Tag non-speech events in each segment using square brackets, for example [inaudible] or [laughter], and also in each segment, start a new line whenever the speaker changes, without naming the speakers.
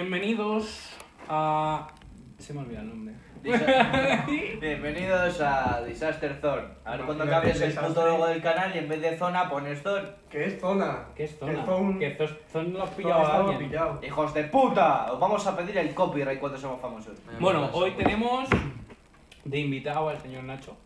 Bienvenidos a. Se me olvida el nombre.
Disa-
[laughs]
Bienvenidos a Disaster Zone. A ver cuando
Imagínate
cambies el
desastre.
puto logo del canal y en vez de zona pones Zone.
¿Qué es zona?
¿Qué es zona?
Que Zone-
Que Zon- Zon lo has pillado a
Estaba
alguien.
pillado.
¡Hijos de puta! Os vamos a pedir el copyright cuando somos famosos.
Bueno, hoy tenemos de invitado al señor Nacho.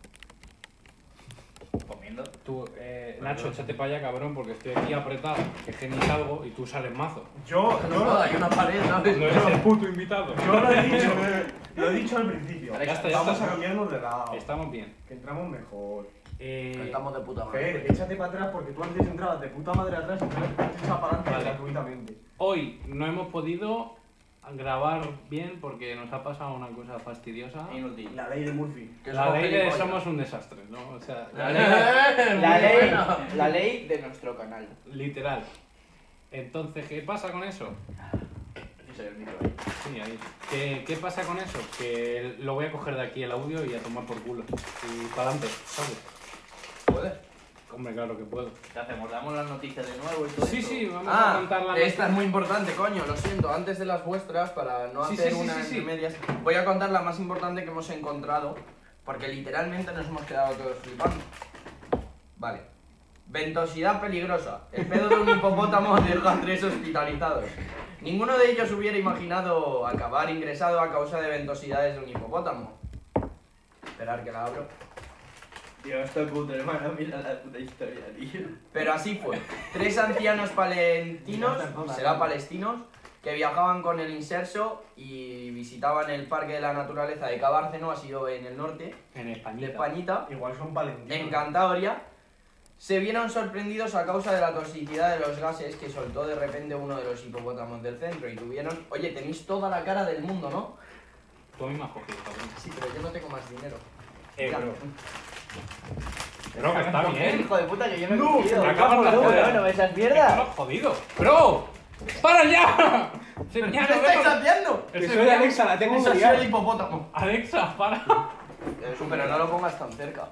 Comiendo.
Tú, eh, Nacho, échate para allá, cabrón, porque estoy aquí apretado, que Geni salgo y tú sales mazo.
Yo,
No,
yo,
no, hay una pared,
No
¿sabes?
eres el puto invitado.
yo lo he dicho, lo he dicho al principio.
Ya está,
ya
Vamos
está.
a cambiarnos de lado,
Estamos bien.
que entramos mejor.
Eh,
Estamos de puta madre.
Fer, échate para atrás porque tú antes entrabas de puta madre atrás y ahora te echas para adelante
Vale.
gratuitamente.
hoy no hemos podido grabar bien porque nos ha pasado una cosa fastidiosa.
Ah. Inútil.
La ley de Murphy.
Que
La
somos
ley de
gilipollas.
somos un desastre, ¿no? O sea,
La
ley-
ley,
Ah,
eh,
La
muy
ley,
buena.
la ley de nuestro canal.
literal. Entonces, ¿qué pasa con eso?
Ese es el micro ahí.
Sí, ahí. ¿Qué, qué pasa con eso? Que el- lo voy a coger de aquí el audio y a tomar por culo. Y para adelante, ¿sabes?
Joder.
Hombre, claro que puedo.
¿Qué hacemos? ¿Damos las noticias de nuevo y todo
Sí,
esto?
sí, vamos a contar
Ah,
la
esta es muy importante, coño, lo siento. Antes de las vuestras, para no
Sí,
hacer
sí, sí,
una
sí, sí.
entre medias, voy a contar la más importante que hemos encontrado, porque literalmente nos hemos quedado todos flipando. Vale. Ventosidad peligrosa. El pedo de un hipopótamo [laughs] dejó a tres hospitalizados. Ninguno de ellos hubiera imaginado acabar ingresado a causa de ventosidades de un hipopótamo. Esperar que la abro.
Tío, esto puto hermano, mira la puta historia, tío.
Pero así fue. Tres ancianos palestinos, será palestinos, que viajaban con el inserso y visitaban el Parque de la Naturaleza de Cabárceno, ha sido en el norte
En
de
español.
Españita,
Igual son palentinos.
en Cantabria, se vieron sorprendidos a causa de la toxicidad de los gases que soltó de repente uno de los hipopótamos del centro y tuvieron... Oye, tenéis toda la cara del mundo, ¿no?
Tú a mí me has cogido, cabrón.
Sí, pero yo no tengo más dinero.
Eh,
Ya.
bro. Bro, que está bien.
Hijo de puta, que yo no he
No,
cogido.
¿Eh? me acabas de
Cabrón,
joder.
no, esas
¡Mierda!
mierdas.
jodido! ¡Bro! ¡Para ya! Señala,
¿Qué estáis
bro.
haciendo?
Ese
soy
día-
Alexa, la tengo
Ese es
liada.
el hipopótamo.
Alexa, para.
Eh, Pero no lo pongas tan cerca.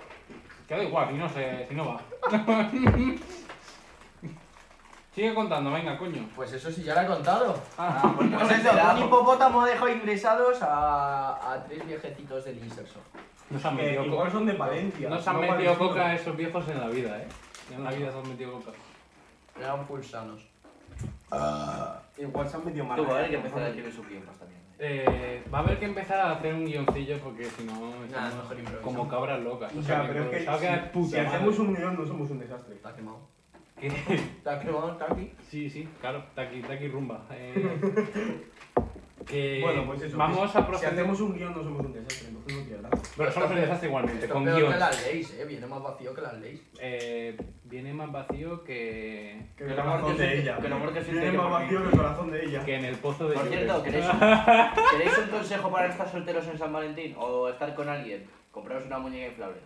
Que da igual, si no, se, si no va.
[laughs]
Sigue contando, venga, coño.
Pues eso sí, ya lo he contado.
Ah,
pues no
Pues
nos
eso, un
enteramos.
hipopótamo dejó ingresados a, a tres viejecitos del inserso.
nos han
Que
metido
igual
coca.
son de Valencia.
Nos han
no
metido eh.
palestinos.
coca esos viejos en la vida, eh. En la vida se han metido coca.
Eran pulsanos.
Igual se han metido mal.
Tú, a ver, que empezar a tirar su guión para esta mierda.
Eh, va a haber que empezar a hacer un guioncillo porque si no,
Nada,
estamos
mejor improvisar.
como cabras locas.
O sea, pero es que
improvisado queda de
si,
puta
si
madre.
hacemos un millón no somos un desastre.
Está quemado.
Que-
Está quemado, está aquí.
Sí, sí, claro, taqui, taqui rumba. Eh,
[laughs]
que
Bueno, pues eso.
Eh, vamos
si-
a
Si
proceder.
hacemos un guión no somos un desastre, entonces no tiene gracia.
Pero somos un desastre igualmente,
Está
con
peor que
guiones.
las leyes, eh. Viene más vacío que las leyes.
Eh, viene más vacío que,
Que
Que
el
el amor
corazón
que
de
siente-
ella.
que el amor que siente
Tiene
que
más
por
vacío
mí.
que el corazón de ella.
que en el pozo de Ah,
Por Pues cierto,
Lloret.
¿queréis, ¿queréis un consejo para estar solteros en San Valentín o estar con alguien? Compraros una muñeca inflable.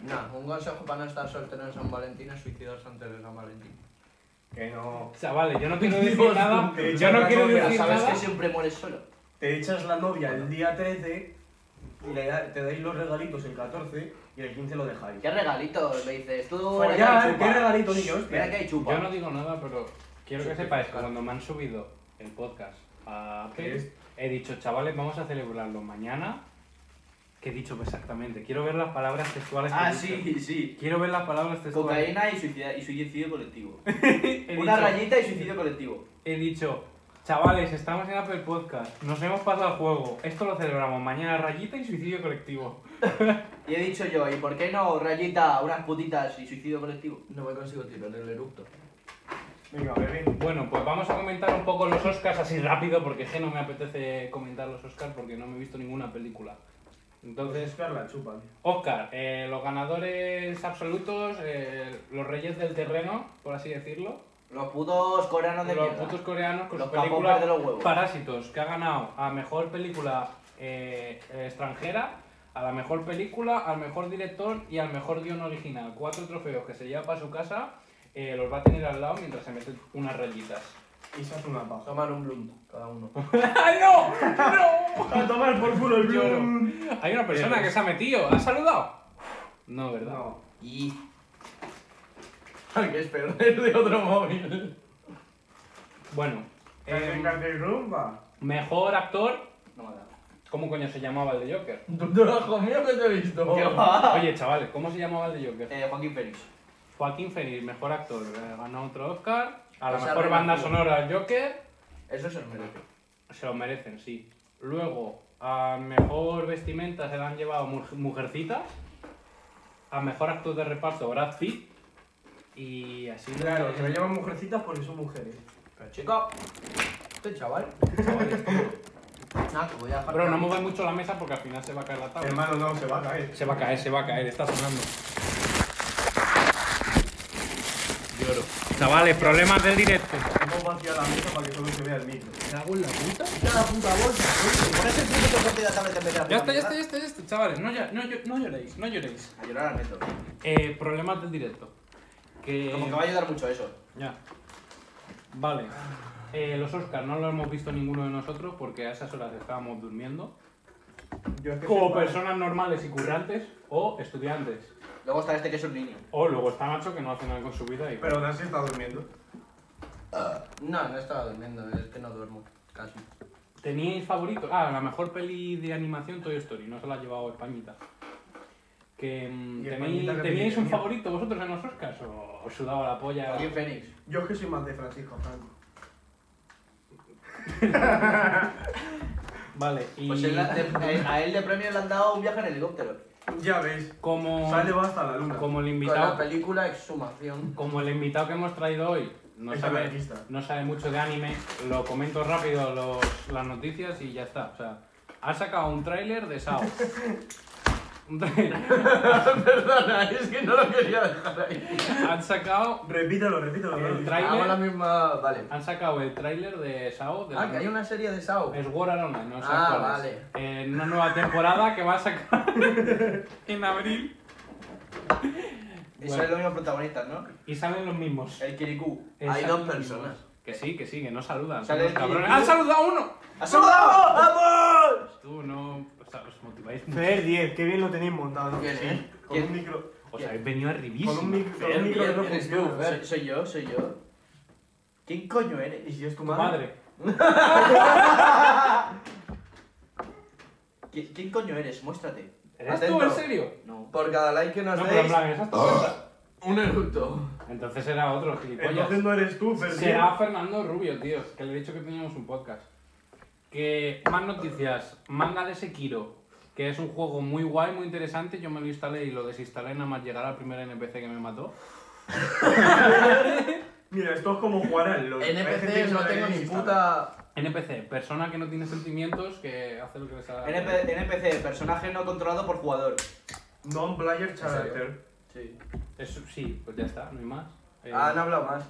Nah, un consejo para no estar soltero en San Valentín es suicidarse antes de San Valentín.
Que no.
Chavales, yo no
[laughs]
quiero
Dios,
decir nada.
te he
Yo no
hecho la
quiero
novia,
decir
Pero sabes
nada.
que siempre mueres solo.
Te echas la novia el día 13 y le da- te dais los regalitos el 14 y el 15 lo dejáis.
¿Qué regalitos? Le dices tú.
Follar,
ven acá y
¿eh?
¿qué regalito, niño?
Shh, Ven acá y chupa.
Yo no digo nada, pero quiero que sepáis que cuando me han subido el podcast a
¿Qué
Apple,
es?
he dicho, chavales, vamos a celebrarlo mañana. ¿Qué he dicho exactamente? Quiero ver las palabras textuales. que he
Ah,
dicho.
sí, sí.
Quiero ver las palabras textuales.
Cocaína y suicida- y suicidio colectivo.
He
Una
dicho-
rayita y suicidio colectivo.
he dicho, chavales, estamos en Apple Podcast, nos hemos pasado el juego, esto lo celebramos mañana, rayita y suicidio colectivo.
Y he dicho yo, ¿y por qué no rayita, unas putitas y suicidio colectivo?
No me consigo tirar el eructo.
Venga, bebé.
Bueno, pues vamos a comentar un poco los Oscars así rápido, porque es que no me apetece comentar los Oscars porque no me he visto ninguna película.
Entonces,
Entonces,
Oscar la chupa.
Oscar, eh, los ganadores absolutos, eh, los reyes del terreno, por así decirlo,
Los putos coreanos de
los
mierda.
putos coreanos con
Los
su película
capopes de los huevos.
Parásitos, que ha ganado a mejor película eh, extranjera, a la mejor película, al mejor director y al mejor guión original. Cuatro trofeos que se lleva para su casa, eh, los va a tener al lado mientras se mete unas rayitas.
Y se hace una paja.
Toman un blunt, cada uno.
¡Ay, no! ¡No!
A tomar por culo el
Lloro.
blum.
Hay una persona que se ha metido, ¿ha saludado? No, ¿verdad?
No.
Y... [laughs] Ay, que es perder de otro móvil.
Bueno,
Eh,
Em,
que rumba.
mejor actor,
No me da.
¿cómo coño se llamaba el de Joker?
Hijo mío que te he visto.
¿Qué va?
Oye, chavales, ¿cómo se llamaba el de Joker?
[laughs] Eh, Joaquín Phoenix.
Joaquín Phoenix, mejor actor, eh, ganó otro Oscar. A la
Esa
mejor banda
relación.
sonora el Joker,
Eso se lo merece.
se lo merecen, sí. Luego, a mejor vestimenta se la han llevado Muj- Mujercitas. A mejor actor de reparto, Brad Pitt. Y así.
Claro, se lo llaman mujercitas porque son mujeres.
Pero chico, este chaval.
chavales.
Nada, que voy a dejar.
Bro, no mueves mucho la mesa porque al final se va a caer
Ah.
la tabla.
Hermano, no, se va a caer.
Se va a caer, se va a caer, está sonando. Lloro. Chavales, problemas del directo.
Hemos vaciado la mesa para que solo se vea el micro.
¿Me hago en la puta?
Quita la puta bolsa.
¿Por eso el típico corte de la tablet en vez de la
Ya está,
puta
ya está,
mierda?
ya está, ya está. Chavales, no, ya- no, llo- no lloréis, no lloréis.
A llorar al metro.
Eh, problemas del directo. Que...
Como que va a ayudar mucho eso.
Ya. Vale. Eh, los Oscars no los hemos visto ninguno de nosotros porque a esas horas estábamos durmiendo.
Yo es que
Como
sepa-
personas normales y currantes o estudiantes.
Luego está este que es un niño.
O luego está Nacho que no hace nada con su vida y...
Pero aún así está durmiendo.
No, no estaba durmiendo, es que no duermo. Casi.
¿Teníais favorito? Ah, la mejor peli de animación Toy Story, no se la ha llevado Españita. Que, mm,
¿Y
¿tenéis,
Españita qué
¿Teníais
peli tenía?
un favorito vosotros en los Oscars o os sudaba la polla?
Joaquín Phoenix.
Yo es que soy más de Francisco Franco.
Vale, y
Pues él- de- eh, a él de premio le han dado un viaje en helicóptero.
Ya ves.
como,
Sale va hasta la luna.
como el
Con la
invitado [laughs]
película Exhumación.
como el invitado que hemos traído hoy no
Es
sabe,
anarquista.
no sabe mucho de anime, lo comento rápido los- las noticias y ya está. O sea, ha sacado un tráiler de Sao. Un tráiler-
Perdona, es que no lo quería dejar ahí.
han sacado
Repítelo, repítelo.
el
repítelo.
Hago la
tráiler
misma. Vale.
han sacado el tráiler de Sao de la
Ah, que hay una serie de Sao.
Es War Arona, no sé
Ah,
cuál es. Eh, una nueva temporada que va a sacar [laughs] en abril.
Y
Bueno.
son los mismos protagonistas, ¿no?
Y salen los mismos.
El Kirikou.
Eh,
Hay
salen
dos
los
personas.
mismos. Que sí, que sí, que no saludan.
Sale
Salen los
el
cabrones.
Kiryu.
¡Han saludado uno!
¡Ha saludado! ¡Vamos!
Tú no. O sea, os motiváis mucho.
Fer 10, qué bien lo tenéis montado.
¿Quién es?
¿eh? Con un micro.
Os habéis venido
Con un
arribísimo.
micro, con un micro que no
eres tú,
funciona.
Fer. Soy yo, soy yo. ¿Quién coño
¿Y
eres?
si es tu
Tu
madre?
madre.
¿Qui- ¿Quién coño eres? Muéstrate.
¿Eres
Atento.
tú en serio?
No.
Por cada like que nos
No, pero en
deis,
plan, esa es tu cuenta.
un eructo.
Entonces era otro, gilipollas.
Entonces no eres tú,
Pues
Fer.
Será Fernando Rubio, tío, que le he dicho que teníamos un podcast. Que más noticias, manga de Sekiro, que es un juego muy guay, muy interesante. Yo me lo instalé y lo desinstalé nada más llegar al primer NPC que me mató.
Mira, esto es como jugar al LOL. Hay gente que
NPC
se
no
la
tengo
tiene
ni
instalada.
puta.
NPC, persona que no tiene sentimientos, que hace lo que le sale. a la gana.
NP NPC, personaje no controlado por jugador.
Non-player character.
Sí.
Eso sí, pues ya está, no hay más. Eh,
Han Ah, hablado más.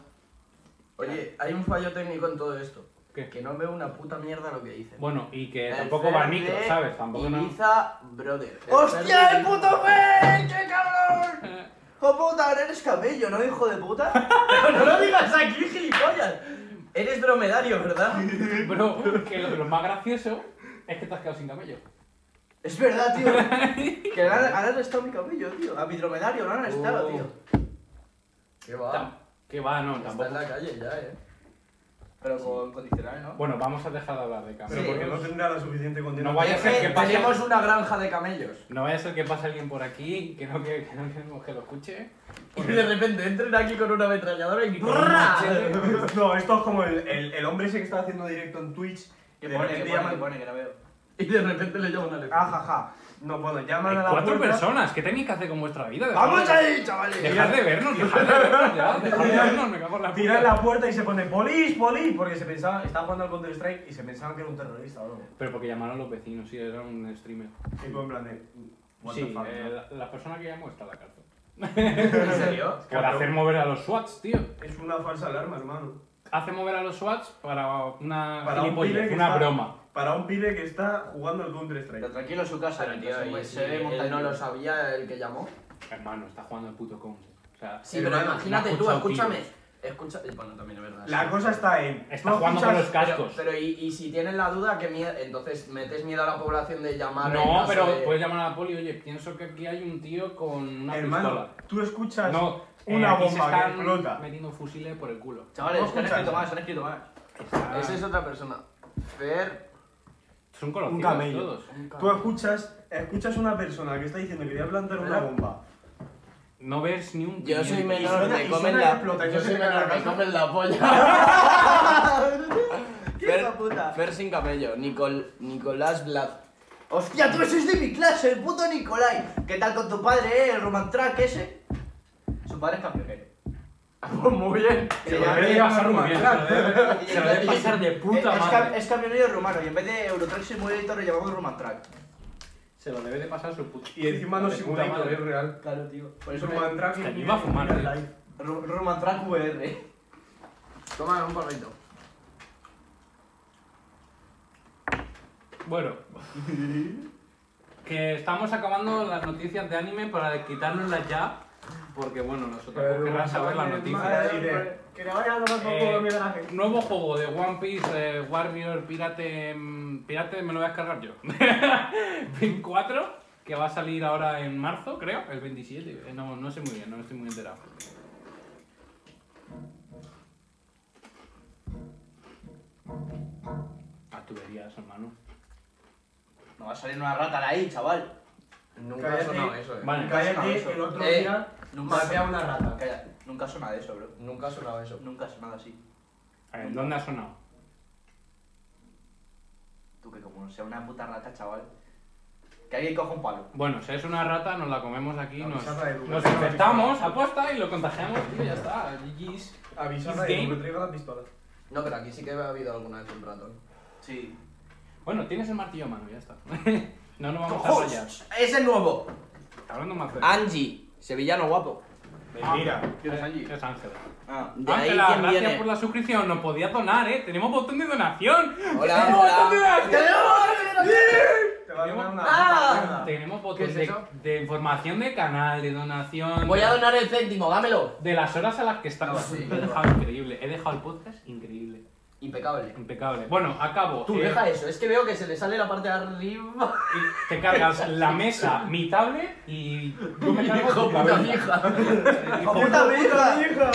Oye, hay un fallo técnico en todo esto.
¿qué?
Que no veo una puta mierda lo que dicen.
Bueno, y que tampoco va el micro, ¿sabes? Tampoco no. [laughs]
Ibiza Brother.
¡Hostia,
Fer
el
de-
puto Fer! ¡Qué cabrón! ¡Oh puta, ahora eres camello, no, hijo de puta!
[laughs] ¡No lo digas aquí, gilipollas! Eres dromedario, ¿verdad?
Bro, que lo, lo más gracioso es que te has quedado sin camello.
Es verdad, tío. Que le han, han arrestado a mi camello, tío. A mi dromedario lo han arrestado,
Oh.
tío.
¿Qué va?
Tam- Que va, no,
Pues Está
tampoco.
en la calle ya, eh.
Pero con condicional, ¿no?
Bueno, vamos a dejar de hablar de
Pero
camello.
Sí.
porque no tendrá la suficiente condición.
No vaya a
Es
ser
que
que pase-
tenemos una granja de camellos.
No vaya a ser que pase alguien por aquí que no que- que no queremos que lo escuche.
Y de repente entren aquí con una ametralladora y
Con un
¡brrra!
machete.
[laughs] No, esto es como el, el, el hombre ese que está haciendo directo en Twitch.
Que
de
pone,
repente
que pone, que
llaman-
pone, que no veo.
Y de repente le llaman al elefante.
Ajaja.
[laughs]
No, bueno, llaman
Hay
a la
cuatro
puerta.
personas, ¿qué tenéis que hacer con vuestra vida? Dejad
¡Vamos
de-
ahí, chavales!
Dejad de vernos, dejad de vernos ya, dejad de vernos, me cago en la
Tiran
puta.
la puerta y se pone polis, polis, porque se pensaban, estaban jugando al Counter Strike y se pensaban que era un terrorista o algo.
Pero porque llamaron los vecinos, sí, era un streamer.
Y tú en plan de. what the
Sí,
fuck,
eh,
¿no?
la, la persona que llamó está en la cárcel.
¿En serio?
Por
Cabrón.
hacer mover a los SWATs, tío.
Es una falsa alarma, hermano.
Hace mover a los SWATs para una
Para un
gilipollez,
pibe que
una
está-
broma.
Para un pibe que está jugando al Counter
Pero
Strike.
tranquilo en su casa,
Pero,
tío, y
tío, y
se
Pues, si
ve
él no
montañero.
lo sabía, el que llamó.
Hermano, está jugando el puto counter. O sea,
Sí,
El
pero
hermano,
imagínate
me ha
tú,
escuchado
escúchame. Escucha... eh, Bueno, también es verdad.
La
sí.
cosa está en.
está
no
jugando con los
escuchas-
cascos.
Pero, y, y si tienes la duda, que miedo? Entonces, ¿metes miedo a la población de llamar? en
No,
caso
pero pues,
de-
puedes llamar a la poli, oye, pienso que aquí hay un tío con una
Hermano,
pistola.
tú escuchas
No, eh,
una
aquí se
bomba que
están
explota.
metiendo fusiles por el culo. Ah,
Chavales,
¿Cómo
se han escrito
escuchas?
más, se han escrito más.
Está-
Esa es otra persona. Fer.
Son
Un
conocidos
camello.
todos.
Tú escuchas, escuchas a una persona que está diciendo que le voy a plantar una bomba.
No ves ni un
Yo soy
pimiento.
menor,
suena-
me
y
comen
suena y
la.
explota, y
Yo
no se
soy
te cae la
menor, me
casa.
comen la polla.
[laughs] ¿Qué
Fer-
es la puta?
Fer sin camello. Nicol- Nicolás Blad.
Hostia, tú ese es de mi clase, el puto Nicolai. ¿Qué tal con tu padre, eh? El Romantrak ese. Su padre es campeón. ¿eh?
Pues muy bien.
Se
Lo
llama-
debe pasar muy bien, se lo debe- se lo debe pasar de puta
es,
madre.
Es camionero rumano y en vez de Eurotrack Simulator lo llamamos Romantrak.
Se lo debe de pasar su puta
Y encima no
de
se
puta
puede
madre.
es real.
Claro, tío. Por
Es
eso
un
me-
mantraque.
que iba a fumar, ¿eh? tío.
Ro- Romantrak VR.
Toma un porrito.
Bueno, que estamos acabando las noticias de anime para quitárnoslas ya, porque bueno, nosotros querrán saber las noticias.
Que le vayan a tomar por
Eh,
culo Miguel Ángel.
Nuevo juego de One Piece, eh, Warrior, Pirate, mm, Pirate me lo voy a descargar yo. [laughs] Pin 4, que va a salir ahora en marzo, creo, el 27, eh, no, no sé muy bien, no estoy muy enterado. Las tuberías, Ah, hermano.
No va a salir una rata de ahí, chaval.
Nunca
Cállate.
ha sonado eso, eh.
Vale.
Cállate, que el otro
Eh,
día
Nunca
maté a una rata.
Calla, nunca suena de eso, bro.
Nunca ha sonado eso.
Nunca suena así.
A ver, eh, ¿dónde ha sonado?
Tú que como no sea una puta rata, chaval. Que alguien coja un palo.
Bueno, si es una rata, nos la comemos aquí,
La
nos,
pizarra de Google.
nos infectamos, apuesta y lo contagiamos, tío, ya está. GG's.
Avisada
Is
de
game.
que traiga la pistola.
No, pero aquí sí que ha habido alguna vez un ratón.
Sí.
Bueno, tienes el martillo a mano, ya está. [laughs] no nos vamos a
¡Oh!
rayar.
¡Es el nuevo!
Está hablando más feo.
Ah, Angie, sevillano guapo.
Mentira.
¿Quién es
Eh,
allí?
Es Ángela.
Ah.
De ahí
Ángela,
quién
gracias
viene.
por la suscripción. Nos podías donar, ¿eh? Tenemos botón de donación.
Hola,
Tenemos botón de
hola.
donación.
Te va a dar una
[laughs] ¡Ah!
Tenemos botón
¿Qué es
de,
eso?
de información de canal, de donación.
Voy
de-
a donar el céntimo, dámelo.
De las horas a las que estamos.
Ah, sí.
Lo he dejado increíble. He dejado el podcast increíble.
Impecable.
Impecable. Bueno, acabo.
Tú
Eh,
deja eso, es que veo que se le sale la parte de arriba.
[laughs] Y te cargas la mesa, mi tablet y yo me cargo
Hijo
tu
puta
cabeza.
mija.
Hijo puta.
¡Puta mierda!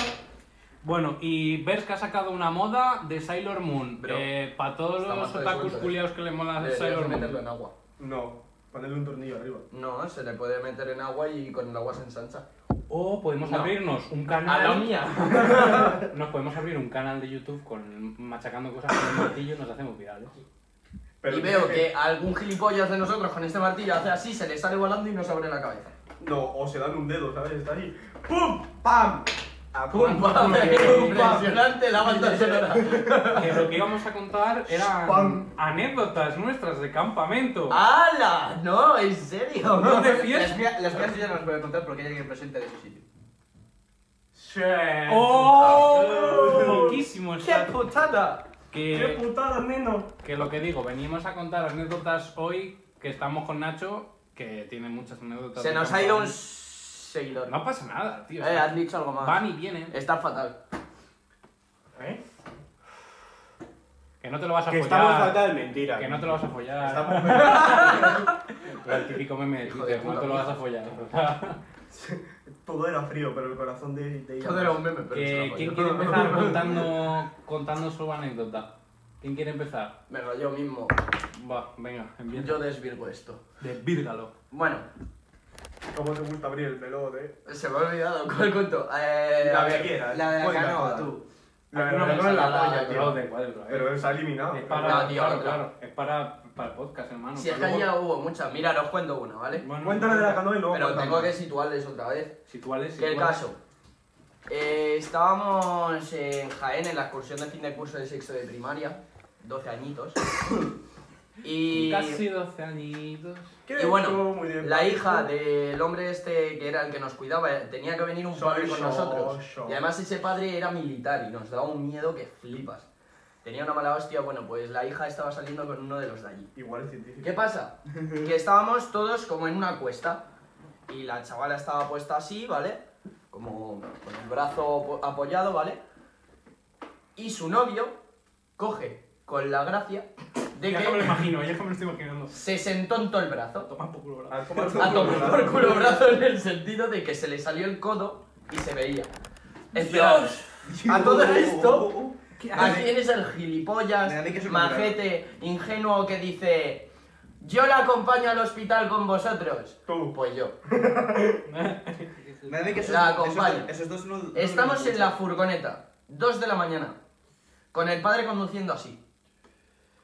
Bueno, y ves que ha sacado una moda de Sailor Moon.
Bro,
para todos
está
los
mazo de
otakus
sueldo, eh.
culiados que le mola de
Deberías de
Sailor
meterlo
Moon.
en agua.
No, ponerle un tornillo arriba.
No, se le puede meter en agua y con el agua se ensancha.
O podemos
No.
abrirnos un
A la
canal.
mía.
Nos podemos abrir un canal de YouTube con machacando cosas con el martillo y nos hacemos virales.
Pero
y veo
tiene
que algún gilipollas de nosotros con este martillo hace así, se le sale volando y nos abre la cabeza.
No, o se dan un dedo, ¿sabes? Está ahí. ¡Pum! ¡Pam! A
¡Pum, pam! Impresionante la banda sonora.
Que lo que íbamos a contar eran
Spam.
anécdotas nuestras de campamento.
Ah. ¡Hala! No, en serio.
No te
Las
fíes.
mías las mías yo ya no las voy a contar porque hay alguien presente de ese sitio.
¡Sí!
¡Oh! Eh, Poquísimo,
[laughs] ¡Qué
exacto.
putada!
¡Qué
Que
putada, neno!
Que lo que digo, venimos a contar anécdotas hoy que estamos con Nacho, que tiene muchas anécdotas.
Se
de
nos ha ido
campamento.
un Sailor.
No pasa nada, tío.
Eh, has dicho algo más.
Van y vienen.
Está fatal.
¿Eh?
Que no te lo vas a
Que
follar.
estamos fatal, mentira.
Que no te lo vas a follar. El típico meme de
Hijo de
Twitter, no
puta, pues".
te lo vas a
tío.
[laughs] follar.
Todo era frío, pero el corazón de, de ella.
Todo era un meme, pero se
que,
la
¿Quién
apoyo.
quiere
[laughs]
empezar contando, contando su anécdota? ¿Quién quiere empezar?
Venga, yo mismo.
Va, venga, empieza.
Yo desvirgo esto.
Desvírgalo.
Bueno,
¿Cómo te gusta abrir el pelot, eh?
se me ha olvidado. ¿Cuál cuento? Eh,
La
a
que
ver,
quieras.
La de la
Cuenta,
canoa,
joder.
tú.
La
No,
verdad
me
no es
sale la-
la polla,
la-
tío.
de cuadro, eh.
Pero se ha eliminado.
es para,
No, tío,
claro,
no.
claro, es para, para el podcast, hermano.
Si es que
Pero
allá
bueno,
hubo muchas. Mira, os cuento una, ¿vale?
bueno,
Cuéntale de la canoa y luego.
Pero
cuéntame.
tengo que situarles otra vez.
Si tú vales, si
Que el
tú vales.
caso. eh, estábamos en Jaén en la excursión de fin de curso de sexto de primaria,
[coughs]
12 añitos. y,
Casi 12 añitos.
¿Qué
y bueno,
dijo? Muy bien.
la hija del hombre este que era el que nos cuidaba eh, tenía que venir un
Soy
padre con
yo,
nosotros.
yo.
Y además ese padre era militar y nos daba un miedo que flipas. Tenía una mala hostia, bueno, pues la hija estaba saliendo con uno de los de allí.
Igual es científico.
¿Qué pasa? Que estábamos todos como en una cuesta y la chavala estaba puesta así, ¿vale? Como con el brazo po- apoyado, ¿vale? Y su novio coge con la gracia de
Ya que me lo
que
imagino, ya que me lo estoy imaginando.
se sentó en todo el brazo.
Toma un poco,
Ah,
bro.
A tomar
A tomar por culo brazo en el sentido de que se
Uh,
le salió el codo y se veía. En plan, A todo esto, ¿A quién es el gilipollas,
Me da a mí que soy
majete, ingenuo que dice yo la acompaño al hospital con vosotros?
Tú.
Pues yo.
Me da a mí que esos,
La
esos-
acompaño.
esos dos no- no
Estamos
lo
en la furgoneta, 2 de la mañana, con el padre conduciendo así.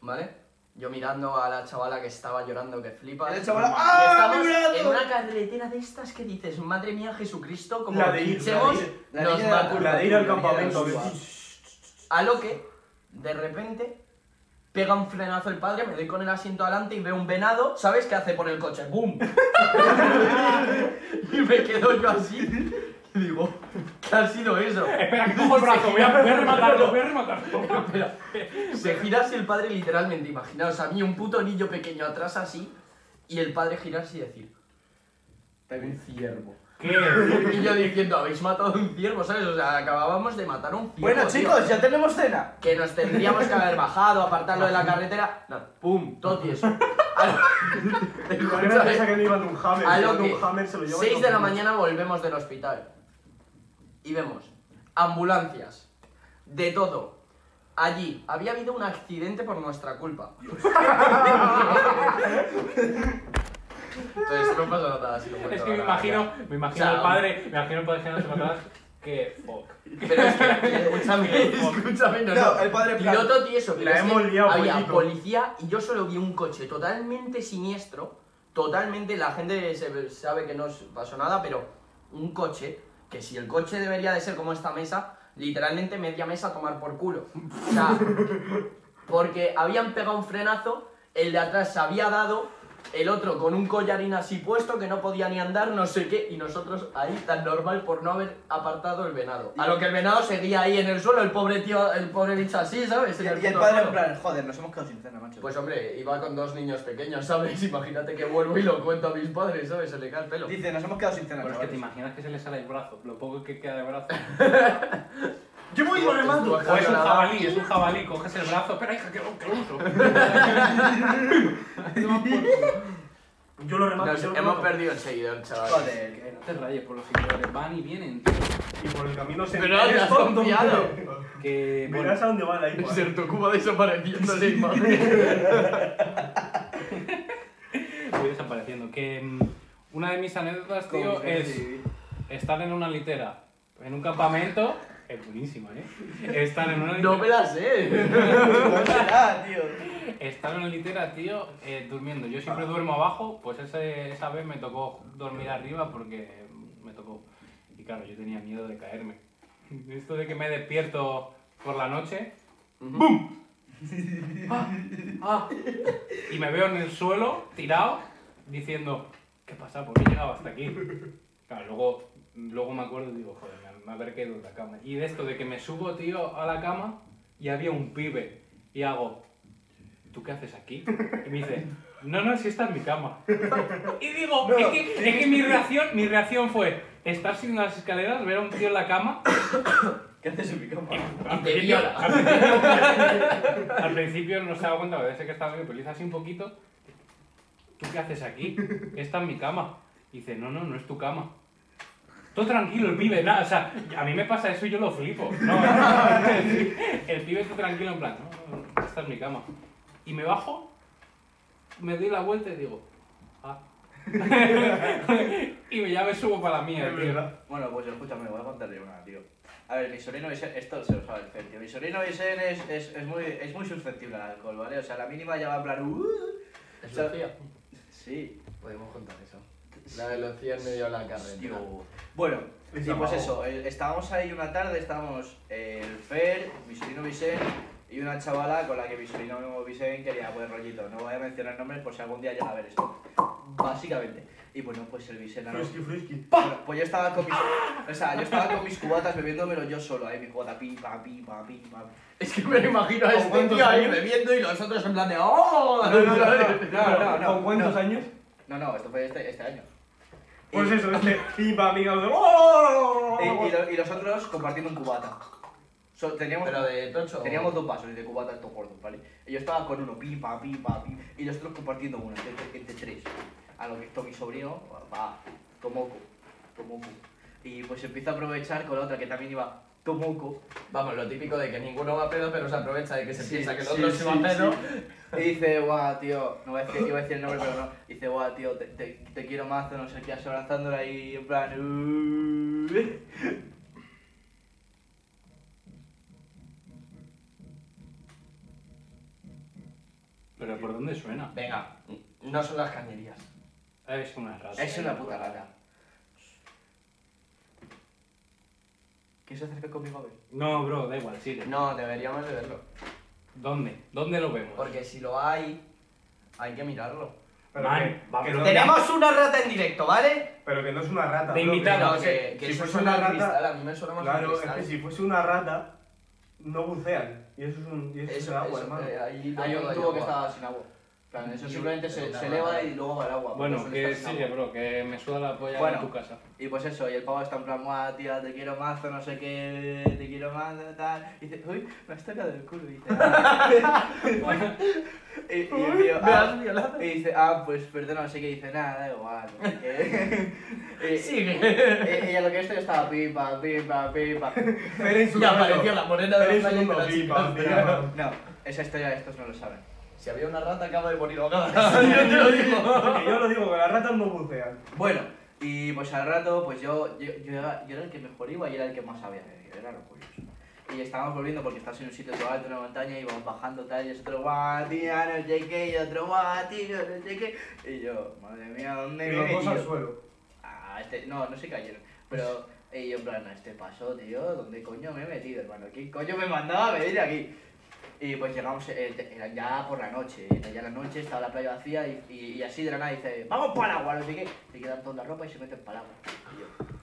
¿Vale? Yo mirando a la chavala que estaba llorando que flipa.
El chaval,
Y
¡ah,
estamos
mi brazo!
en una carretera de estas que dices, madre mía Jesucristo, como
La de ir,
pinchemos,
la de ir,
la de
nos
ir a la
matan.
curva.
La de ir al campamento. a ver.
A lo que, de repente, pega un frenazo el padre, me doy con el asiento adelante y veo un venado, ¿sabes qué hace por el coche? ¡Bum! [laughs] y me quedo yo así y digo, ¿qué ha sido eso?
Espera, que cojo el brazo, voy a, voy a rematarlo, voy a
[laughs]
rematarlo.
Espera. Se gira así el padre literalmente, imaginaos a mí un puto niño pequeño atrás así y el padre girarse y decir, un ciervo.
¿Qué?
Y yo diciendo, habéis matado a un ciervo, ¿sabes? O sea, acabábamos de matar a un ciervo.
Bueno,
tío.
chicos, ya tenemos cena.
que nos tendríamos que haber bajado, apartarlo de la carretera. No, pum, todo tieso. A lo-
La gran piensa que no iban de un Hammer.
a
si
lo
iban de
que
un Hammer se lo llevan
6
con-
de la mañana volvemos del hospital y vemos ambulancias, de todo. Allí había habido un accidente por nuestra culpa. [laughs] Entonces no pasa nada así. no
Es
pasa
que me
nada,
imagino,
ya.
me imagino
O sea,
al padre, me imagino al padre girándose para atrás, que fuck. [laughs]
Pero es que, eh, escúchame, escúchame, no,
No,
no.
el padre en plan,
Piloto tieso, pero
la
es que
hemos liado,
había
pollito.
policía y yo solo vi un coche totalmente siniestro, totalmente, la gente se- sabe que no os pasó nada, pero un coche, que si el coche debería de ser como esta mesa, literalmente media mesa a tomar por culo.
[laughs]
O sea, porque habían pegado un frenazo, el de atrás se había dado, el otro con un collarín así puesto que no podía ni andar, no sé qué, y nosotros ahí tan normal por no haber apartado el venado. A lo que el venado seguía ahí en el suelo, el pobre tío, el pobre bicho así, ¿sabes?
Y,
En
y el
puto
padre en
suelo.
plan, joder, nos hemos quedado sin cena, macho.
Pues hombre, iba con dos niños pequeños, ¿sabes? [laughs] Imagínate que vuelvo y lo cuento a mis padres, ¿sabes? Se le cae el pelo.
Dice, nos hemos quedado sin cena,
Pues
Pero es que te
chavales.
imaginas que se le sale el brazo, lo poco que queda de
[laughs]
brazo.
Yo voy con el mando.
O es un jabalí, es un jabalí, coges el brazo, espera hija, que lo, que lo
[laughs]
uso.
Yo lo remato.
Nos
yo lo
hemos
remato.
perdido el seguidor, chaval.
Joder.
Que no te rayes por los seguidores, van y vienen, tío.
Y por el camino se
Pero te has
tonto,
confiado.
[laughs] hombre.
Que, bueno,
Verás a dónde va la hipo.
Ser tu Cuba desapareciendo la imagen.
voy desapareciendo. Que mm, una de mis anécdotas, tío,
Como que
es...
sí.
Estar en una litera, en un campamento, es buenísima, ¿eh? Estar en una litera,
No me la sé.
¿Cómo [laughs] será, tío?
estar en una litera tío, eh, durmiendo. Yo siempre duermo abajo, pues ese- esa vez me tocó dormir arriba porque me tocó. Y claro, yo tenía miedo de caerme. Esto de que me despierto por la noche, ¡bum! ¡Ah! ¡Ah! Y me veo en el suelo, tirado, diciendo, ¿qué pasa? ¿Por qué he llegado hasta aquí? Claro, luego, luego me acuerdo y digo, joder, me, me haber caído de la cama. Y de esto de que me subo, tío, a la cama y había un pibe. Y hago, ¿tú qué haces aquí? Y me dice, no, no, si está en mi cama. Y digo, es, que, es que mi reacción, mi reacción fue estar subiendo las escaleras, ver a un tío en la cama.
¿Qué haces en mi cama?
Y te viola.
Al principio- Al principio no se daba cuenta, parece que estaba bien, pero le hice así un poquito. ¿Tú qué haces aquí? Esta es mi cama. Y dice, no, no, no es tu cama. Todo tranquilo, el pibe, nada, o sea, a mí me pasa eso y yo lo flipo. No, no, el, el pibe está tranquilo en plan, no, no, no, esta es mi cama. Y me bajo, me doy la vuelta y digo, ah. [laughs] y ya me subo para la mía, tío.
Bueno, pues escúchame, voy a contarle una, tío. A ver, mi sobrino Vicen, esto se lo sabe el Fer, tío. Mi sobrino Vicen es, es, es, muy, es muy susceptible al alcohol, ¿vale? O sea, la mínima ya va en plan... "Uh".
¿Es Lucía?
Sí,
Podemos contar eso. La de Lucía en medio de la
tío.
carretera.
Bueno,
Es
y pues
abajo.
eso, eh, estábamos ahí una tarde, estábamos eh, el Fer, mi sobrino Vicen y una chavala con la que mi sobrino Vicen quería buen rollito. No voy a mencionar nombres por si algún día llega a ver esto. Básicamente. Y bueno, pues el Vicen... ahora-
Frisky, frisky.
Bueno, pues yo estaba con mis. O sea, yo estaba con mis cubatas bebiéndomelo yo solo, ahí mi cubata pim pam pim pam pim pam.
Es que me lo imagino a este
¿Cuántos
tío ahí
años?
bebiendo y los otros en plan de ¡Oh!
No, no, no,
no, no, no.
¿Con cuántos años?
No, no, esto fue este, este año.
Pues
Eh,
Y-
eso, este pipa, amiga, lo de... ¡Oh!
Y, y lo- y los otros compartiendo un cubata. So, teníamos,
Pero de tocho.
teníamos dos vasos de cubata estos gordos, ¿vale? Y yo estaba con uno, pim pam pim pam pim, y los otros compartiendo uno, entre, entre tres. A lo que esto mi sobrino, va, tomoco, tomoco. Y pues empieza a aprovechar con la otra que también iba. tu moco.
Vamos, lo típico de que ninguno va a pedo, pero se aprovecha de que se
Sí,
piensa que el
sí,
otro se va a
sí,
pedo.
Y dice, guau, tío, no voy a decir, iba a decir el nombre, pero no. Dice, guau, tío, te, te, te quiero mazo, no sé qué, así abrazándola y en plan. "Uh".
Pero ¿por dónde suena?
Venga, no son las cañerías.
Es una rata.
Es una puta gata. ¿Quieres acercar conmigo a ver?
No, bro, da igual, sigue.
No, deberíamos de verlo.
¿Dónde? ¿Dónde lo vemos?
Porque si lo hay, hay que mirarlo.
Pero
Man,
que, que no,
Tenemos una rata en directo, ¿vale?
pero que no es una rata.
De
bro, que-
invitado.
Pero
Claro,
que, que
si
eso
fuese
suena
una
al
rata-
cristal, a mí me suena más al
Claro, es
cristal.
que si fuese una rata, no bucean. Y eso es un y eso es
Eso,
agua,
eso,
hermano.
eh, ahí
Hay
todo
un
hay
tubo que
agua.
estaba sin agua. En plan, eso
Y-
simplemente se,
pero
se
nada,
eleva
nada.
y luego va el agua. porque
Bueno,
suele
que
estar sin
sigue,
agua.
bro, que me suda la polla
Bueno.
en tu casa.
Y pues eso, y el pavo está en plan, guau, tía, te quiero mazo, no sé qué, te quiero mazo, tal. Y dice, uy, me has tocado el culo. Y dice, [laughs] "Ah". y, y el tío,
[laughs] Me has
ah,
violado.
y dice, ah, pues perdona, no sé qué. Y dice, nada, da igual. no sé qué". y,
Sigue.
y- y a lo que esto yo estaba, pipa, pipa, pipa.
Fer en su
[laughs] Y apareció la morena de
Eres
la playa
un
con las
loquito,
chicas. [laughs]
tío.
No, esa historia estos no lo saben.
Si había una rata, acaba de morir [laughs] ahogada. Yo te lo digo.
Que yo lo digo, que las ratas no bucean.
Bueno, y pues al rato, pues yo, yo, yo era, yo era el que mejor iba y era el que más sabía de era lo curioso. Y estábamos volviendo porque estás en un sitio todo alto, en una montaña, y vamos bajando tal, y es otro guatía, no sé qué, y otro guatía, no sé qué. Y yo, madre mía, ¿dónde
Y los
viene,
dos al
tío?
suelo.
Ah, este, no, no se cayeron. Pero, y yo en plan, a este paso, tío, ¿dónde coño me he metido, hermano? ¿Quién coño me mandaba a venir aquí? Y pues llegamos, eh, te- era ya por la noche, era ya la noche, estaba la playa vacía y, y, y así de la nada dice, vamos para el agua, no sé qué. Se quedan toda la ropa y se meten para el agua. Y yo,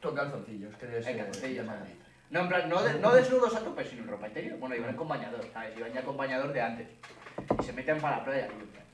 Toca calzoncillos, que debe
en
ser-
calzoncillos, ¿sabes? No, en plan, no, de- no desnudos a tope, sino en ropa interior. Bueno, iban con bañador, ¿sabes? Iban ya con bañador de antes. Y se meten para la playa. Y yo, en plan,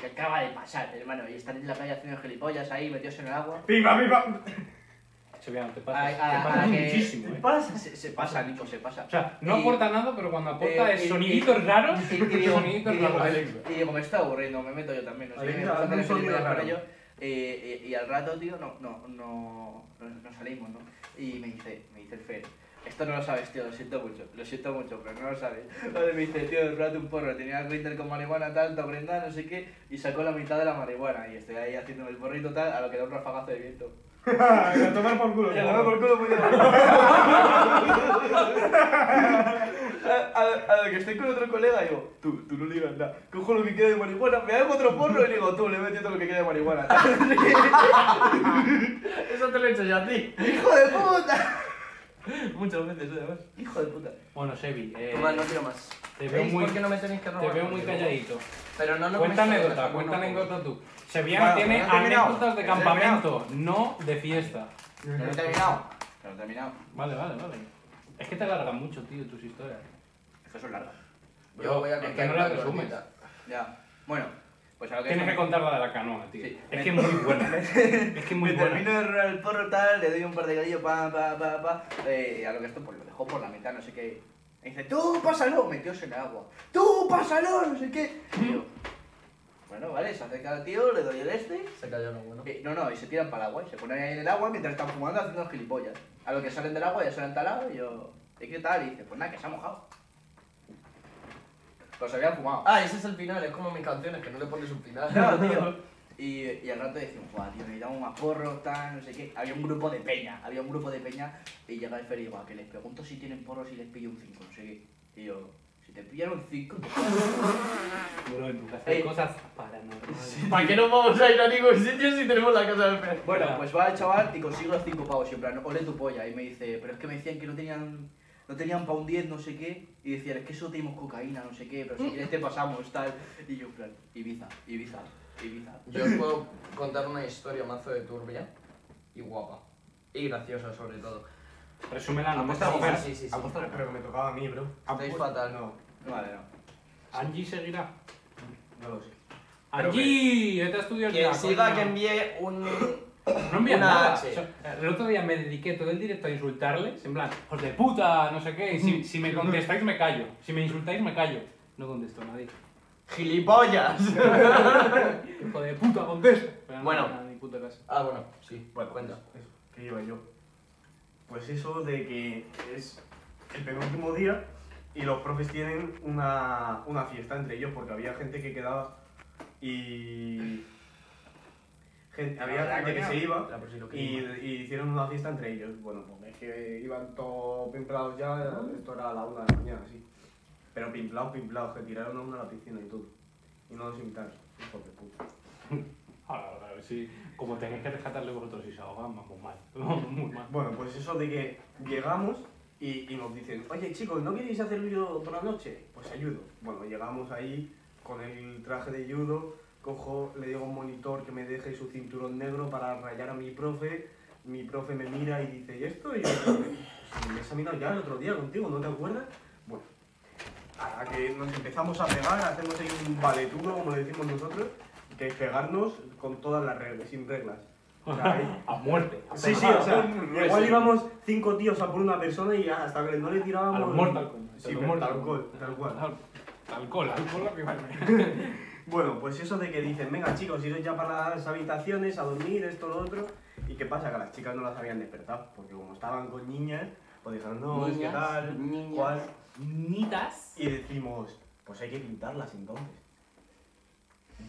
¿Qué acaba de pasar, hermano? Y están en la playa haciendo gilipollas ahí, metidos en el agua.
¡Pipa, pipa! [laughs]
Sevilla, te pasas,
Ay, ay,
te pasas
ay, que-
muchísimo, eh.
pasa?
Se, se pasa, Nico, se pasa.
O sea, no
Y-
aporta nada, pero cuando aporta
eh,
es
y-
soniditos
y-
raros,
Y, y digo, y,
soniditos
digo,
raros.
y digo, me está aburriendo, me meto yo también. No sé,
Alexa,
qué, me puse a hacer
hazme un sonido
gilipollas con
raro.
ellos, eh, eh, y al rato, tío, no, no, no, no, no salimos, ¿no? Y me dice, me dice el Fer, esto no lo sabes, tío, lo siento mucho, lo siento mucho, pero no lo sabes. [laughs] Vale, me dice, tío, el rato un porro, tenía el grinder con marihuana, tal, te prenda, no sé qué, y sacó la mitad de la marihuana, y estoy ahí haciéndome el porrito, tal, a lo que da un rafagazo de viento.
A tomar por culo.
Y a
tío.
tomar por culo muy bien. A- a- a lo que estoy con otro colega, digo, tú, tú no ligas nada. Cojo lo que queda de marihuana, me hago otro porro y digo, tú, le metí todo lo que queda de marihuana. [laughs]
Eso te lo he hecho yo a ti.
¡Hijo de puta!
Muchas veces, ¿eh? además.
¡Hijo de puta!
Bueno, Sebi, eh,
Toma, no quiero más.
te veo
¿Veis
muy,
por qué no me tenéis que
te
robar?
veo muy calladito.
Pero no lo
Cuenta
comentáis,
anécdota,
mejor
cuenta
no pongo.
anécdota tú. Sevilla
Bueno,
tiene
ya he terminado,
anécdotas de
ya he terminado.
campamento, no de fiesta.
¿No he terminado? No he terminado.
Vale, vale, vale. Es que te alargan mucho, tío, tus historias.
Es que son largas.
Yo voy a
Es que
contar
no la
una
resumes.
cortita.
Ya. Bueno, pues a lo que...
Tienes que contar la de la canoa, tío.
Sí.
Es que es muy buena. Es que es muy
Me termino
buena.
de robar el porro tal, le doy un par de galillos, pa, pa, pa, pa. Eh, y a lo que esto pues lo dejó por la mitad, no sé qué. Y dice, tú pásalo, metióse en el agua. Tú pásalo, no sé qué. Y yo, bueno, vale, se acerca al tío, le doy el este.
Se cayó lo bueno.
Eh, no, no, y se tiran para el agua y se ponen ahí en el agua mientras están fumando haciendo gilipollas. A lo que salen del agua ya se han talado y yo, ¿y qué tal? Y dice, pues nada, que se ha mojado. Pues se habían fumado.
Ah, ese es el final, es como mis canciones, que no le pones un final.
[laughs]
[laughs]
Claro, tío. Y, y al rato decimos, guau, tío, necesitamos más porros, tal, no sé qué. Había un grupo de peña, había un grupo de peña. Y llega el Fer y digo, "Ah, que les pregunto si tienen porros y les pillo un 5, no sé qué. Y yo, si te pillan un 5,
Bro, en tu casa hay
Ey.
cosas paranormales.
¿Para qué nos vamos a ir a ningún sitio si tenemos la casa de Fer?
Bueno,
Ya.
pues va el chaval y consigo los 5 pavos. Y en plan, ole tu polla. Y me dice, pero es que me decían que no tenían, no tenían pa' un 10, no sé qué. Y decían, es que solo tenemos cocaína, no sé qué. Pero si quieres te pasamos, tal. Y yo, en plan, Ibiza, Ibiza, Ibiza.
Yo os puedo contar una historia mazo de turbia y guapa. Y graciosa, sobre todo.
Resúmela, no me
Apuesta
está
mujer.
mujer.
Sí, sí, sí.
Apuesto que- Pero que me tocaba a mí, bro.
Estáis fatal.
No,
Vale, no.
Angie seguirá.
no lo sé.
Pero
Angie, vete a estudiar ya,
Quien siga,
coño.
que envíe un...
No envían
Una
nada.
H.
O sea, el otro día me dediqué todo el directo a insultarles, en plan, hijos de puta, no sé qué, y si, si [laughs] me contestáis me callo, si me insultáis me callo. No contesto a nadie.
[laughs] ¡Gilipollas!
Hijo de puta, contesta. Pero no,
Bueno.
nada, ni puta casa.
ah, bueno, sí.
Bueno,
cuenta.
eso, eso, que iba yo. Pues eso de que es el penúltimo día y los profes tienen una, una fiesta entre ellos porque había gente que quedaba y... Gente, había
¿Habrá
gente que
coña?
se iba
Era por si lo que
y,
iba.
y hicieron una fiesta entre ellos. Bueno, pues es que iban todos pimplados ya, esto era a la una de la mañana, sí. Pero pimplados, pimplados, que tiraron a una a la piscina y todo. Y no los invitaron, hijos de puta.
Ahora, ahora, a ver si. Como tenéis que rescatarle vosotros y se ahogan, vamos mal. [laughs] Vamos muy mal.
Bueno, pues eso de que llegamos y, y nos dicen, oye chicos, ¿no queréis hacer judo por la noche? Pues ayudo. Bueno, llegamos ahí con el traje de judo, cojo, le digo a un monitor que me deje su cinturón negro para rayar a mi profe, mi profe me mira y dice, ¿y esto? Y yo, "Pues, me he examinado ya el otro día contigo, ¿no te acuerdas? Bueno, a la que nos empezamos a pegar, hacemos ahí un valetudo, como le decimos nosotros, que es pegarnos con todas las reglas, sin reglas. O sea, ahí-
A muerte. a
Sí, sí,
pegar,
o sea,
a-
igual íbamos cinco tíos a por una persona y hasta que no le tirábamos.
A los Mortal Kombat.
Sí,
a los
pero
Mortal
tal cual,
Kombat.
tal cual.
Tal- Tal cual, tal cual la primera vez.
Bueno, pues eso de que dicen, venga chicos, iros ya para las habitaciones a dormir, esto, lo otro. ¿Y qué pasa? Que las chicas no las habían despertado, porque como estaban con niñas, pues dijeron, no, es que
Niñas,
tal,
niñas.
cual.
Nitas.
Y decimos, pues hay que pintarlas entonces.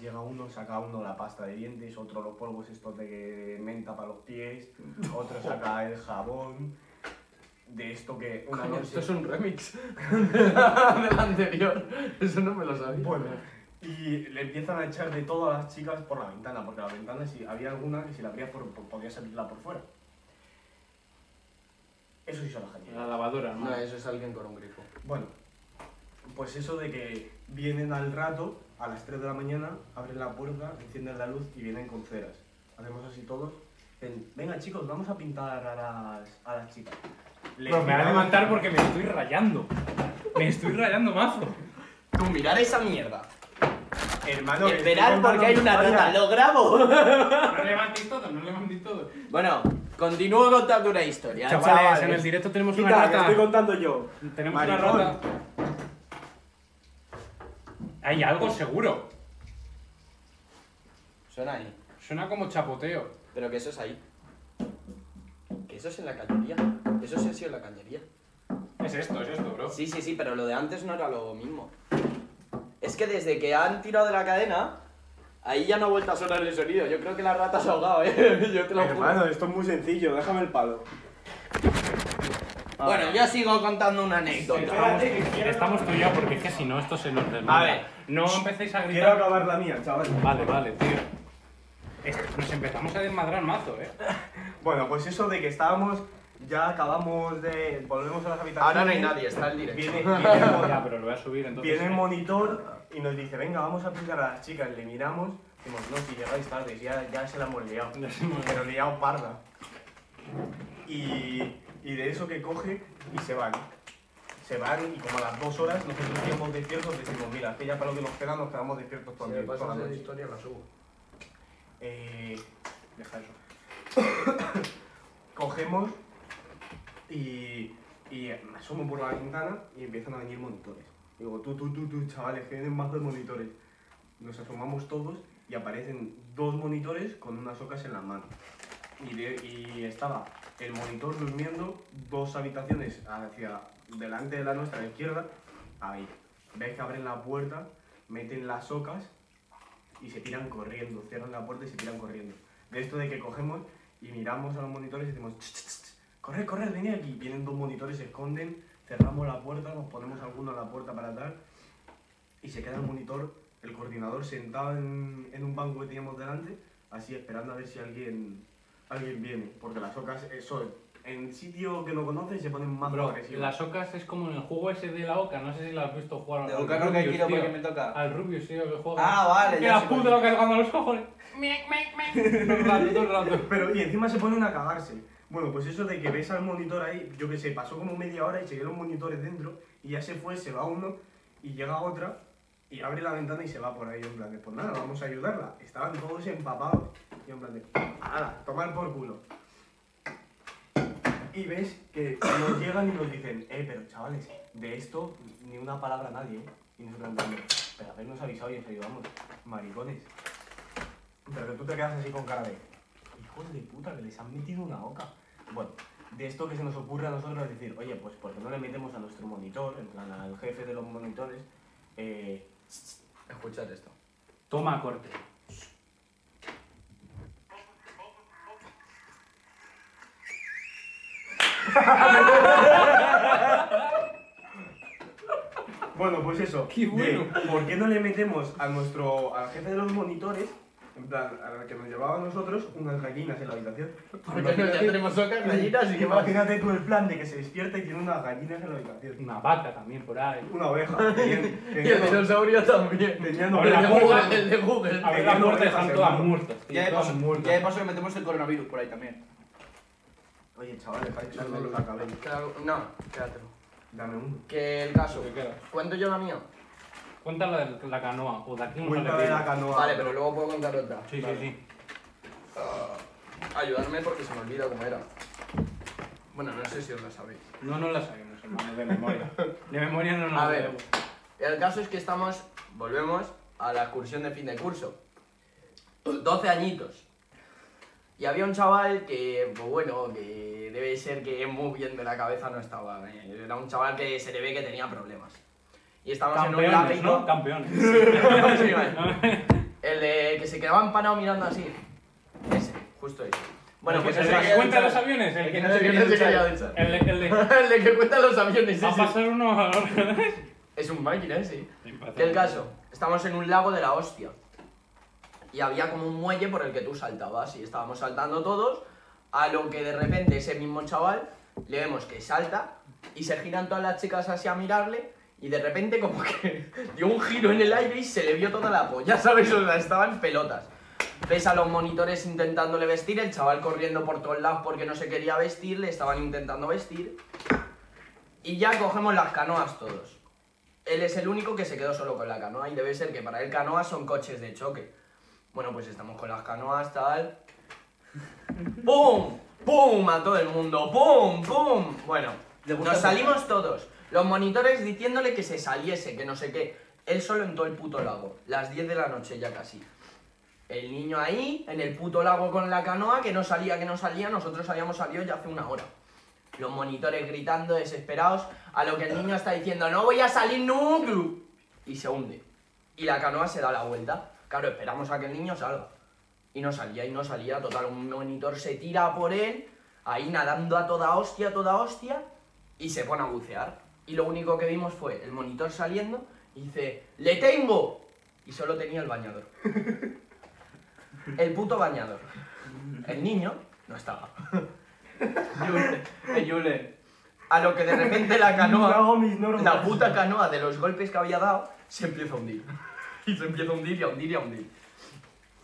Llega uno, saca uno la pasta de dientes, otro los polvos estos de que menta para los pies, otro saca el jabón. De esto que una
Coño,
noche-
esto es un [laughs] remix del anterior. Eso no me lo sabía.
Bueno, y le empiezan a echar de todas las chicas por la ventana, porque la ventana si había alguna que si la abrías por, por- podías abrirla por fuera. Eso hizo la gente.
[laughs] La lavadora, hermano.
No, eso es alguien con un grifo.
Bueno, pues eso de que vienen al rato, a las 3 de la mañana, abren la puerta, encienden la luz y vienen con ceras. Hacemos así todos. Dicen, Venga chicos, vamos a pintar a las, a las chicas. Les
Bro, me va a
pintamos-
levantar porque me estoy rayando. Me estoy rayando mazo.
Tú mirar esa mierda.
Hermano, que estoy
Esperad
contando
porque hay
mi
una
historia.
rata, lo
[laughs]
grabo.
[laughs] No levantéis todo, no levantéis todo.
Bueno, continúo contando una historia.
Chavales,
Chavales,
en el directo tenemos una
Quita, que
rata.
estoy contando yo.
Tenemos
Maricón.
una rata. Hay algo seguro.
Suena ahí.
Suena como chapoteo.
Pero que eso es ahí. Que eso es en la cañería. Eso sí ha sido en la cañería.
Es esto, es esto, bro.
Sí, sí, sí, pero lo de antes no era lo mismo. Es que desde que han tirado de la cadena, ahí ya no ha vuelto a sonar el sonido. Yo creo que la rata se ha ahogado, eh. [laughs] Yo te lo juro.
Hermano, esto es muy sencillo, déjame el palo.
Bueno, yo sigo contando una anécdota.
Estamos, estamos tú y yo porque es que si no esto se nos desmonta.
A ver.
No empecéis a
Quiero
gritar.
acabar la mía, chaval.
Vale, vale, tío. Esto- nos empezamos a desmadrar mazo, eh.
Bueno, pues eso de que estábamos, ya acabamos de. Volvemos a las habitaciones.
Ahora no hay nadie, está el directo.
Viene, [laughs] viene el mon-
Ya, pero lo voy a subir entonces. eh.
viene el monitor y nos dice: Venga, vamos a pintar a las chicas. Le miramos, decimos: No, si llegáis tarde, ya, ya se la hemos liado.
Ya se hemos liado.
Pero liado parda. Y, y de eso que coge y se van. Se van y como a las dos horas nosotros quedamos despiertos decimos: Mira, es que ya para lo que nos queda nos quedamos despiertos
Si
toda
me
la- toda
pasas
la
esa
noche.
historia, la subo.
Eh, deja eso. [coughs] Cogemos y, y me asomo por la ventana y empiezan a venir monitores. Digo, tú, tú, tú, tú, chavales, que vienen más de monitores. Nos asomamos todos y aparecen dos monitores con unas ocas en las manos. Y, de- y estaba el monitor durmiendo dos habitaciones hacia delante de la nuestra, a la izquierda. Ahí. Ves que abren la puerta, meten las ocas y se tiran corriendo, cierran la puerta y se tiran corriendo. De esto de que cogemos y miramos a los monitores y decimos, "Ch, ch, ch, ch, corred, corred, venid aquí. Vienen dos monitores, se esconden, cerramos la puerta, nos ponemos alguno a la puerta para atar y se queda el monitor, el coordinador sentado en, en un banco que teníamos delante, así esperando a ver si alguien, alguien viene, porque las ocas eh, son en sitio que no conocen se ponen más
Bro,
agresivas.
las ocas es como en el juego ese de la oca, no sé si la has visto jugar al
De Oca no, que
Rubius,
quiero
tío.
porque me toca.
Ah,
Al Rubius, tío, que juega.
Ah, vale,
Que
ya
la
sé
puta
cuál
lo cargando los cojones. Miec, miec, miec. Todo el rato, todo el rato.
Pero, y encima se ponen a cagarse. Bueno, pues eso de que ves al monitor ahí, yo que sé, pasó como media hora y se quedaron monitores dentro y ya se fue, se va uno y llega otra y abre la ventana y se va por ahí en plan de, pues nada, vamos a ayudarla. Estaban todos empapados y en plan de, ala, tomar por culo. Y ves que nos llegan y nos dicen, eh, pero chavales, de esto ni una palabra a nadie. ¿eh?". Y nosotros en plan de, pero habernos avisado y os ayudamos, maricones. Pero que tú te quedas así con cara de, hijos de puta, que les han metido una boca. Bueno, de esto que se nos ocurre a nosotros decir, oye, pues ¿por qué no le metemos a nuestro monitor, en plan al jefe de los monitores, eh,
Escuchad esto.
Toma corte.
Bueno, pues eso.
Qué
de
bueno.
¿Por qué no le metemos a nuestro al jefe de los monitores, en plan, al que nos llevaba a nosotros, unas gallinas en la habitación?
Porque [laughs] no, ya tenemos otras gallinas [laughs] y que más.
Imagínate tú el plan de que se despierta y tiene unas gallinas en la habitación.
Una vaca también por ahí.
Una oveja.
[laughs]
tenían-
Y el
tenían-
dinosaurio también.
Tenían
Ahora
El de
ovejas.
Google, el de Google.
A ver, las muertes están todas muertas, tío.
Ya de
todas
paso, ya de
muertas.
paso que metemos el coronavirus por ahí también.
Oye, chaval, dejáis no los acabéis.
Claro, No, teatro.
Dame uno.
Que el caso.
¿Qué queda?
¿Cuento yo la mía?
Cuenta la de la canoa, o de aquí no
Cuenta de la canoa.
Vale, pero luego puedo contar otra. Ah,
Sí, sí, sí.
Ayudarme porque se me olvida cómo era. Bueno, no sé si os la sabéis.
No, no la sabemos, hermano, de memoria. De memoria no nos
A
la
ver.
sabemos.
El caso es que estamos, volvemos a la excursión de fin de curso. 12 añitos. Y había un chaval que, pues bueno, que debe ser que muy bien de la cabeza no estaba. eh. Era un chaval que se le ve que tenía problemas. Y estábamos en un
Campeones,
látigo.
¿no? Campeones.
[laughs] Sí, vale. El de que se quedaba empanado mirando así. Ese, justo ese. Bueno, pues
el
ese
que
que-
cuenta los aviones, el que no se
que
quiere
no se
duchar.
quería duchar.
El de- el de...
[laughs] El de que cuenta
[laughs]
los aviones,
Va a
ese.
pasar uno a
Es un máquina ese. Que el caso, estamos en un lago de la hostia. Y había como un muelle por el que tú saltabas y estábamos saltando todos, a lo que de repente ese mismo chaval le vemos que salta y se giran todas las chicas así a mirarle y de repente como que [laughs] dio un giro en el aire y se le vio toda la polla, [laughs] ¿sabes? O sea, estaban pelotas. Ves a los monitores intentándole vestir, el chaval corriendo por todos lados porque no se quería vestir, le estaban intentando vestir. Y ya cogemos las canoas todos. Él es el único que se quedó solo con la canoa y debe ser que para él canoas son coches de choque. Bueno, pues estamos con las canoas, tal. ¡Pum! ¡Pum! A todo el mundo. ¡Pum! ¡Pum! Bueno,
Le gusta
nos
tocar.
salimos todos. Los monitores diciéndole que se saliese, que no sé qué. Él solo en todo el puto lago. Las 10 de la noche ya casi. El niño ahí, en el puto lago con la canoa, que no salía, que no salía. Nosotros habíamos salido ya hace una hora. Los monitores gritando, desesperados, a lo que el niño está diciendo, no voy a salir nunca. Y se hunde. Y la canoa se da la vuelta. Claro, esperamos a que el niño salga. Y no salía, y no salía. Total, un monitor se tira por él, ahí nadando a toda hostia, a toda hostia, y se pone a bucear. Y lo único que vimos fue el monitor saliendo y dice, ¡le tengo! Y solo tenía el bañador. [laughs] El puto bañador. El niño no estaba.
Eh, Julen.
A lo que de repente
[laughs]
la canoa,
Hago mis normas.
la puta canoa de los golpes que había dado, se empieza a hundir. [laughs] Y se empieza a hundir y a hundir y a hundir.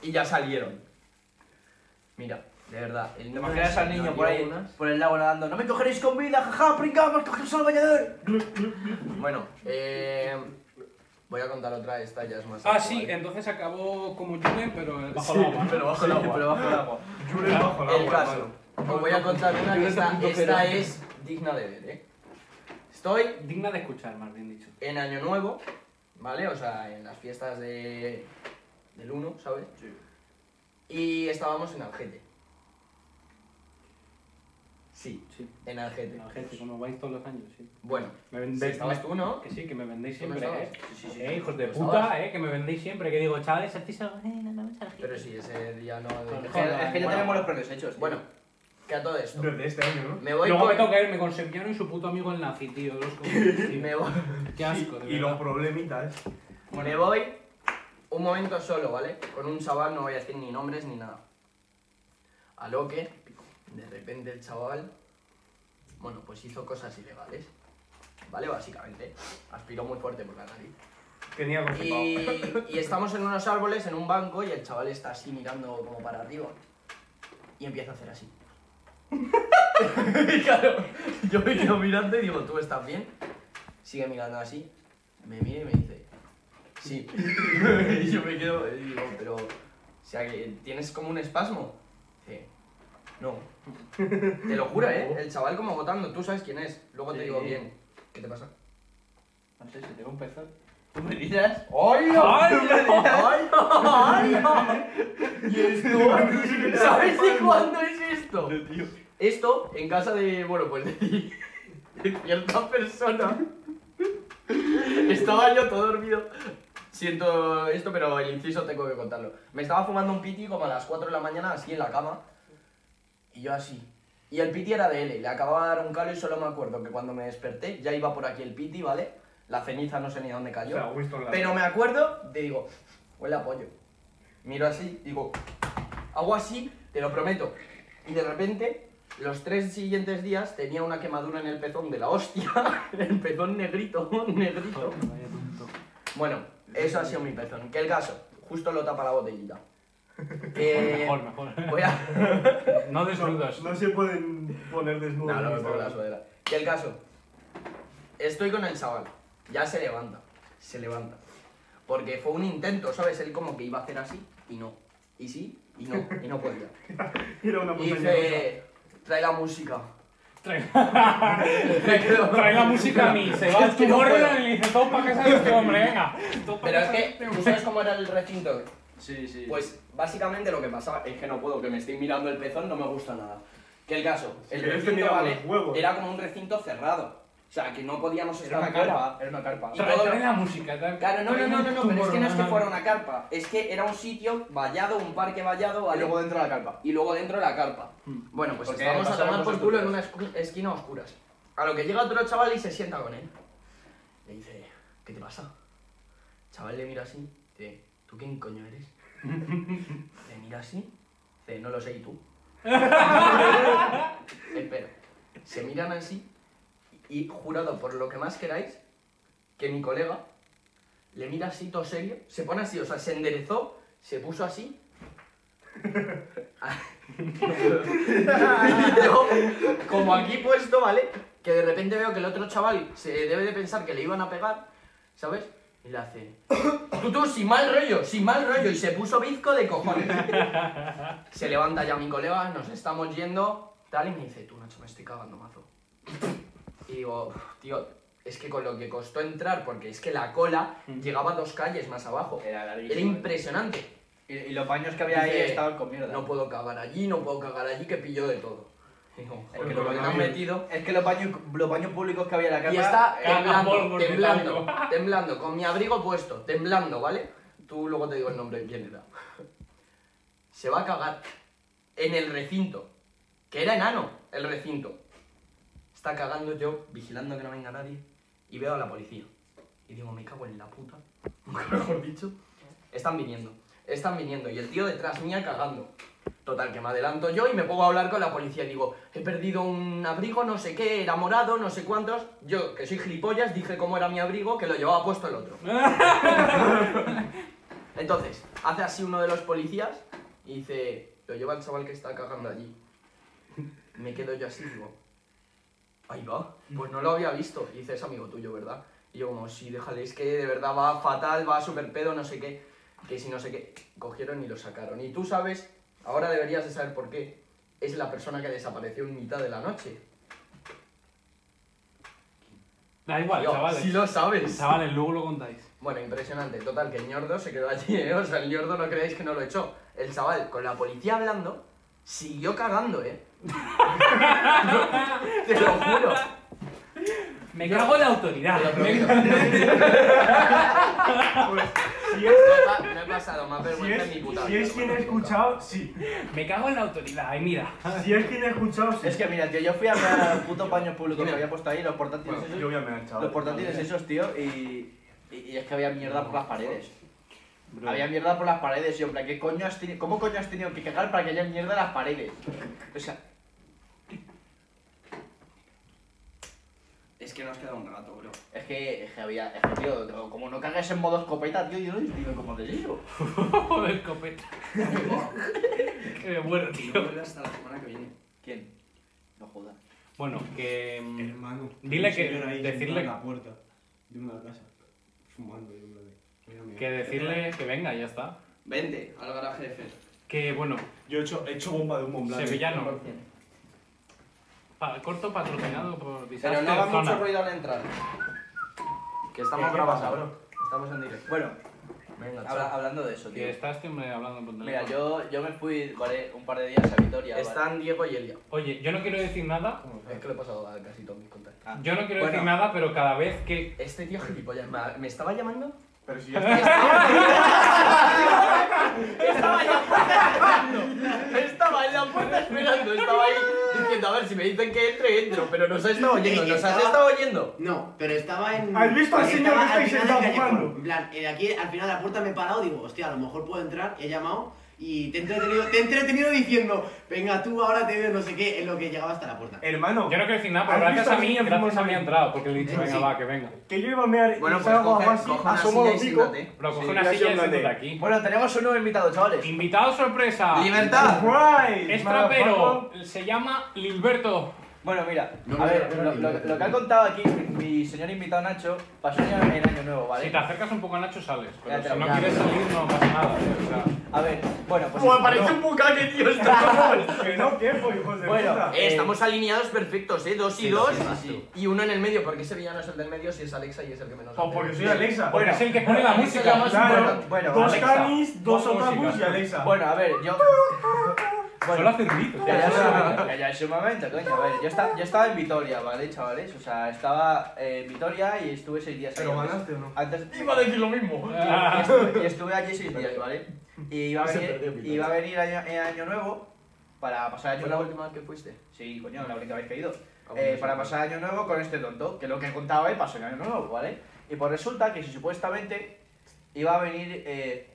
Y ya salieron. Mira, de verdad. El
¿Te imaginas al niño por ahí,
unas-
por el lago nadando? ¡No me cogeréis con vida! ¡Jaja, pringao! ¡Me cogeréis al bañador!
Bueno, eh, voy a contar otra, esta ya es más...
Ah,
actual.
sí, entonces acabó como Julen, pero bajo
Sí,
el agua. ¿no?
pero bajo el agua.
Pero bajo el agua.
Julen bajo
El
agua,
caso.
hermano.
Os voy a contar una que esta, esta es digna de ver, ¿eh? Estoy
Digna de escuchar, más bien dicho.
en Año Nuevo, ¿vale? O sea, en las fiestas de, del 1, ¿sabes?
Sí.
Y estábamos en Algete. Sí,
Sí.
en Algete.
La gente, como vais todos los años, sí.
Bueno,
Me
sí,
vendéis. ¿eh?
estabas tú, ¿no?
Que sí, que me vendéis
¿Tú no
siempre, eh.
estabas?
Sí, sí, sí.
Eh, hijos de
¿Tú
puta,
estabas?
eh, que me vendéis siempre, que digo, chavales, hacéis algo, eh, no, no, no,
Pero sí, ese día no...
Es que, es que ya
Bueno,
tenemos los planes hechos. tío.
Bueno, que a todo esto.
Desde este año, ¿no?
Me voy
Luego me
con...
toca irme con Sergiano y su puto amigo el nazi, tío.
[laughs]
Los cojones, tío.
Me voy...
Qué asco, de
Y los
verdad.
problemitas. ¿eh?
Me voy un momento solo, ¿vale? Con un chaval no voy a decir ni nombres ni nada. A lo que, de repente el chaval, bueno, pues hizo cosas ilegales. ¿Vale? Básicamente. Aspiró muy fuerte por la nariz.
Tenía constipado.
Y, y estamos en unos árboles, en un banco, y el chaval está así mirando como para arriba. Y empieza a hacer así. [laughs] y claro, yo me quedo mirando y digo, ¿tú estás bien? Sigue mirando así, me mira y me dice, sí. [laughs] y yo me quedo y digo, pero, o sea, que ¿tienes como un espasmo? Dice, no. Te lo juro, ¿eh? El chaval como votando, tú sabes quién es. Luego te
Sí.
digo bien. ¿Qué te pasa?
No sé, se te va a empezar. ¿Tú me dirás?
¡Ay, [laughs] no! ¡Ay, no! ¿Y esto? ¿Sabes de cuándo es esto? Esto en casa de, bueno, pues [laughs] de, de cierta persona. Estaba yo todo dormido. Siento esto, pero el inciso tengo que contarlo. Me estaba fumando un piti como a las 4 de la mañana, así en la cama. Y yo así. Y el piti era de L, le acababa de dar un calo y solo me acuerdo que cuando me desperté ya iba por aquí el piti, ¿vale? La ceniza no sé ni dónde
O
cayó.
sea, Winston Lago.
Pero me acuerdo, te digo, huele a pollo. Miro así, digo, hago así, te lo prometo. Y de repente, los tres siguientes días tenía una quemadura en el pezón de la hostia. [laughs] el pezón negrito, [laughs] negrito. Bueno, eso ha sido mi pezón. Que el caso, justo lo tapa la botellita. Eh,
Mejor, mejor.
Voy a...
[laughs] No desnudos.
No se pueden poner desnudos.
No, no
en
me
Instagram.
pongo la sudadera. Que el caso. Estoy con el chaval. Ya se levanta. Se levanta. Porque fue un intento, ¿sabes? Él como que iba a hacer así y no. Y sí, y no. Y no podía.
Era una
Y
montaña rusa.
dice, trae la música. [laughs]
Trae, [laughs] trae la música a mí, se va
Es
a
que
tu
no puedo.
morro y le dice todo para casa de este hombre, venga. Todo pa'
Pero es
casa de
que,
este
¿tú
hombre".
sabes cómo era el recinto?
Sí, sí.
Pues básicamente lo que pasaba es que no puedo, que me estoy mirando el pezón, no me gusta nada. Que el caso, el
pero es que
recinto
miramos
¿vale?
los huevos.
era como un recinto cerrado. O sea, que no podíamos
era
estar
una
fuera.
carpa, era una carpa.
Y
Trae,
todo-
trae la música, trae-
Claro, no, no,
trae
no, no, no,
tu
pero es que no es que
morro.
fuera una carpa, es que era un sitio vallado, un parque vallado,
Y
¿vale?
luego dentro de la carpa.
y luego dentro la carpa. Bueno, pues
Hmm. Porque
estábamos a
pasábamos
tomar por
nosotros.
culo en una escu- esquina a oscuras. A lo que llega otro chaval y se sienta con él. Le dice, ¿qué te pasa? El chaval le mira así, dice, ¿tú quién
[laughs]
coño eres? le mira así, dice, no lo sé, ¿y
[laughs]
tú? Espera, se miran así y jurado por lo que más queráis que mi colega le mira así todo serio, se pone así, o sea, se enderezó, se puso así. [laughs] Y yo, como aquí puesto, ¿vale? Que de repente veo que el otro chaval se debe de pensar que le iban a pegar, ¿sabes? Y le hace. Tú, tú, sin mal rollo, sin mal rollo. Y se puso bizco de cojones. Se levanta ya mi colega, nos estamos yendo, tal, y me dice, tú, Nacho, me estoy cagando mazo. Y digo, tío, es que con lo que costó entrar, porque es que la cola llegaba dos calles más abajo.
Hmm. Era ¿eh?
Era
larguísimo.
impresionante.
Y, y los baños que había ahí
Dice,
estaban con mierda.
No puedo cagar allí, no puedo cagar allí, que pillo de todo. Digo,
Es que
lo
lo
que me han
cambio.
metido.
Es que los baños, los baños públicos que había en la carpa.
Y está
eh,
Carga
temblando,
polvo
temblando, [laughs]
metálico.
temblando, con mi abrigo puesto, temblando, ¿vale? Tú luego te digo el nombre, quién era. Se va a cagar en el recinto, que era enano el recinto. Está cagando yo, vigilando que no venga nadie, y veo a la policía. Y digo, me cago en la puta, [laughs] nunca mejor dicho. Están viniendo, están viniendo, y el tío detrás mía cagando. Total, que me adelanto yo y me pongo a hablar con la policía. Digo, he perdido un abrigo, no sé qué, era morado, no sé cuántos. Yo, que soy gilipollas, dije cómo era mi abrigo, que lo llevaba puesto el otro. Entonces, hace así uno de los policías y dice, lo lleva el chaval que está cagando allí. Me quedo yo así, digo, ahí va, pues no lo había visto. Y dice, es amigo tuyo, ¿verdad? Y yo como, sí, déjale, es que de verdad va fatal, va súper pedo, no sé qué. Que si no sé qué, cogieron y lo sacaron. Y tú sabes, ahora deberías de saber por qué, es la persona que desapareció en mitad de la noche.
Da igual,
Tío,
chavales.
si lo sabes.
Chavales, luego lo contáis.
Bueno, impresionante. Total, que el ñordo se quedó allí, [laughs] ¿eh? O sea, el ñordo no creáis que no lo echó. El chaval, con la policía hablando, siguió cagando, ¿eh? [laughs] Te lo juro.
Me cago en la autoridad.
Te lo prometo.
Venga.
Si
[laughs]
es,
No he pasado más
si es,
vergüenza en mi puta
si
vida,
es quien ha
hermano, nunca.
escuchado, sí.
Me cago en la autoridad. Ay, mira.
Si es quien ha escuchado, sí.
Es que mira, tío, yo fui a ver al puto baño público que
Dime.
había puesto ahí, los portátiles
Bueno,
esos.
yo voy a mear, chaval.
Los portátiles esos, tío, y, y, y es que había mierda por las paredes.
Bro.
Había mierda por las paredes, y en plan, ¿qué coño has teni- ¿cómo coño has tenido que cagar para que haya mierda en las paredes? O sea,
Es que nos queda un rato,
[laughs]
bro.
es que, es que había, es que, tío, no- como no cagas en modo escopeta, tío, yo no digo cómo te digo.
Joder, escopeta. [laughs] Qué bueno, tío.
hasta la semana que viene.
¿Quién? No jodas.
Bueno, que. mm,
Hermano.
Dile
un
que-
señor ahí
decirle-
sentado en la puerta de una casa. Fumando, yo me lo
Que decirle que venga, ya está.
Vente al garaje de Fer.
Que bueno,
Yo he hecho, he hecho bomba de un Montblanc.
sevillano. Pa- corto patrocinado por Disaster
Pero no haga
Zona.
mucho ruido al entrar. Que estamos
¿Qué
grabando,
pasa,
bro. Estamos en directo.
Bueno,
Venga,
Habla-
chao.
hablando de eso, tío.
Que está este hombre hablando por teléfono.
Mira, yo, yo me fui vale, un par de días a Vitoria. ¿vale?
Están Diego y Elia.
Oye, yo no quiero decir nada.
Es que lo he pasado a casi todos mis contactos.
Ah,
Yo no quiero
bueno,
decir nada, pero cada vez que.
Este tío gilipollas, ¿me, me estaba llamando?
Pero si ya está.
Estaba llamando. Estaba en la puerta esperando, estaba ahí diciendo, a ver si me dicen que entre, entro, pero nos has estado oyendo, nos has estado oyendo.
No, pero estaba en.
¿Has visto al señor
estaba
que estáis
final del
sentado
callejón.
fumando?
En plan, eh, aquí al final de la puerta me he parado, digo, hostia, a lo mejor puedo entrar, he llamado y te he entretenido, te he entretenido diciendo, venga tú ahora te veo no sé qué, en lo que llegaba hasta la puerta.
Hermano,
Yo no quiero decir nada, pero
¿Has
gracias
visto
a mí,
al señor
gracias a mí
fumando?
ha entrado, porque le he dicho,
Sí,
venga,
sí.
va, que venga.
que yo iba a mear
Bueno,
y
pues
salgo
coge,
así,
coge una
asomo
silla y
los pico.
siéntate.
Pero coge
Sí,
una
ya
silla y
hablando.
siéntate aquí.
Bueno, tenemos un nuevo invitado, chavales.
Invitado sorpresa.
Ah. ¡Libertad!
Right,
Es
motherfucker.
trapero. Se llama Lilberto.
Bueno, mira,
No,
a
no,
ver,
no,
lo,
no,
lo-
no, no.
lo que ha contado aquí mi, mi señor invitado Nacho pasó ya el año nuevo,
Si
¿vale?
te acercas un poco a Nacho, sales. Pero
Ya,
si no
ya.
quieres salir, no pasa nada. ¿eh? O sea,
A ver, bueno, pues.
Como me parece un bucaque, tío, está
Que no tiempo, hijos de
Bueno,
puta.
[laughs] Eh, estamos alineados perfectos, ¿eh? Dos y
Sí,
dos.
sí, sí, sí.
Y uno en el medio, porque ese villano es el del medio, si es Alexa y es el que menos.
O porque soy Alexa.
porque
Bueno.
es el que pone la
Eso ya
música.
más
Claro,
importante.
Bueno,
dos
Alexa,
canis, dos
pon
otakus y
música.
Alexa.
Bueno, a ver, yo.
Solo hace ruido.
Calla un momento, coño. A ver, yo, esta- yo estaba en Vitoria, ¿vale, chavales? O sea, estaba eh, en Vitoria y estuve seis días ahí
¿Pero
antes-
ganaste o no?
Antes,
Iba a decir lo mismo.
Ah.
Y estuve, y estuve allí seis días, ¿vale? Y iba a venir, iba a venir año, eh, año nuevo para pasar año
¿Fue la
nuevo.
última vez que fuiste?
Sí, coño, la única vez que he ido.
Ah,
Eh, para pasar año nuevo con este tonto, que lo que contaba él pasó en año nuevo, ¿vale? Y pues resulta que supuestamente iba a venir. eh,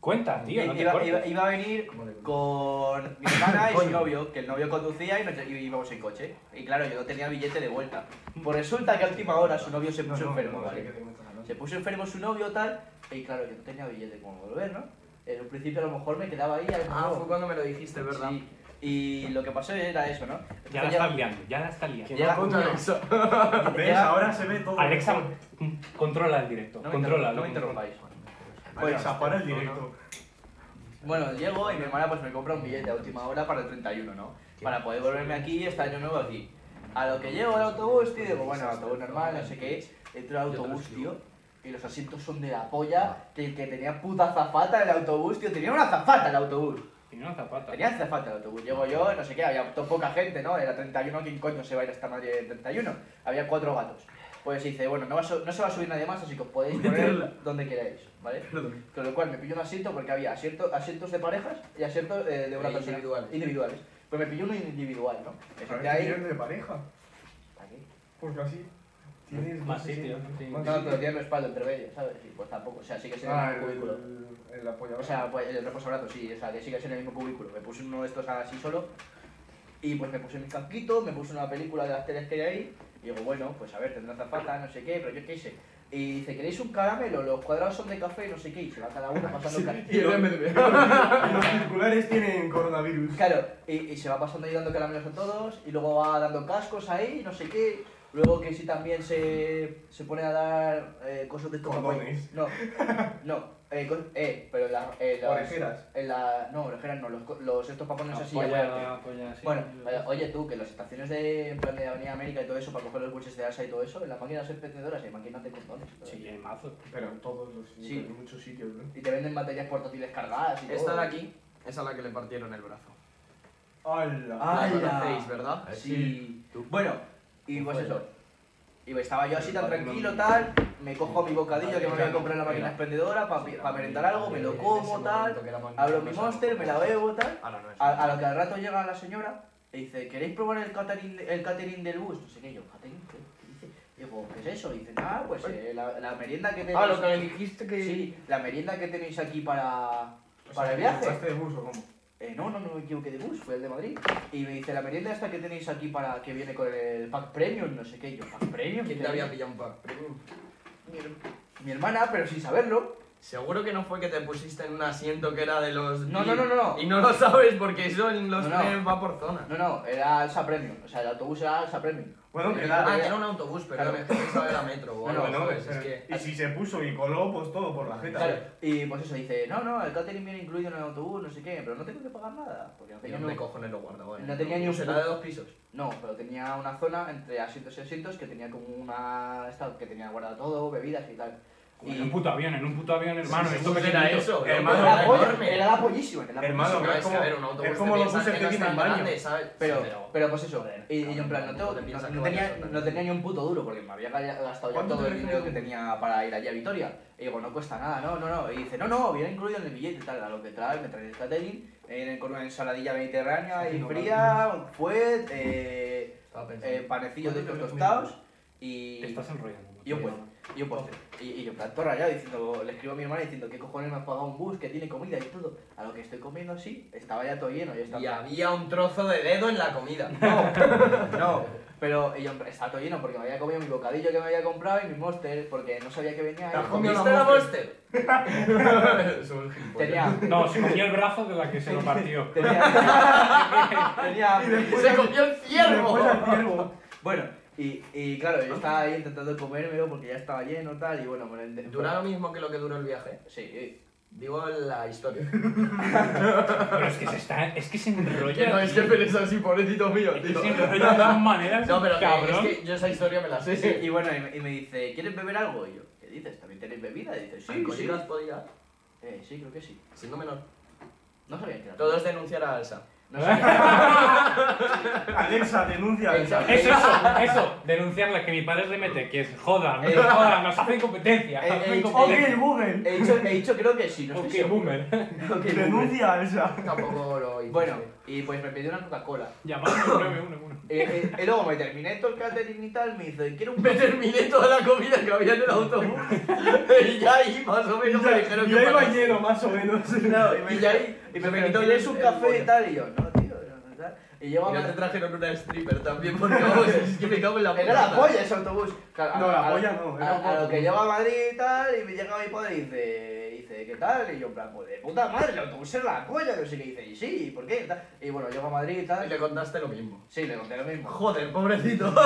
Cuenta, tío, no te
iba,
cortes.
iba- iba a venir con mi hermana y
[laughs]
su novio, que el novio conducía y, nos, y íbamos en coche. Y claro, yo no tenía billete de vuelta. Pues resulta que a última hora su novio se
No,
puso
no,
enfermo,
no,
¿vale?
que te metas a la-
Se puso enfermo su novio tal, y claro, yo no tenía billete como volver, ¿no? En un principio a lo mejor me quedaba ahí. al-
Ah, fue cuando me lo dijiste, ¿verdad?
Sí. Y lo que pasó era eso, ¿no?
Ya la
Entonces,
estás liando, ya la estás liando.
llega-
eso.
¿Ves? Ahora se ve todo.
Alexa, mm, controla el directo.
No me
controla.
interrump- no me interrumpáis. Bueno,
Alexa, para el directo.
bueno, llego y mi hermana pues me compra un billete a última hora para el 31, ¿no? Para poder volverme aquí este año nuevo aquí. A lo que llego al autobús, tío, digo, bueno, autobús normal, no sé qué. Entro al autobús, tío, y los asientos son de la polla, que, que tenía puta zafata el autobús, tío. Tenía una zafata el autobús.
Tiene una zapata.
Tenía zafata el autobús. Llego yo, no sé qué, había to- poca gente, ¿no? Era 31, ¿quién coño se va a ir a esta madre de 31? Había cuatro gatos. Pues dice, bueno, no, va a su- no se va a subir nadie más, así que os podéis poner donde queráis, ¿vale? Con lo cual me pilló un asiento porque había asiento- asientos de parejas y asientos eh, de una
Eh,
persona.
individuales.
Individuales. Pues me pilló uno individual, ¿no? Me
Pero
senté
es que
ahí.
eres de pareja.
¿Para qué?
Porque así tienes
Más
sé si-
sitio,
más
sí.
sitio.
No, no, pero tiene un espalda entre medio, ¿sabes? Y pues tampoco, o sea, sí que es en el
Ah,
mismo
el,
cubículo.
el apoyador.
O sea, pues el reposabrazo sí, o sea, que sí que es en el mismo cubículo. Me puse uno de estos así solo y pues me puse mis casquitos, me puse una película de las teles que hay ahí y digo, bueno, pues a ver, tendrá zafata, no sé qué, pero yo qué sé. Y dice, ¿queréis un caramelo? Los cuadrados son de café, no sé qué, y se va cada uno pasando caramelo.
Y el
[laughs]
MDB.
los circulares tienen coronavirus.
Claro, y, y se va pasando ahí dando caramelos a todos, y luego va dando cascos ahí, no sé qué. Luego que sí también se, se pone a dar eh, cosas de estos para poner-
Condones.
No, no, eh, con- eh, pero en la, en las-
Orejeras.
en la- no, orejeras no, los, co- los estos para
Ah,
ponerse así. y apoyarte.
Apoya, apoya, pues sí.
Bueno, eh, oye tú, que las estaciones de, en plan de Avenida América y todo eso, para coger los buses de ASA y todo eso, en las máquinas expendedoras hay máquinas de condones. y todo
Sí,
eso.
el mazo.
Pero en todos los sitios,
Sí.
en muchos sitios, ¿no?
Y te venden baterías portátiles cargadas y todo.
Esta de aquí es a la que le partieron el brazo.
¡Hala!
¡Hala!
La conocéis, ¿verdad?
Sí. Bueno, y pues
Fue
eso. Y pues estaba yo así tan
Vale,
tranquilo, tal. Me cojo mi bocadillo que me voy a comprar en la máquina expendedora para merendar algo, me lo como, tal. Abro mi monster, me la bebo, tal.
Ahora Ah, no es.
A, a lo que al rato llega la señora y dice: ¿Queréis probar el catering, de- el catering del bus? No sé qué, yo, ¿catering? ¿Qué, qué dice? Digo, ¿qué es eso? Y dice, ah, pues eh, la, la merienda que tenéis.
Ah, lo que me dijiste que.
Sí, la merienda que tenéis aquí para,
O sea,
para el
¿te
viaje.
compraste de bus o cómo?
Eh, no, no, no me equivoqué de bus, fue el de Madrid. Y me dice, la merienda esta que tenéis aquí para que viene con el pack premium, no sé qué, Y yo, pack premium.
¿Quién
¿qué
te había
es?".
pillado un pack?
Mi hermana, pero sin saberlo.
Seguro que no fue que te pusiste en un asiento que era de los.
No, no, no, no, no.
Y no lo sabes porque eso en los
No, no.
trenes va por zona.
No, no, era alsa premium, o sea, el autobús era alsa premium.
Bueno, que
Ah,
la-
que era un autobús, pero
Claro.
es que pensaba que era metro o
No, no,
algo,
bueno,
¿sabes? pues, Es
pero-
que.
Y si se puso y coló, pues todo por la jeta.
Claro, y pues eso, dice, no, no, el catering viene incluido en el autobús, no sé qué, pero no tengo que pagar nada. Porque no
Yo
tenía,
no me
ni-
cojones lo guardaba.
No tenía ni un
Será de dos pisos.
No, pero tenía una zona entre asientos y asientos que tenía como una... esta, que tenía guardado todo, bebidas y tal.
Como En un puto avión, en un puto avión, hermano.
sí,
esto
sí,
me
sí,
quita
sí,
eso.
sí,
hermano,
era
Era,
enorme.
pollo, era la pollísima. Era la
Hermano,
pollísima.
pero es
No, es que
como-
a ver, un autobús
es como
te
los
piensas
buses que
no es
tienen
tan
baño.
grande, ¿sabes? Sí,
Pero, pero pues eso,
Joder,
y, y yo en
cabrón,
plan, no,
tampoco
tengo-
te piensas que
no
vaya a
tenía,
ser tan
no tenía ni un puto duro porque me había ga- gastado ya
¿Cuánto
todo
te
el dinero que
refieres?
tenía para ir allí a Vitoria. Y digo, no cuesta nada, no, no, no. Y dice, no, no, viene incluido en el billete, tal, a lo que trae, me trae el catering, eh, con una ensaladilla mediterránea y fría, un fuet, eh,
Estaba pensando.
eh, panecillos de
¿Cuánto
estos
te
tostados
Te
y,
estás enrollando.
y
pues,
un postre. Y un postre. Y, y yo, en plan, todo rayado, diciendo, le escribo a mi hermana diciendo, ¿qué cojones me has pagado un bus que tiene comida y todo? A lo que estoy comiendo así, estaba ya todo lleno. Y, estaba,
Y había un trozo de dedo en
[laughs]
la comida.
no, no. Pero y yo estaba todo lleno porque me había comido mi bocadillo que me había comprado y mi monster porque no sabía que venía.
¿Te has
ahí.
comido la monster?
[laughs]
[laughs]
Tenía.
No, se cogió el brazo de la que se lo partió.
[laughs] Tenía. tenía
¡Se comió el ciervo!
pues bueno, y, y claro, yo estaba ahí intentando comérmelo porque ya estaba lleno tal. Y bueno, me lo ente-
¿Dura lo mismo que lo que duró el viaje?
Sí,
Digo la historia.
Pero es que se está. Es que se enrolla.
no, es que
tío.
pereza así, pobrecito mío,
Es que
tío.
se enrolla de todas maneras.
No, pero que, es
cabrón.
que yo esa historia me la
y,
sé.
y bueno, y, me- y me dice, ¿quieres beber algo? Y yo, ¿qué dices? ¿También tenéis bebida? Y dice, sí, sí.
Alcohólicas podía,
Eh, sí, creo que sí.
siendo menor.
No sabía que era.
Todos denunciar a Alsa.
No
[laughs]
sabía.
Alexa, denuncia.
Alexa.
Es eso, eso. Denunciarle que mi padre es DMT, que es joda,
Eh,
no joda, nos hacen competencia.
eh,
nos hacen
eh,
oh,
competencia.
Google,
He dicho, he dicho, creo que sí. No estoy
Ok,
seguro. [laughs]
boomer.
Ok, boomer.
denuncia esa.
Tampoco lo hice.
Bueno, y pues me pidió una Coca-Cola.
Llamamos 911.
Eh, eh, y luego me terminé todo el catering y tal, me dice, quiero un
me terminé toda la comida que había en el autobús. [laughs] y ya ahí, más o menos, me dijeron que
iba
parase.
lleno, más o menos.
No, y me,
Y
[laughs]
ya ahí,
y me
me
preguntó,
metí
¿quieres un
el-
café
el
y tal? Y yo, no, tío, no, no, tal. Y llego a
Y no te
Madrid-
trajeron una stripper también, porque vamos, es que me cago en la
Era la
puta.
polla ese autobús. Claro,
No, la
a-
polla no, era
a-
un
a lo
autobús.
que llego a Madrid y tal, y me llega mi padre y dice, dice, ¿qué tal? Y yo, en plan, pues de puta madre, el autobús es la polla, no sé qué. Y dice, y sí, ¿y ¿por qué? Y, tal. Y bueno, llego a Madrid y
Y le
tal.
contaste lo mismo.
Sí, le conté lo mismo. [laughs]
Joder, pobrecito.
Eso-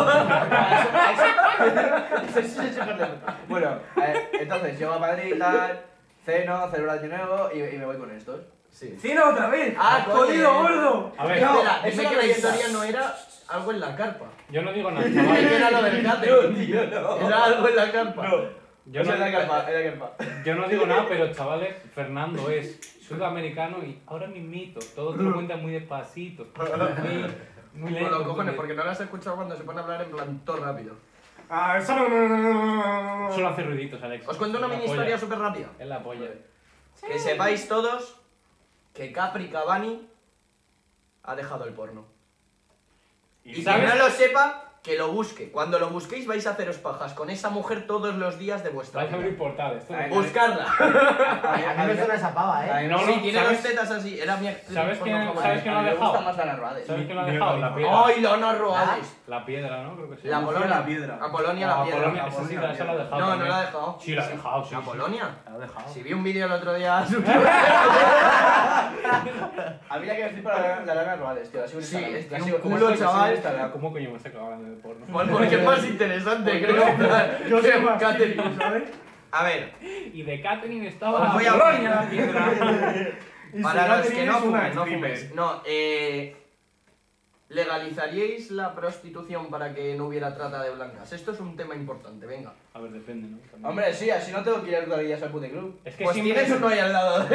eso- eso- eso- eso- bueno, eh, entonces llego a Madrid y tal, ceno, celebro el año nuevo y, y me voy con estos.
Sí.
¡Cena otra vez!
Ah,
jodido
coño.
gordo!
A ver,
No,
Espera,
eso
dime
no
que
me
la
gusta.
historia no era algo en la carpa.
yo no digo
[laughs]
nada,
No,
chaval.
era lo del catering. Era algo en la carpa.
Yo no,
carpa, en la carpa.
yo no digo nada, pero chavales, Fernando es sudamericano y ahora mismito. Todo te lo cuenta muy despacito. Muy, muy
Por
lento.
los cojones,
muy-
porque no lo has escuchado cuando se pone a hablar en plan todo rápido.
Ah, eso no, no, no, no, no,
Solo
no.
hace ruiditos, Alex.
Os cuento una
Es la
mini
polla.
historia súper rápida.
Es la polla.
Que sepáis todos que Capri Cavani ha dejado el porno. Y
sabes-
quien no lo sepa, que lo busque. Cuando lo busquéis vais a haceros pajas con esa mujer todos los días de vuestra
Vais a abrir
vida.
portales. tú.
Ay, [laughs]
Buscarla.
A mí me suena esa pava, eh.
Ay, no,
No,
sí,
no,
tiene este-
¿sabes?
dos tetas así. Era mi actriz
¿Sabes
porno
quién-
favorita.
sabes quién- que no ha
me
dejado.
gusta más Ana Ruades.
¿Sabes quién lo ha
Mira,
dejado?
la
La
polla.
piedra.
¡Ay, Lona
¿Ah?
Roales!
La piedra, ¿no? Creo que sí.
La
Lucia
Polonia.
la piedra.
A Polonia
Ah,
la piedra.
Polonia,
A
esa sí,
Polonia,
la- esa la ha dejado.
No, no
también.
la ha dejado.
Sí, la ha dejado, sí.
¿A
sí.
Polonia?
La ha dejado.
Si vi un vídeo el
[laughs]
otro día. [laughs]
A mí la que me flipa la, la Lana Ruades, tío. La sigo en
Sí,
Instagram.
es que
La
un
sigo-
culo,
la sigo en
chaval.
Instagram.
¿Cómo coño me saca hablando de porno?
Bueno, porque es más interesante, creo.
Yo
que
soy más
Catherine.
típico, ¿sabes?
A ver,
Y de Catherine estaba
Voy a-
Polonia, la
[laughs]
piedra.
Y si
para los
Catherine
que no
es una
fumen, no
stripper.
fuméis. No, eh. ¿Legalizaríais la prostitución para que no hubiera trata de blancas? Esto es un tema importante, venga.
A ver, depende, ¿no? También.
Hombre, sí, así no tengo que ir a rodillas al puticlub.
es que
Pues
siempre.
tienes uno ahí al lado de.
[laughs]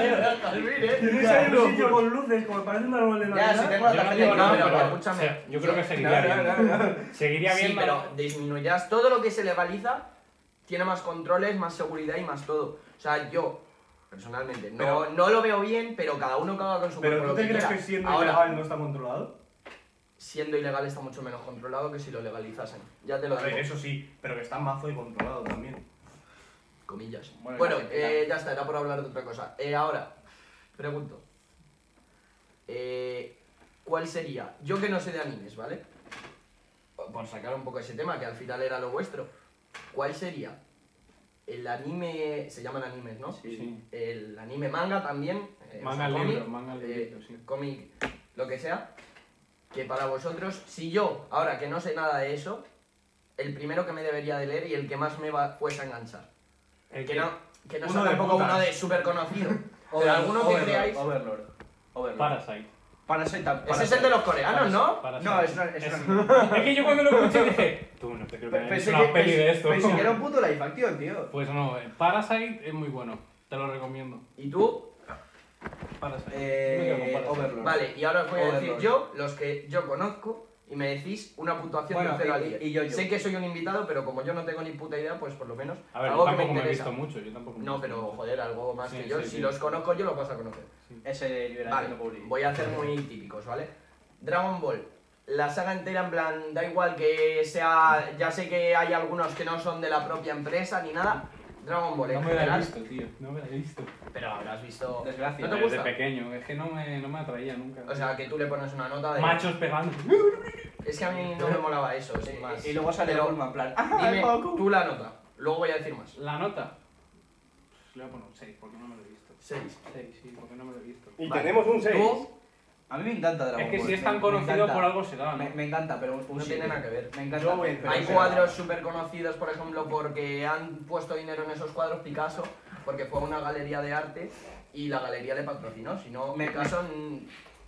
Tienes
Mira,
ahí un sitio con luces, como parece un árbol de
Ya,
Navidad.
si tengo la
Yo no
tarjeta
digo
de
nada,
No,
crédito,
pero
pero
pero-
escúchame.
o sea, yo creo que seguiría
Claro,
viendo.
claro, claro.
Seguiría
Sí,
viendo.
pero disminuyas todo lo que se legaliza, tiene más controles, más seguridad y más todo. O sea, yo, personalmente, no,
Pero-
no lo veo bien, pero cada uno caga con su
Pero
cuerpo
¿tú
lo
te crees
quiera.
que siendo
Ahora,
ilegal no está controlado?
siendo ilegal está mucho menos controlado que si lo legalizasen. Ya te lo
A ver,
digo.
eso sí, pero que está mazo y controlado también.
Comillas.
Bueno,
Bueno,
ya se
eh,
queda.
ya está, era por hablar de otra cosa. Eh, ahora, pregunto. Eh, ¿Cuál sería? Yo que no sé de animes, ¿vale? Por sacar un poco ese tema, que al final era lo vuestro. ¿Cuál sería el anime... Se llaman animes, ¿no?
Sí.
El anime manga también. eh,
Manga
o sea,
al libro,
cómic,
manga al
eh,
libro, sí.
cómic, lo que sea. Que para vosotros, si yo, ahora que no sé nada de eso, el primero que me debería de leer y el que más me va fuese a enganchar.
El
Que
Eh, que-
no, que no
Uno
sea
de
tampoco
putas.
uno de súper conocido. pero alguno que
Overlord,
creáis.
Overlord. Overlord.
Parasite.
Para ser tan.
Ese es el de los coreanos, Ah, ¿no?
Para
No,
ser-
es una. Es
es-
una...
[laughs] Es que yo cuando lo escuché dije, tú no te creo que es
Pensé
una
que,
peli de
pensé-
esto.
pensé que era un puto live action,
[laughs]
tío.
Pues no, eh, Parasite es muy bueno, te lo recomiendo.
¿Y tú?
Parasite. Yo me quedo
Eh,
con Parasite.
Overlord.
Vale, y ahora os voy a decir
Overlord.
yo los que yo conozco y me decís una puntuación
Bueno,
de 0
y-
al 10.
y yo- yo.
Sé que soy un invitado, pero como yo no tengo ni puta idea, pues por lo menos
A ver, yo
algo que me
tampoco me, he
interesa.
visto mucho, yo tampoco me he
No,
visto
pero
mucho.
joder, algo más
Sí,
que yo.
sí,
si
sí.
los conozco yo, los vas a conocer.
Ese liberación
Vale,
de Publi.
voy a hacer muy típicos, ¿vale? Dragon Ball. La saga entera, en plan, da igual que sea. Ya sé que hay algunos que no son de la propia empresa ni nada. Dragon Ball
No
en
me la he
general.
visto, tío, no me la he visto.
Pero habrás visto.
Desgracia.
¿No te
Desde
gusta?
pequeño, es que no me, no me atraía nunca.
O sea, que tú le pones una nota de.
Machos
[laughs]
pegando.
Es que a mí no me molaba eso, sin
[laughs]
más.
Y luego sale
Pero
Bulma en plan. ¡Ah,
Dime
el [laughs] Goku!
tú la nota. Luego voy a decir más.
La nota. Pues le voy a poner un 6 porque no me lo he visto.
6.
6, sí, porque no me lo he visto.
Y
Vale.
tenemos un 6.
Tú
A mí me encanta Dragon Ball.
Es que si es
me-
tan
me
conocido
encanta.
por algo será, ¿no?
Me, me encanta, pero un
no
siete.
tiene nada que ver.
Me encanta.
Yo voy a
pero
Hay
será.
cuadros súper conocidos, por ejemplo, porque han puesto dinero en esos cuadros Picasso, porque fue a una galería de arte y la galería le patrocinó. Si no, me caso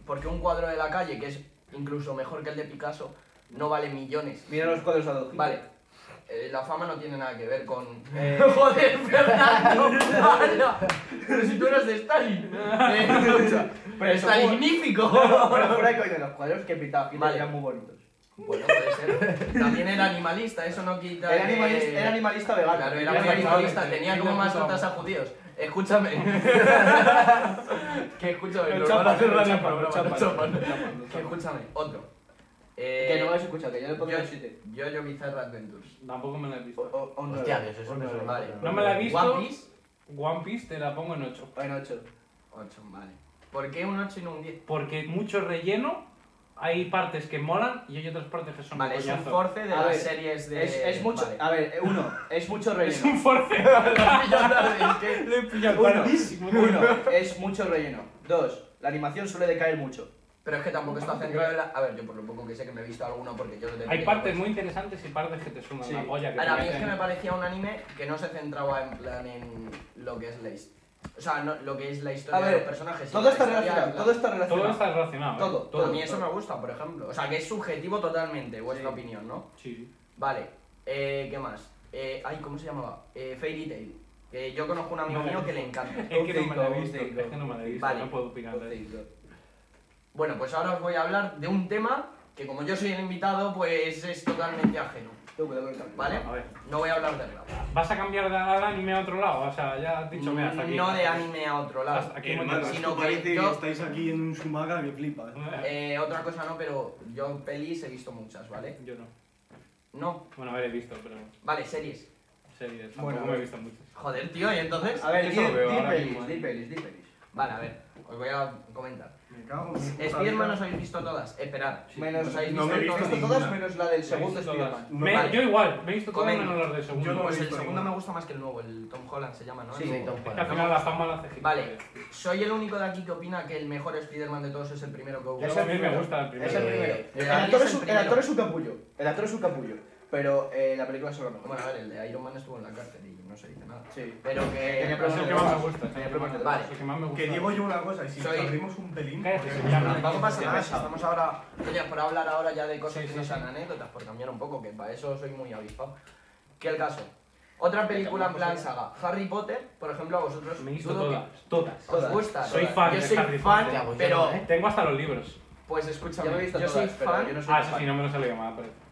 porque un cuadro de la calle, que es incluso mejor que el de Picasso, no vale millones.
Mira los cuadros adoptivos.
Vale. eh, la fama no tiene nada que ver con.
Eh.
[laughs] Joder, Fernando, para. Pero si tú eres de Stalin. Eh, escucha,
Pero eso fue-
Stalinífico.
Pero fuera de coño, los cuadros que pintaba Hitler
Vale.
eran muy bonitos.
Bueno, puede ser. También era animalista, eso no quita.
Era
que-
animalista, era animalista vegano.
eh, Claro, era
Era
muy animalista,
animalista,
tenía
sí,
como
de
más
puta
notas a judíos.
[laughs]
Escúchame. que escúchame,
Lo
nos
chapan,
van a
lo
cerrar el
chapan,
programa,
lo chapan,
lo chapan.
lo chapan, lo
Que
chapan.
escúchame, otro. Eh,
Que no lo habéis escuchado, que yo le pongo un 7.
yo, yo, yo Bizarre Adventures.
Tampoco me la he
O,
visto.
o, o un
Hostia,
nueve,
que eso es
un
un
nueve.
vale.
No me la he visto.
One Piece,
One Piece te la pongo en 8.
En 8.
8, vale. ¿Por qué un 8 y no un 10?
Porque mucho relleno, hay partes que molan y hay otras partes que son
Vale, es un
coñazo.
force de
A
las
ver,
series de.
Es, es mucho. [laughs]
Vale.
A ver, eh, uno, es
[laughs]
mucho
[laughs] Es
relleno.
un force.
Ah,
Ya sabéis que-
Le he pillado
Uno,
tardísimo. [laughs]
uno, es mucho relleno. Dos, la animación suele decaer mucho.
Pero es que tampoco está centrado en la. A ver, yo por lo poco que sé que me he pues, visto alguno porque yo lo tengo.
Hay partes muy interesantes y partes que te suman
Sí.
la polla. Que
Ahora, a
te
mí es que [laughs]
meten.
me parecía un anime que no se centraba en plan en lo que es la historia. O sea, no, lo que es la historia
A ver,
de los personajes. sino
Todo
la
está
historia,
relacionado,
en
todo
plan-
está relacionado.
Todo está relacionado. ¿eh?
Todo.
A mí eso me gusta, por ejemplo. O sea, que es subjetivo totalmente, vuestra opinión, ¿no?
Sí, sí.
Vale, eh, ¿qué más? Eh, ay, ¿cómo se llamaba? Eh, Fairy Tail. Que yo conozco un amigo
No me
mío que
gusta.
le [laughs] encanta.
Es que no me la
cinco,
he
un
visto.
cinco.
Es que no me la he visto.
Vale.
No puedo opinar de eso.
Bueno, pues ahora os voy a hablar de un tema que, como yo soy el invitado, pues es totalmente ajeno.
Tú, cuidado con el cable.
¿Vale?
A ver.
No voy a hablar de rap.
¿Vas a cambiar de anime a otro lado? O sea, ya has dicho, mira, hasta aquí.
No de anime a otro lado.
Hasta aquí.
Hermanos,
[laughs]
Si
esto
no, que
parece
yo-
que estáis aquí en un sumaga que flipas.
Eh, otra cosa no, pero yo pelis he visto muchas, ¿vale?
Yo no.
No,
Bueno, a ver, he visto, pero
vale, series.
series. Tampoco
Bueno, a
me he
ver.
visto muchas.
Joder, tío, ¿y entonces?
A ver,
Eso
di
lo veo
di
ahora
pelis,
mismo,
di
eh.
pelis, di pelis.
Vale, a ver, os voy a comentar.
Me cago en mi puta
Spiderman
vida.
os habéis visto todas, esperad.
Menos,
os habéis
no me he
visto
visto
todas.
ninguna.
todas menos la del segundo
Me he visto todas.
Spiderman.
No,
Me-
vale.
Yo igual, me he visto todas
Comenta.
menos las del segundo.
Yo no
Pues
he
el
visto
segundo
ninguna.
me gusta más que el nuevo, el Tom Holland se llama, ¿no?
Sí,
El
sí,
nuevo.
Tom
Es que al final las fama las
Vale, soy el único de aquí que opina que el mejor Spiderman de todos es el primero que hubo.
Yo
Es
a
el
mí me
primero.
gusta el primero.
Es el primero.
Eh,
El
para mí
actor
es
es
el
un- el actor
primero.
es un capullo. El actor es un capullo. Pero eh, la película es lo mejor.
Bueno, a ver, el de Iron Man estuvo en la cárcel y no se dice nada.
Sí.
Pero que...
Tenía
Pero es el que más me gusta. es el que más me gusta,
Vale.
es el que más me gusta.
Que digo yo una cosa, y si
Soy-
nos abrimos un pelín.
Cállate,
porque-
señor.
No, Tampoco pasa
Ya
nada,
me
si
sabe.
estamos ahora. Oye, por hablar ahora ya de cosas
Sí,
que
sí,
no sean anécdotas, por cambiar un poco, que para eso soy muy avispado. Que el caso. Otra película en plan saga. Harry Potter, por ejemplo, a vosotros.
Me he visto
dudo que
todas. Todas.
¿Os gusta?
Soy
Todas.
fan
Yo
de
soy
Harry
fan,
Potter.
Yo
pero.
no, ¿eh?
Tengo hasta los libros.
Pues
Yo me he
escúchame,
visto
yo soy
todas, pero
fan. [laughs]
yo no soy
Ah,
fan.
eso sí, no me lo sabía más, pero.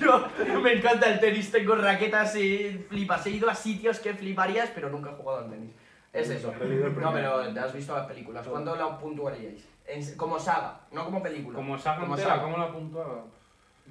Yo- me encanta el tenis, tengo raquetas y flipas. He ido a sitios que fliparías, pero nunca he jugado al tenis. Es eso. No, pero te has visto las películas. ¿Cuándo la puntuaríais? En- como saga, no como película.
Como saga entera, ¿cómo la puntuaba?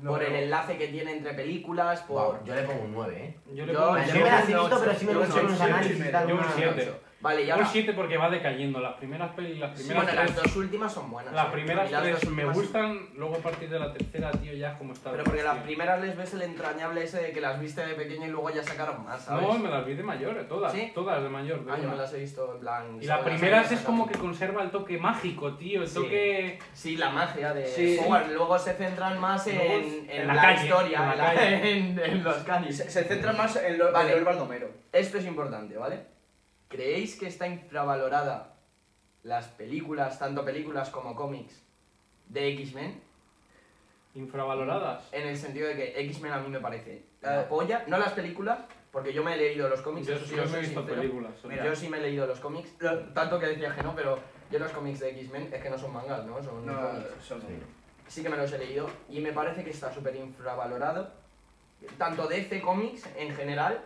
por el enlace que tiene entre películas, por...
Yo le pongo un 9, ¿eh?
Yo le
Yo-
pongo un
Yo me las he
un
visto,
ocho.
pero sí me
Yo un
gustan
siete,
los
siete,
análisis y tal.
yo un
una-
siete.
Vale, y
Un
ahora...
7 porque va decayendo. Las primeras pelis, las
Sí,
primeras
bueno, las
tres-
dos últimas son buenas.
Las
¿eh?
primeras
Y las
tres
dos
me
últimas-
gustan, luego a partir de la tercera, tío, ya es como está.
Pero porque las primeras les ves el entrañable ese de que las viste de pequeño y luego ya sacaron más, ¿sabes?
No, me las vi de mayor, eh, todas,
¿Sí?
todas de mayor. de
Ah, yo
una.
me las he visto en plan...
Y la
solo las
primera
había
es como que
sacado.
conserva el toque mágico, tío, el
Sí.
toque...
Sí, la magia de
Sí.
Hogwarts. Luego se centran más en,
Luego
en,
en
la,
la calle,
historia,
en la
en, la-
calle.
[laughs] en- en los canis.
Se, se centra más en lo
Vale.
en lo del Baldomero.
Esto es importante, ¿vale? ¿Creéis que está infravalorada las películas, tanto películas como cómics de X-Men,
Infravaloradas.
en el sentido de que X-Men a mí me parece la polla, no las películas, porque yo me he leído los cómics,
Yo,
eso sí
yo
os
no he
soy
visto
sincero.
películas. solo.
Yo sí me he leído los cómics, lo- tanto que decía que no, pero yo los cómics de X-Men es que no son mangas, ¿no? Son
No,
cómics.
son
Sí que me los he leído y me parece que está súper infravalorado, tanto DC Comics en general,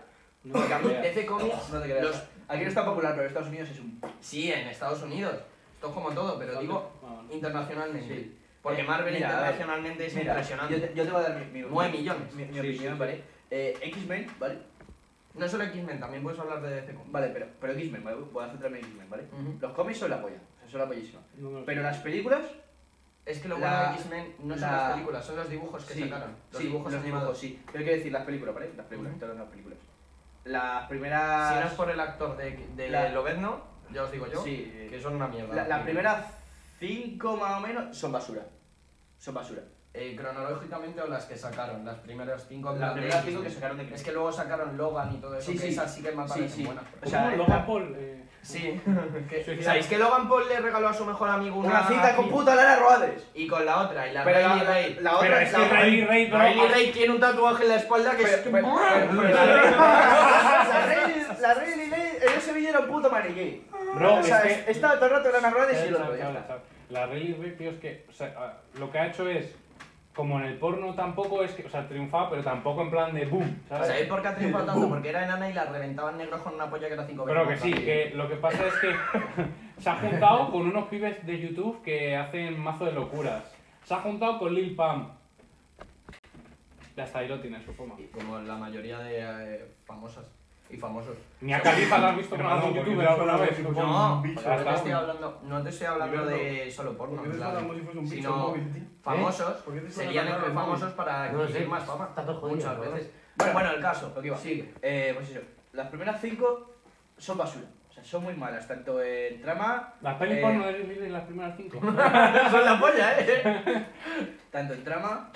No,
porque a mí
idea.
DC Comics,
No te creas.
los-
Aquí no está popular, pero en Estados Unidos es un.
sí, en Estados Unidos, esto es como todo, pero digo
Ah, bueno.
internacionalmente.
Sí.
Porque Marvel
Mira, a ver.
internacionalmente es
Mira,
impresionante.
Yo te, yo te voy a dar mi, mi,
Nueve millones.
mi, mi
Sí,
opinión,
sí, sí.
¿vale? Eh, X-Men, ¿vale?
No solo X-Men, también puedes hablar de DC Comics.
Vale, pero, pero X-Men, ¿vale? voy a centrarme en X-Men, ¿vale?
Ujú.
Los cómics son la polla, o sea, son la pollísima.
No me lo
Pero
creo.
las películas,
Es que lo
La-
bueno de X-Men no son
la-
las películas, son los dibujos que
sí,
sacaron. Los
sí,
dibujos
los dibujos,
animados.
sí. Pero quiero decir, las películas, ¿vale? Las películas,
Ujú.
todas las películas. Las
Si no
primeras...
es por el actor de, de
La-
Lobezno, ya os digo yo,
Sí, eh,
que son una mierda.
la- las primeras cinco más o menos son basura. Son basura.
Eh, cronológicamente o las que sacaron, las primeras cinco. en
Las
plan de
primeras
X-Men.
cinco que sacaron de
Es que luego sacaron Logan y todo eso,
Sí,
que
sí.
esas sí que me
Sí,
parecen
sí.
buenas.
O sea,
Como Logan Paul. eh,
Sí. [laughs] que-
Suicida.
¿Sabéis que Logan Paul le regaló a su mejor amigo una,
Una cita con puta Lara Roades.
Y con la otra, y la
Pero la,
Riley
la-
Reid.
Pero
la otra
es que Riley Reid, bro,
Riley Reid tiene un tatuaje en la espalda que es...
Pero- pero- pero- pero- La Riley la Riley Reid en ese vídeo era un puto maniquí.
bro,
o
es
sea,
que-
es- estaba todo el rato Lara Roades y el
Claro,
otro. ya
claro,
está.
claro. La Riley Reid, tío, es que o sea, ah, lo que ha hecho es, como en el porno tampoco es que, o sea, triunfa, pero tampoco en plan de boom, ¿sabes?
¿Sabéis por qué ha triunfado tanto? Porque era enana y la reventaban negros con una polla que era cinco veces
pero que
más
sí,
grande.
que lo que pasa es que se ha juntado con unos pibes de YouTube que hacen mazo de locuras. Se ha juntado con Lil Pam. Y Hasta ahí lo tiene su fama.
Y Como la mayoría de eh, famosas y famosos.
Ni a Khalifa la has visto con algún youtuber alguna vez.
No,
bicho,
pero no, te
¿verdad?
estoy hablando, no te estoy hablando
Liberto.
de solo porno,
¿Por qué te
en plan,
suena como si fuese un bicho
sino
móvil, tío?
famosos
¿Por qué te suena
serían
tan raro
entre
el móvil?
famosos para
No lo
conseguir
sé,
más fama
está todo jodido,
muchas
¿no?
veces.
Bueno,
Bueno, el caso,
Lo que
[laughs]
iba.
sigue.
Eh, pues eso. Las primeras cinco son basura. O sea, son muy malas, tanto en trama,
Las pelis
Eh,
porno de Riley Reid en las primeras cinco.
Son la polla, eh.
tanto en trama,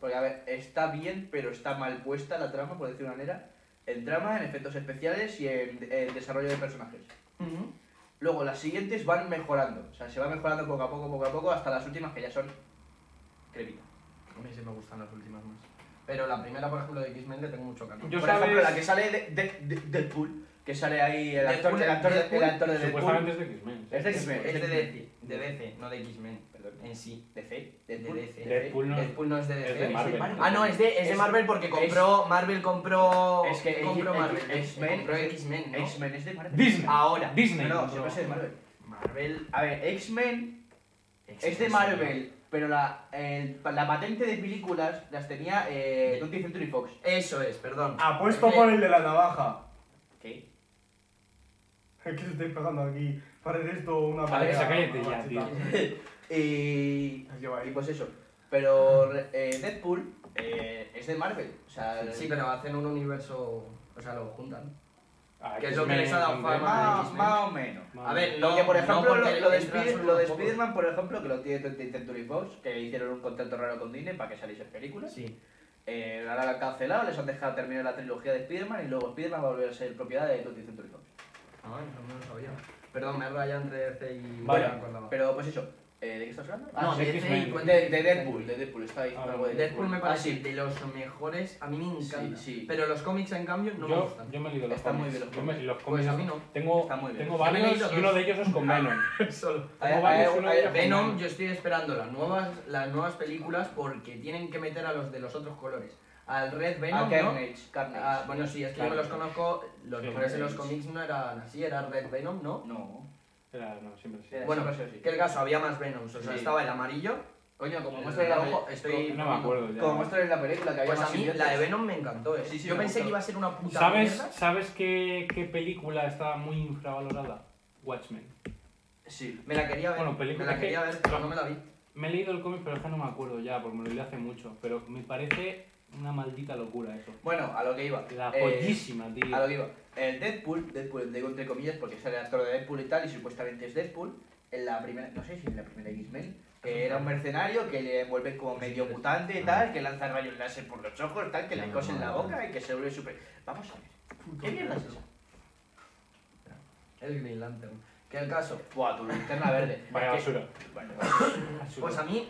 porque a ver, está bien, pero está mal puesta la trama, por decir una manera, en trama, en efectos especiales y en, en desarrollo de personajes.
Ujú.
Luego las siguientes van mejorando, o sea, se va mejorando poco a poco, poco a poco, hasta las últimas que ya son crepita.
A mí sí me gustan las últimas más. Pero la primera, por ejemplo, de X-Men le tengo mucho cariño.
Yo
por
sabes-
ejemplo, la que sale de, de- de- Deadpool, que sale ahí el actor,
Deadpool,
el actor, de-
Deadpool,
el actor de
Supuestamente
Deadpool.
es de X-Men.
Es de
Es
X-Men,
es de DC,
X-Men.
de DC, no de X-Men
Perdón,
en sí.
DC,
De
Deadpool.
DC.
Deadpool no-
Deadpool no es de
es
DC.
de Marvel.
Ah, no, es de, es de
Es-
Marvel porque
es-
compró. Marvel compró.
Es que
compró
X-
Marvel.
X-Men-
compró X-Men. ¿no?
X-Men es de Marvel.
Disney.
Ahora.
Disney.
No, no,
Disney.
siempre es de Marvel.
Marvel.
A ver, X-Men es de Marvel, pero la, el- la patente de películas las tenía eh, 20th Century Fox.
Eso es, perdón.
¿Eh?
Ah,
Apuesto
Es que-
por el de la navaja.
¿Qué?
Es que se estáis pegando aquí. Parece esto una
Vale,
pelea,
esa cállate
una
ya,
machita.
[laughs] Y,
Os lleva
y
ahí.
pues eso. Pero eh, Deadpool eh, es de Marvel. O sea,
Sí, pero hacen un universo. O sea, lo juntan.
Ah,
Que es lo que les ha dado
X-Men,
fama.
más,
X-Men.
más o menos.
A ver, no.
Porque, por
no
ejemplo,
porque
lo, lo de,
entran
Spider-
solo
lo de
unos pocos.
Spider-Man, por ejemplo, que lo tiene 20th Century Fox, que hicieron un contrato raro con Disney para que saliesen películas.
Sí.
Eh, ahora lo han cancelado, les han dejado terminar la trilogía de Spider-Man y luego Spider-Man va a volver a ser propiedad de 20th Century Fox.
Ah, no me lo sabía. Perdón, me he rayado entre DC y.
Vale,
no me acordaba.
Pero pues eso, eh, ¿de qué estás hablando?
Ah. No,
Ah, sí,
de
X-Men.
DC y
de,
Twenty-
de Deadpool, de Deadpool, está ahí.
Ah,
algo de
Deadpool me parece
Ah, sí.
de los mejores. A mí me
Sí,
encanta.
sí.
Pero los cómics, en cambio, no me
yo,
gustan.
yo me he leído los
Están muy
cómics.
bien los
Yo me- los
Pues
cómics.
a mí no.
Tengo,
Están muy bien.
tengo
Yo me he
varios
leído
y uno
dos.
de ellos es con Venom.
Solo.
Hay-
Tengo varios
hay-
y uno
hay-
de ellos es con
Venom, yo estoy esperando las nuevas, las nuevas películas porque tienen que meter a los de los otros colores. Al Red
Ah,
Venom, ¿no?
Carnage, Carnage.
Ah, bueno, sí, es que yo me los conozco. Los
Sí,
nombres en los
sí.
cómics no eran así, era Red Venom, ¿no?
No.
Era- no, siempre sí.
Era-
Bueno,
siempre ha sido así.
que el caso había más Venoms, o sea,
Sí.
estaba el amarillo.
Coño, como
el
muestran en la
rojo,
peli-
Eh, estoy-
No me acuerdo ya.
Como muestran en la película que había
Pues a
más
mí
simbiontes.
la de Venom me encantó, ¿eh?
Sí, sí,
yo
me
pensé
gustó.
que iba a ser una puta
¿Sabes,
mierda.
¿sabes qué, qué película está muy infravalorada? Watchmen.
Sí.
Me la quería ver,
Bueno,
me
película
la
que-
quería ver, pero no me la vi.
Me he leído el cómic, pero es que no me acuerdo ya, porque me lo leí hace mucho. Pero me parece una maldita locura eso.
Bueno, a lo que iba.
La
Eh,
pollísima, tío.
A lo que iba. El Deadpool, Deadpool, digo entre comillas porque sale el actor de Deadpool y tal, y supuestamente es Deadpool. En la primera, no sé si en la primera X-Men, que era un mercenario que le envuelven como medio mutante y tal, que lanza rayos láser por los ojos, tal, que le cosen la boca y que se vuelve súper. Vamos a ver. ¿Qué mierda es esa?
El Green Lantern. Que el caso.
Buah, tu linterna verde.
Vaya
Que-
basura.
Vale,
Basura.
Pues a mí,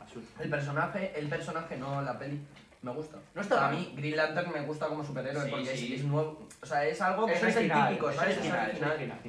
Basura.
el personaje, el personaje, no la peli, me gusta.
No está
A
mal.
mí, Green Lantern me gusta como superhéroe
Sí,
porque es-
sí.
Es, nuevo. O sea, es algo que
Es
no es el
original,
típico,
es
¿sabes? Es
original, es
original.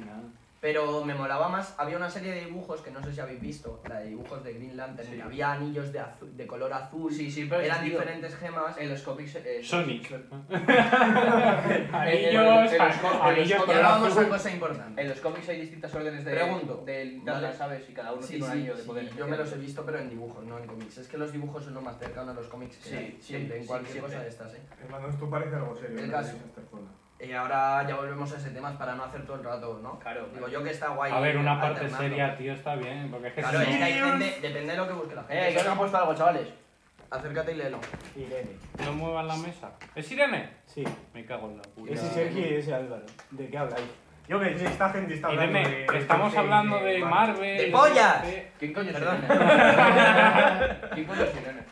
Pero me molaba más. Había una serie de dibujos que no sé si habéis visto, la de dibujos de Green Lantern,
Sí.
que había anillos de, azu- de color azul.
Sí, sí, pero
eran
tío,
diferentes gemas.
En los cómics. eh,
Sonic.
en- en- en
Anillos,
los co- en los
anillos
co-
Y
color
ahora vamos
azul.
a cosa importante.
En los cómics hay distintas órdenes de.
Pregunto.
De linterna,
Vale.
¿sabes? Y cada uno
Sí,
tiene un
sí,
anillo de
sí,
poder.
yo me los he
especial.
visto, pero en dibujos, no en cómics. Es que los dibujos son lo más cercano a los cómics que
Sí,
hay,
sí,
siempre, en
sí,
cualquier
siempre.
cosa de estas, ¿eh?
Hermano, esto parece algo serio.
El
no
caso.
tenéis esta zona.
Y ahora ya volvemos a ese tema es para no hacer todo el rato, ¿no?
Claro.
Digo yo que está guay.
A ver, una parte
alternando.
seria, tío, está bien. Porque es que
Claro,
si
es
no-
que hay gente, depende de lo que busque la gente.
Eh, que os han puesto algo, chavales.
Acércate y léelo.
Irene.
No muevan la mesa. ¿Es Irene?
Sí.
Me cago en la puta.
Ese Sergio y ese Álvaro. ¿De qué habláis?
Yo que sí, esta gente está hablando
Irene,
de-
estamos
de-
hablando de Marvel.
¡De pollas!
de-
¿Quién coño es
Perdón.
Irene? ¿Quién coño es Irene?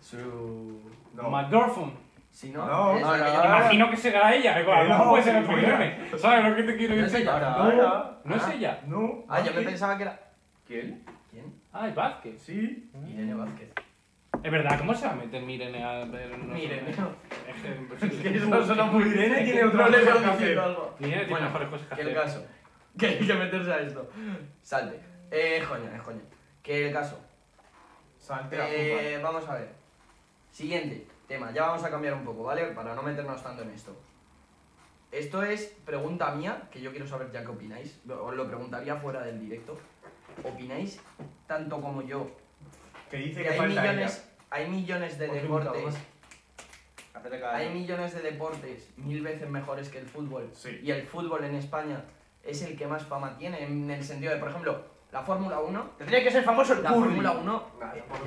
Su... No.
McDorfan.
Si no,
No,
es
no,
la que
no,
yo-
no.
Imagino que será ella. igual,
No,
No puede ser
sí,
otro
mira.
Irene. ¿Sabes lo que te quiero
No es
decir?
ella ahora.
No,
Ahora.
no es ella.
No.
Ah, yo me
Vázquez.
pensaba que era.
¿Quién?
¿Quién?
Ah, es Vázquez.
Sí.
Irene Vázquez.
Es verdad, ¿cómo se va a meter Mirene a ver? no sé,
Irene.
Es que-
[laughs] Es que eso suena muy Irene tiene otro
[laughs] No le
nombre
veo
que
diciendo
hacer.
algo.
Irene tiene
Bueno,
mejores cosas que
Que el
hacer.
caso. Que hay que meterse a esto. Salte. Eh, joña, es joña. Que el caso.
Salte a fútbol.
Eh, vamos a ver. Siguiente tema. Ya vamos a cambiar un poco, ¿vale? Para no meternos tanto en esto. Esto es pregunta mía, que yo quiero saber ya qué opináis. Os lo preguntaría fuera del directo. ¿Opináis tanto como yo
Que dice
que
que
hay
falta
millones, hay millones de
Por fin, cabrón.
deportes,
Acércate cada
hay millones de deportes mil veces mejores que el fútbol?
Sí.
Y el fútbol en España es el que más fama tiene en el sentido de, por ejemplo, la Fórmula 1,
Tendría que ser famoso el
la
Curry.
Fórmula 1,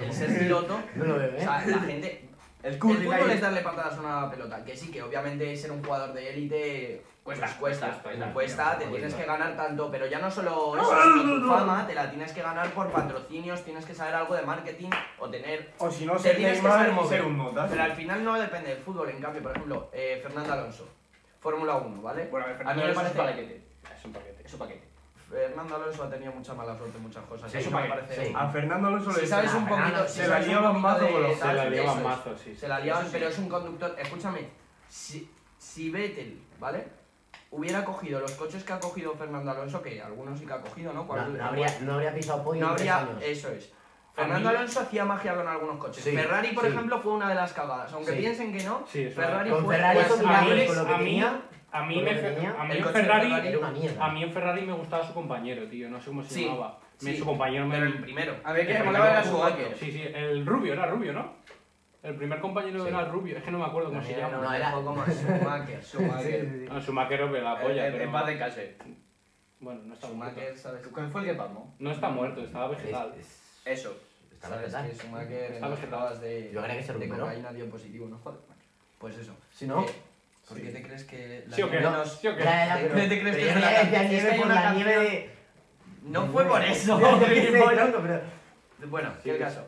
el ser piloto,
No lo veo,
o sea, la gente
El
El
Curry.
fútbol es darle patadas a una pelota, que sí, que obviamente ser un jugador de élite pues
Cuesta,
cuesta, cuesta,
cuesta,
cuesta,
cuesta,
te
cuesta.
tienes que ganar tanto, pero ya no solo eso, sino tu fama, te la tienes que ganar por patrocinios, tienes que saber algo de marketing o tener...
O si no,
Te
ser
tienes que
Neymar
saber
y
mover.
ser un notas.
Pero al final no depende del fútbol, en cambio, por ejemplo, eh, Fernando Alonso, Fórmula 1, ¿vale?
Bueno, a ver,
a mí
Fernando
me
Alonso es un
parece...
paquete. Es un paquete. Es un paquete.
Fernando Alonso ha tenido mucha mala suerte en muchas cosas,
Sí, es
eso
un
me
paquete,
parece...
sí.
A Fernando Alonso
Si
le
sabes un poquito... si
Se la
sabes un
llevan
poquito
mazo
de
con los...
Se la
tal,
llevan
eso es.
mazo, sí. sí.
Se la liaban,
Eso sí.
pero es un conductor. Escúchame, si, si Vettel, ¿vale? Hubiera cogido los coches que ha cogido Fernando Alonso, que algunos sí que ha cogido, ¿no?
No,
Cuando-
no habría, no habría eh, pisado podio
no
en tres
habría-
años.
eso es. Fernando
mí-
Alonso hacía magia con algunos coches.
Sí,
Ferrari, por
sí.
ejemplo, fue una de las cagadas. Aunque
Sí.
piensen que no,
Sí, eso
Ferrari
Con
fue
Ferrari
pues,
hizo
a mí-
milagros con lo que
a mí-
tenía.
A mí,
Lo
me,
que tenía,
a, mí
el
en
coche de
Ferrari,
Ferrari
Era una mierda.
a mí en Ferrari me gustaba su compañero, tío. No sé cómo se
Sí,
llamaba. Me-
sí.
su compañero me...
pero el primero.
A ver,
el
que me
primer
molaba era su
compañero-
hacker.
Sí, sí. El rubio, era rubio, ¿no? El primer compañero
Sí.
era rubio. Es que no me acuerdo cómo se
Era
llama.
un
era-
poco más [laughs] Schumacher.
Schumacher.
No, Schumacher rompe la polla,
Eh, En en paz
pero...
de case.
Bueno, no está muerto.
Schumacher, ¿sabes?
¿Cuál fue el que pasó?
No está muerto, estaba vegetal.
Es- es-
Eso.
está mal
Sabes
pensado.
que Schumacher en
Está
las
vegetal.
pruebas de,
Yo creía que se
de
recuperó.
cocaína dio positivo, ¿no? Joder, macho. Pues eso.
Si no,
Eh, ¿Por qué te crees que la
¿Sí o qué?
nieve
no,
¿Sí o qué?
Ya, ya,
¿Te
pero-
crees
pero
que
yo
es
no
una-
decía
es que
nieve
hay
por
una
la
canción-
nieve de-
No
de
fue por
nieve.
eso.
Ya, yo qué sé,
gilipollas.
tronco, pero-
bueno,
Sí,
el
sí.
caso.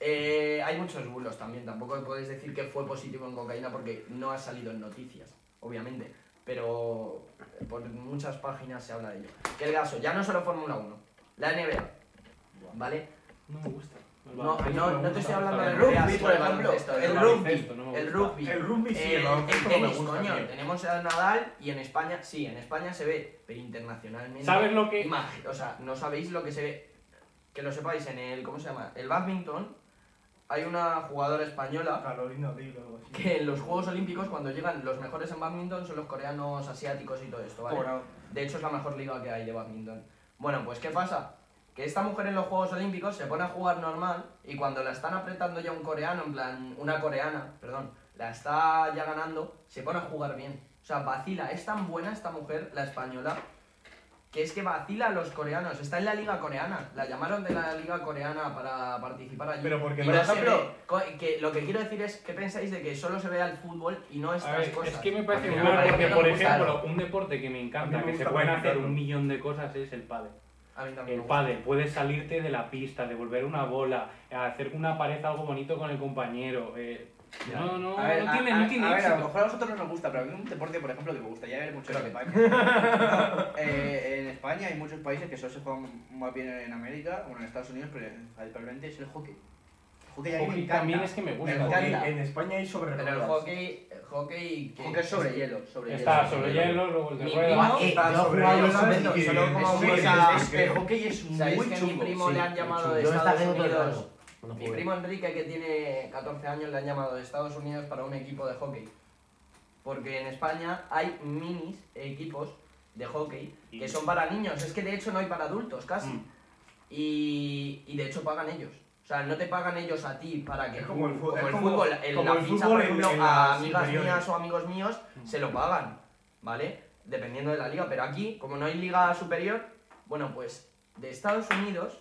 Eh, hay muchos bulos también. Tampoco podéis decir que fue positivo en cocaína porque no ha salido en noticias, obviamente. Pero por muchas páginas se habla de ello. Que el caso, ya no solo Fórmula 1, la NBA. ¿Vale?
No me gusta. El
No,
baloncesto
no,
me
no te
gusta.
estoy hablando
El
del
rugby,
NBA,
por
el
ejemplo,
baloncesto,
el
el
baloncesto, no
rugby.
me
El
gusta.
rugby.
El rugby sí,
Eh,
el baloncesto no me
tenis,
gusta,
coño.
tío.
Tenemos a Nadal y en España, sí, en España se ve, pero internacionalmente.
¿Sabes lo que-
Imag- o sea, no sabéis lo que se ve. Que lo sepáis, en el. ¿Cómo se llama? El badminton. Hay una jugadora española
Carolina Dilo o algo así.
que en los Juegos Olímpicos, cuando llegan los mejores en badminton, son los coreanos, asiáticos y todo esto, ¿vale?
Bueno,
De hecho, es la mejor liga que hay de badminton. Bueno, pues ¿qué pasa? Que esta mujer en los Juegos Olímpicos se pone a jugar normal y cuando la están apretando ya un coreano, en plan, una coreana, perdón, la está ya ganando, se pone a jugar bien. O sea, vacila. Es tan buena esta mujer, la española, que es que vacila a los coreanos. Está en la liga coreana. La llamaron de la liga coreana para participar allí.
Pero porque
Y
no
no
la
se
sabe-
ve. Co- que lo que quiero decir es, ¿qué pensáis de que solo se vea el fútbol y no
A
estas
ver,
cosas?
es que me parece
Porque
muy raro porque,
no
por
me gusta.
ejemplo, un deporte que me
A
encanta,
mí me
que se
gusta
pueden hacer
practicarlo.
un millón de cosas, es el pádel.
A mí también
El
me gusta.
pádel, puedes salirte de la pista, devolver una bola, hacer una pared algo bonito con el compañero. eh, No, no,
A ver,
no
a-
tiene,
a,
no tiene
a ver, a lo
éxito.
mejor a vosotros no nos gusta, pero a mí un deporte, por ejemplo, que me gustaría ver mucho en España. [laughs] Eh, en España hay muchos países que solo se juegan más bien en América, bueno, en Estados Unidos, pero principalmente es el hockey. El hockey, a mí me
Hockey
encanta.
también es que me gusta.
Me encanta.
En España hay sobre
Pero el
ruedas.
hockey, el hockey que-
Hockey sobre hielo, sobre
Está
hielo.
sobre hielo, luego el de
Mi
ruedas.
primo-
Eh,
Está
yo he
sobre
jugado
ellos,
eso,
¿sabes?
tío.
Beto,
que-
solo como
Sí,
vos
es-
a-
es- el hockey es
¿Sabéis
muy
que mi
chungo.
primo
sí.
le han llamado de
Yo me
Estados
estaba todo el
Unidos?
rato. No
Mi
jugué.
primo Enrique, que tiene 14 años, le han llamado de Estados Unidos para un equipo de hockey. Porque en España hay minis equipos de hockey que son para niños. Es que de hecho no hay para adultos casi.
Mm.
Y, y de hecho pagan ellos. O sea, no te pagan ellos a ti para que
Es como el fu- es como-
fútbol. en
como
la
el
ficha,
fútbol
por
en-
ejemplo,
en
a
las
amigas
inferiores. Mm.
mías o amigos míos se lo pagan, ¿vale? Dependiendo de la liga. Pero aquí, como no hay liga superior, bueno, pues de Estados Unidos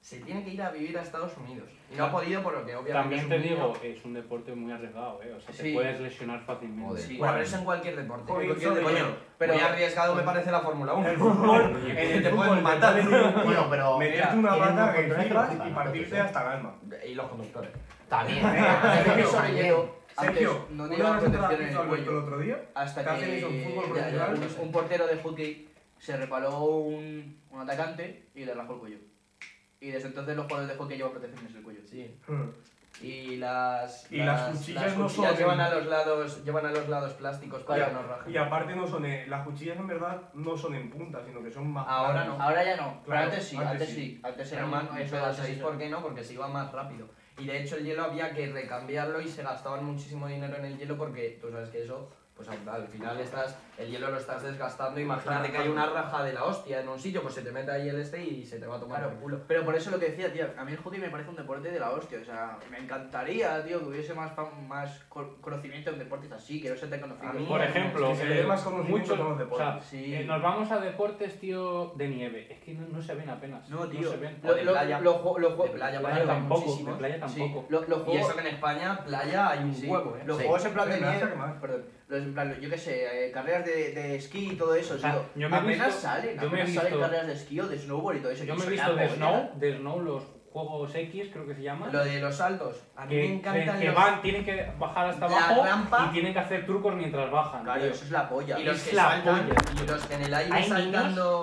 se tiene que ir a vivir a Estados Unidos. Y no ha podido por lo que obviamente.
También
es
te
un niño.
digo, es un deporte muy arriesgado, ¿eh? O sea, te
Sí.
puedes lesionar fácilmente.
Joder.
Sí.
Bueno, pero eso en cualquier deporte.
Joder,
Coño,
sobre-
coño,
pero-
muy arriesgado me parece la Fórmula 1.
El
[laughs]
fútbol, en
Que
el
te
fútbol,
pueden matar.
Bueno, pero. mira,
Meterte una
tienen unos
pata en
controles que
fibras
flipan,
y
¿no?
partirte hasta el alma.
Y los conductores. [laughs] ¿eh?
También.
El hockey sobre
También.
hielo,
Sergio,
antes no
¿una
te llevaba
vez te la
protección en
hizo
el
Alberto el
cuello.
otro día?
Hasta
¿Te hacen
que
eso en fútbol
ya, ya,
profesional?
un, un portero de hockey se reparó un, un atacante y le rajó el cuello. Y desde entonces los jugadores de hockey llevan protecciones en el cuello.
Sí.
Hmm.
Y las,
Y las cuchillas no
cuchillas
son-
llevan a los lados, llevan a los lados plásticos para que no rajen.
Y aparte no son, eh, las cuchillas en verdad no son en punta, sino que son más
Ahora
planas.
no.
Ahora ya no, pero
Claro,
antes sí,
antes
antes,
sí.
sí. Antes
Pero
era
man,
más
pero ¿sabéis por qué no? Porque se iba más rápido. Y de hecho el hielo había que recambiarlo y se gastaban muchísimo dinero en el hielo porque tú sabes que eso, pues al, al final estás, el hielo lo estás desgastando. Imagínate que hay una raja de la hostia en un sitio, pues se te mete ahí el este y se te va a tomar
Claro.
el culo.
Pero por eso lo que decía, tío, a mí el hockey me parece un deporte de la hostia, o sea, me encantaría, tío, que hubiese más, fam- más co- conocimiento en deportes así, que no se te conocido.
A mí-
Por ejemplo, eh,
Es que se le dé más conocimiento
muchos-
a los deportes.
o sea,
Sí.
eh, nos vamos a deportes, tío, de nieve. Es que no, no se ven apenas.
No, tío,
se ven.
O de
lo,
playa.
lo, lo, ju- lo ju-
De
De
playa, playa
playa
hay
tampoco, de
muchísimos.
playa
sí,
tampoco.
lo- los
Y eso
juegos,
que en España, playa hay un
sí,
huevo, ¿eh?
los
Sí.
juegos en plan
Sí,
de
me hace
nieve,
que más.
perdón, los en plan, yo qué sé, eh, carreras de, de esquí y todo eso,
O sea,
tío,
yo me he
apenas
visto-
salen,
yo me he
apenas salen
visto-
carreras de esquí o de snowboard y todo eso. ¿eh?
Yo
y
me he
son
visto
la
de
polla.
Snow, de Snow, los juegos X, creo que se llaman.
Lo de los saltos, a
ah,
mí
que,
me encantan
que- que
los...
van, tienen que bajar hasta
La
abajo
rampa.
y tienen que hacer trucos mientras bajan.
Claro,
tío.
eso es la polla.
Y los que
Es la
saltan,
polla.
y los que en el aire
hay,
saltando...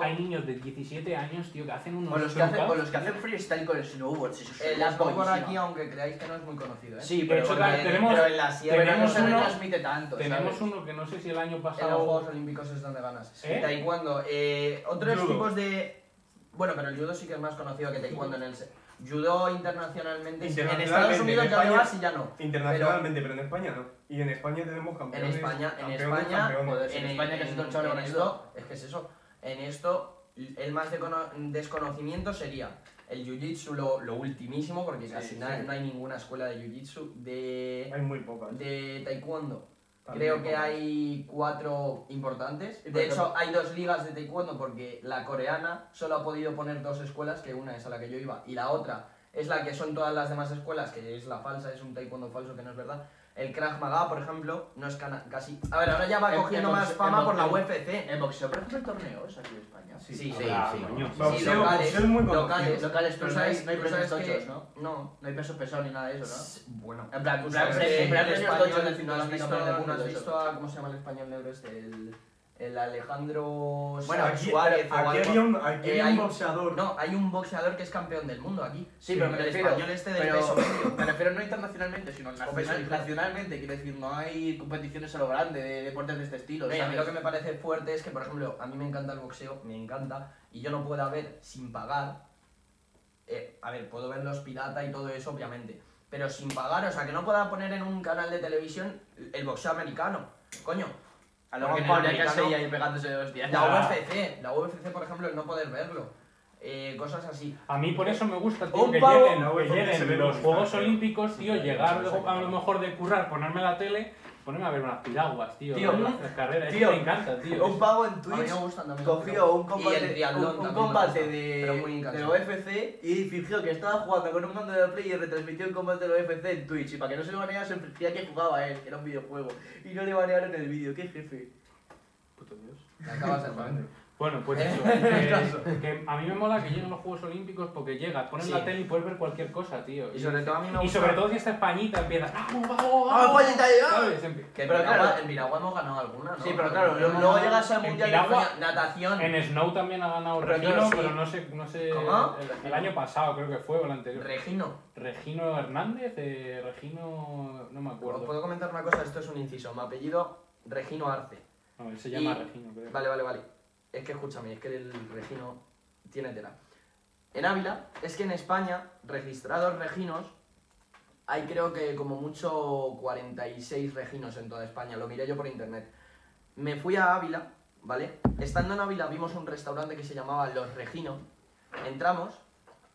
niños, hay niños de 17 años, tío, que hacen unos
O los, que hacen,
trucos.
o los que hacen freestyle con el snowboard, eso
Eh,
es
El
la
snowboard
pollísima.
aquí, aunque creáis que no es muy conocido, ¿eh?
Sí,
pero
pero,
eso
en-
claro, tenemos-
pero en la sierra
tenemos
no se
uno-
transmite tanto.
Tenemos
¿sabes?
uno que no sé si el año
En los Juegos
pasado.
Olímpicos es donde ganas.
¿Eh?
Taekwondo. eh, otros
Judo.
tipos de. Bueno, pero el judo sí que es más conocido que taekwondo en el. se- Judo internacionalmente. sí. En Estados
Internacionalmente,
Unidos
en
ya lo
España-
vas y ya no.
Internacionalmente, pero, en España no. Y en España tenemos
En
campeones.
España, en
campeones,
España,
campeones.
joder, si en España que se torcha
en
ahora con
esto, es que es eso. En esto, el más decono- desconocimiento sería el jiu-jitsu, lo, lo ultimísimo, porque
Sí,
casi
sí.
na- No, hay ninguna escuela de jiu-jitsu. De,
Hay muy pocas.
de taekwondo.
También
Creo que
pocas.
hay cuatro importantes.
Y por
De
ejemplo-
hecho, hay dos ligas de taekwondo porque la coreana solo ha podido poner dos escuelas, que una es a la que yo iba y la otra es la que son todas las demás escuelas, que es la falsa, es un taekwondo falso que no es verdad. El Krav Maga, por ejemplo, no es cana- casi... A ver, ahora ya va
En-
cogiendo
en
más
boxe-
fama
en
por la
boxeo.
UFC.
En boxeo, por ejemplo, hay torneos aquí en España.
Sí, sí, sí.
Ah,
sí.
coño.
Boxeo-
sí, locales,
boxeo es muy conocido.
locales,
Locales, pero
Tú
no hay-
sabes-
no hay
tú
premios
sabes que-
tochos, ¿no?
No.
No hay peso pesado ni nada de eso, ¿no?
Bueno.
En plan,
Tú
en plan,
sabes que
en plan,
el
premios
español-
tochos de
¿no has
final de
visto-
campeones del
no
mundo.
has
y
visto
eso.
a, ¿cómo se llama el español negro este? El, el Alejandro
Bueno,
Sa-
aquí,
Suárez o
aquí
algo.
había un, aquí
Eh,
había un
hay-
boxeador.
No, hay un boxeador que es campeón del mundo aquí.
Sí, pero me
el
refiero-
español este del
pero-
peso medio.
Me refiero no internacionalmente, sino
peso
nacional,
ligero.
nacionalmente. Quiero decir, no hay competiciones a lo grande de deportes de este estilo.
Oye, a mí
¿sabes?
lo que me parece fuerte es que, por ejemplo, a mí me encanta el boxeo, me encanta, y yo no puedo ver sin pagar. eh, a ver, puedo ver los pirata y todo eso, obviamente. Pero sin pagar, o sea, que no pueda poner en un canal de televisión el boxeo americano. Coño,
A
Porque
lo
en
mejor
el
ya que
americano-
se ahí pegándose de hostias.
la
Ah.
UFC, la UFC, por ejemplo, el no poder verlo. Eh, cosas así.
A mí por eso me gusta, tío,
Un
que
pavo-
lleguen,
No,
que
güey, porque
lleguen
se ve
los
muy
Juegos
distante.
Olímpicos, tío,
Sí,
llegar
no sé
luego
qué
a lo
tal.
mejor de currar, ponerme la tele, ponerme a ver unas piraguas, tío,
Tío,
ver las carreras, es que
tío,
me encanta, tío.
Un pavo en
A mí
Twitch
me gustan también.
cogió un
Y el
combate,
triatlón
un, un
también me
combate
gusta, pero muy
de, de
incansable.
UFC y fingió que estaba jugando con un mando de Play y retransmitió un combate de UFC en Twitch. Y para que no se lo banearan, se fingía que jugaba él, que era un videojuego. Y no le banearon el vídeo, qué jefe.
Puto Dios.
La acabas de joder.
Bueno, pues
Eh,
eso.
[laughs] el
que-
caso.
que a mí me mola que lleguen los Juegos Olímpicos porque llegas, pones
Sí.
la tele y puedes ver cualquier cosa, tío.
Y sobre todo a mí me
Y
gusta.
sobre todo si esta españita empiezas. ¡Vamos, vamos,
¡Vamos,
vamos!
Españita, ya!
¿Sabes? Empi-
Que en
Pero
Piragua-
claro-
en Piragua hemos ganado alguna, ¿no?
Sí, pero claro,
Hemos
luego
ganado
llegas al
en
Mundial de
Piragua,
España-
natación.
En Snow también ha ganado
Pero
Regino,
claro, sí.
pero no sé, no sé
¿Cómo?
El, el año pasado creo que fue o el anterior.
Regino.
Regino Hernández, eh, Regino, no me
Os
acuerdo.
puedo comentar una cosa, esto es un inciso. Mi apellido, Regino Arce.
No, él se llama
Y-
Regino, creo.
Vale, vale, vale. Es que escúchame, es que el Regino tiene tela. En Ávila, es que en España, registrados Reginos, hay creo que como mucho 46 Reginos en toda España. Lo miré yo por internet. Me fui a Ávila, ¿vale? Estando en Ávila vimos un restaurante que se llamaba Los Reginos. Entramos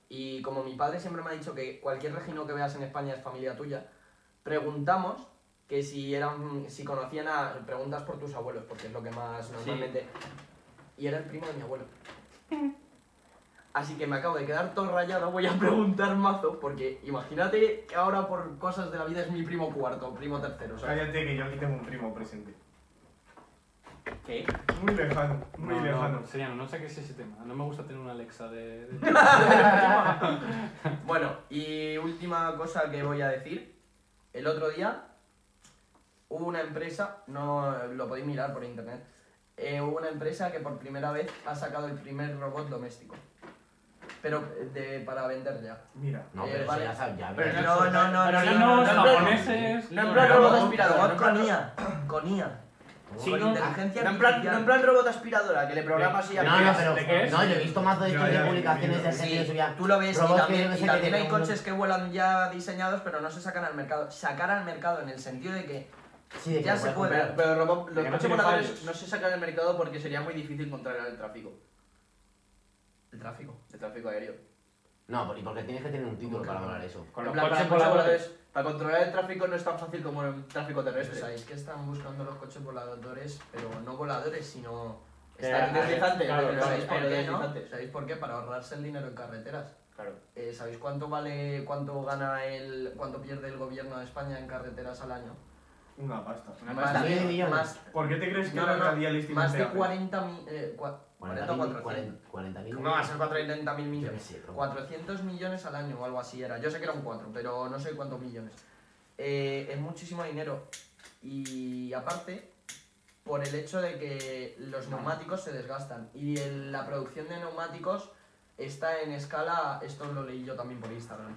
y como mi padre siempre me ha dicho que cualquier Regino que veas en España es familia tuya, preguntamos que si eran si conocían a preguntas por tus abuelos porque es lo que más normalmente y era el primo de mi abuelo así que me acabo de quedar todo rayado voy a preguntar mazo porque imagínate que ahora por cosas de la vida es mi primo cuarto primo tercero ¿sabes?
Cállate que yo aquí tengo un primo presente.
¿Qué?
Muy lejano, muy
No, no,
lejano.
Seriano, no saques ese tema. No me gusta tener una Alexa de. de-
bueno y última cosa que voy a decir el otro día hubo una empresa no lo podéis mirar por internet eh, hubo una empresa que por primera vez ha sacado el primer robot doméstico pero eh, de, para vender ya
Mira,
No,
Eh,
pero
vale.
eso ya sabes, ya
Pero
ves.
no, no, no,
Pero no,
no, no,
no,
no, no,
japoneses.
No en plan
no,
robot
no.
aspirador, no con IA, con IA,
Sí,
con
no.
inteligencia
No en, plan, no en
artificial.
plan robot aspiradora, que le programas y
No,
ya
no, pero.
¿De qué es?
No, yo he visto mazo de
Ya,
estos de
ya,
publicaciones de
bienvenido.
gente que subía.
Tú lo ves y
robots que yo
también,
no sé
y
qué
también hay
tienen un-
coches que vuelan ya diseñados pero no se sacan al mercado. Sacar al mercado en el sentido de que
Sí, de que
ya
lo
se
puedes
puede.
comprar.
Pero, pero robot- los
Que no
coches
tiene
voladores
fallos.
no se sacan al mercado porque sería muy difícil controlar el tráfico,
el tráfico.
el tráfico aéreo.
No, por- y porque tienes que tener un título
que
para
no?
hablar eso.
Con
En
los
plan, para
coches
coches
voladores.
voladores, para controlar el tráfico no es tan fácil como el tráfico
Pues
terrestre.
sabéis que están buscando los coches voladores, pero no voladores, sino
Que
están
hay-
deslizantes.
claro,
Pero
claro,
¿Sabéis por
hay
qué, no?
deslizantes.
¿Sabéis por qué? Para ahorrarse el dinero en carreteras.
Claro.
Eh, ¿Sabéis cuánto vale, cuánto gana el, cuánto pierde el gobierno de España en carreteras al año?
una pasta.
pasta.
de-
10 millones.
más-
¿Por qué te crees que
no, no,
la
no,
alcaldía le estima
más de
peaje?
40 mil, eh, cua- 40
40.000,
400.
40.000.
No, va a ser 40 mil
Yo qué
millones.
sé, bro.
400 millones al año o algo así era. Yo sé que eran 4, pero no sé cuántos millones. Eh, es muchísimo dinero. Y aparte, por el hecho de que los neumáticos se desgastan. Y el- la producción de neumáticos está en escala. Esto lo leí yo también por Instagram.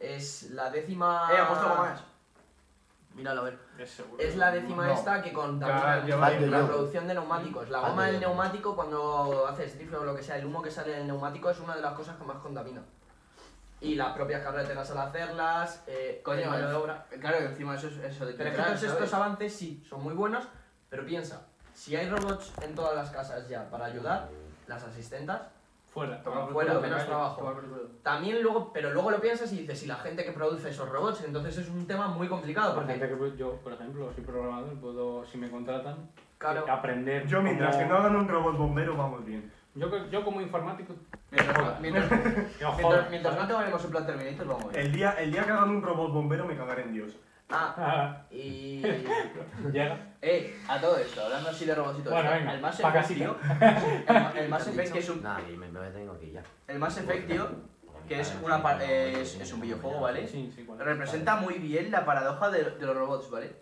Es la décima.
Eh, ha puesto algo más.
Míralo a ver.
Es seguro.
Es la décima
No.
esta que
Ya,
contamina
ya
la
va yo, yo.
producción de neumáticos. La
Va
goma
yo,
del
yo.
neumático cuando haces drift o lo que sea, el humo que sale del neumático es una de las cosas que más contamina. Y las propias carreteras al hacerlas, eh,
Coño,
coño, mano de
es-
obra.
Claro, encima eso es eso de
Pero es que
detrás,
todos estos
¿sabes?
avances sí, son muy buenos, pero piensa, si hay robots en todas las casas ya para ayudar, las asistentas,
Fuera.
Toma por
Fuera,
culo,
menos
caballo,
trabajo.
toma por culo.
también luego, pero luego lo piensas y dices, y la gente que produce esos robots, entonces es un tema muy complicado,
Por
porque
gente que- Yo, por ejemplo, soy programador, puedo, si me contratan,
[laughs]
claro,
aprender.
Yo mientras
cómo-
que no hagan un robot bombero vamos bien.
Yo, co- yo como informático.
Mientras, mientras-
Yo
mientras-
jodo.
mientras no tengamos en plan Terminator, vamos bien.
El día, el día que hagan un robot bombero me cagaré en Dios.
ah,
Ah,
y
Llega.
Eh, a todo esto, hablando así de robocitos.
Bueno,
tío,
venga,
el Mass
pa'
Effect,
casita.
tío. El,
[laughs]
el Mass
¿Te han
Effect,
dicho?
que es un,
Nada, que me, me tengo que ir ya.
el Mass Effect, tío, que es una par- eh, es- es un videojuego, ¿vale?
Sí, sí, cuál es.
representa muy bien la paradoja de, de los robots, ¿vale?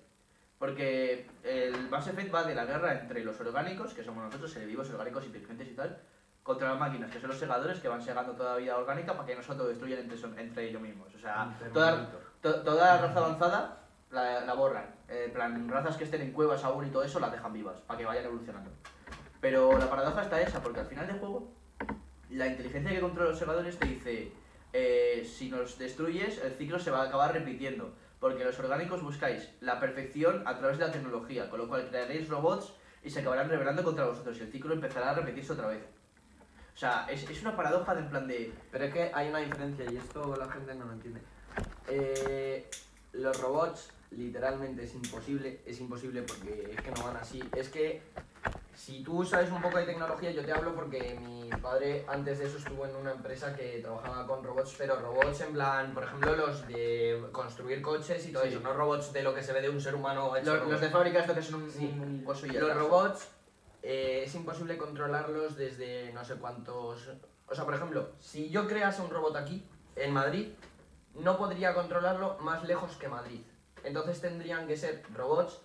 Porque el Mass Effect va de la guerra entre los orgánicos, que somos nosotros, seres vivos, orgánicos, inteligentes y tal, contra las máquinas, que son los segadores que van segando toda vida orgánica para que no se autodestruyan entre, so- entre ellos mismos. O
Ah,
sea, toda, to- toda raza avanzada la, la borran. Eh, En plan, razas que estén en cuevas aún y todo eso las dejan vivas, para que vayan evolucionando. Pero la paradoja está esa, porque al final del juego, la inteligencia que controla los segadores te dice, eh, si nos destruyes, el ciclo se va a acabar repitiendo, porque los orgánicos buscáis la perfección a través de la tecnología, con lo cual crearéis robots y se acabarán rebelando contra vosotros y el ciclo empezará a repetirse otra vez. O sea, es, es una paradoja de en plan de...
Pero es que hay una diferencia y esto la gente no lo entiende. Eh, los robots literalmente es imposible, es imposible porque es que no van así. Es que si tú sabes un poco de tecnología, yo te hablo porque mi padre antes de eso estuvo en una empresa que trabajaba con robots, pero robots en plan, por ejemplo, los de construir coches y todo
Sí.
eso, no robots de lo que se ve de un ser humano hecho
Los,
robot.
los de fábrica esto que son un,
Sí.
un- un coso y ya
Los
está.
robots eh, es imposible controlarlos desde no sé cuántos... O sea, por ejemplo, si yo crease un robot aquí, en Madrid, no podría controlarlo más lejos que Madrid. Entonces tendrían que ser robots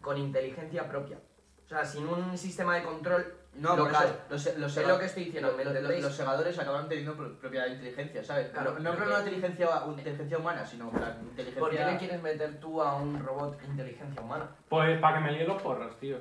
con inteligencia propia. O sea, sin un sistema de control
No, por
local.
eso, los, los
Es
sega-
lo que estoy diciendo, ¿me
lo- lo-
entendéis?
los segadores acaban teniendo pro- propia inteligencia, ¿sabes?
Claro,
no no
pero
creo una
que-
inteligencia, una inteligencia humana, sino la inteligencia...
¿Por qué le quieres meter tú a un robot inteligencia humana?
Pues para que me líen los porros, tío.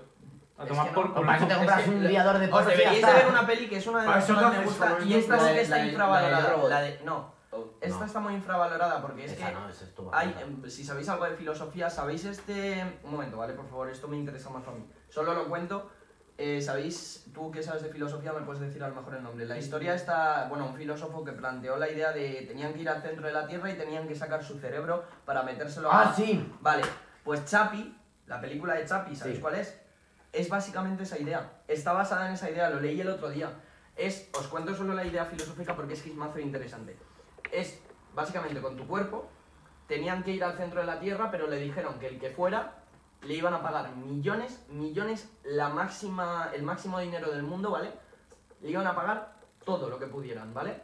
A
Es
tomar
que no,
por
Pues
culo.
para eso te compras un
lo-
liador de
Os
porros y ya
deberíais de
está.
ver una peli que es una de
Para
las que
eso
más
lo
me
haces
gusta
como
y
el-
esta
la
sí
de-
que está
la de- la de
infravalorada.
robot.
La de, no,
Oh,
esta
No.
está muy infravalorada porque es
Esa
que
no, esa es tu
hay,
barbaridad.
em, si sabéis algo de filosofía, sabéis este... Un momento, ¿vale? Por favor, esto me interesa más a mí. Solo lo cuento. Eh, ¿Sabéis, tú que sabes de filosofía, me puedes decir a lo mejor el nombre? La historia está, bueno, un filósofo que planteó la idea de tenían que ir al centro de la Tierra y tenían que sacar su cerebro para metérselo a...
Ah, sí.
Vale, pues Chapi, la película de Chapi, ¿sabéis
Sí.
cuál es? Es básicamente esa idea. Está basada en esa idea, lo leí el otro día. Es, os cuento solo la idea filosófica porque es que es mazo interesante. Es básicamente con tu cuerpo, tenían que ir al centro de la Tierra, pero le dijeron que el que fuera le iban a pagar millones, millones, la máxima, el máximo dinero del mundo, ¿vale? Le iban a pagar todo lo que pudieran, ¿vale?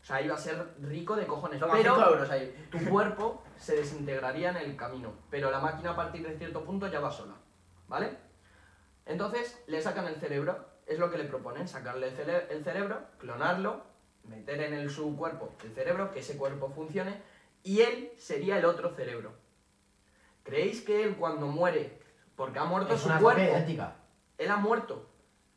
O sea, iba a ser rico de cojones.
Toma
pero
5 euros ahí.
tu cuerpo se desintegraría en el camino, pero la máquina a partir de cierto punto ya va sola, ¿vale? Entonces le sacan el cerebro, es lo que le proponen, sacarle el, cele- el cerebro, clonarlo, meter en el, su cuerpo el cerebro, que ese cuerpo funcione, y él sería el otro cerebro. ¿Creéis que él cuando muere, porque ha muerto
Es
su
una
cuerpo,
copia ética.
él ha muerto,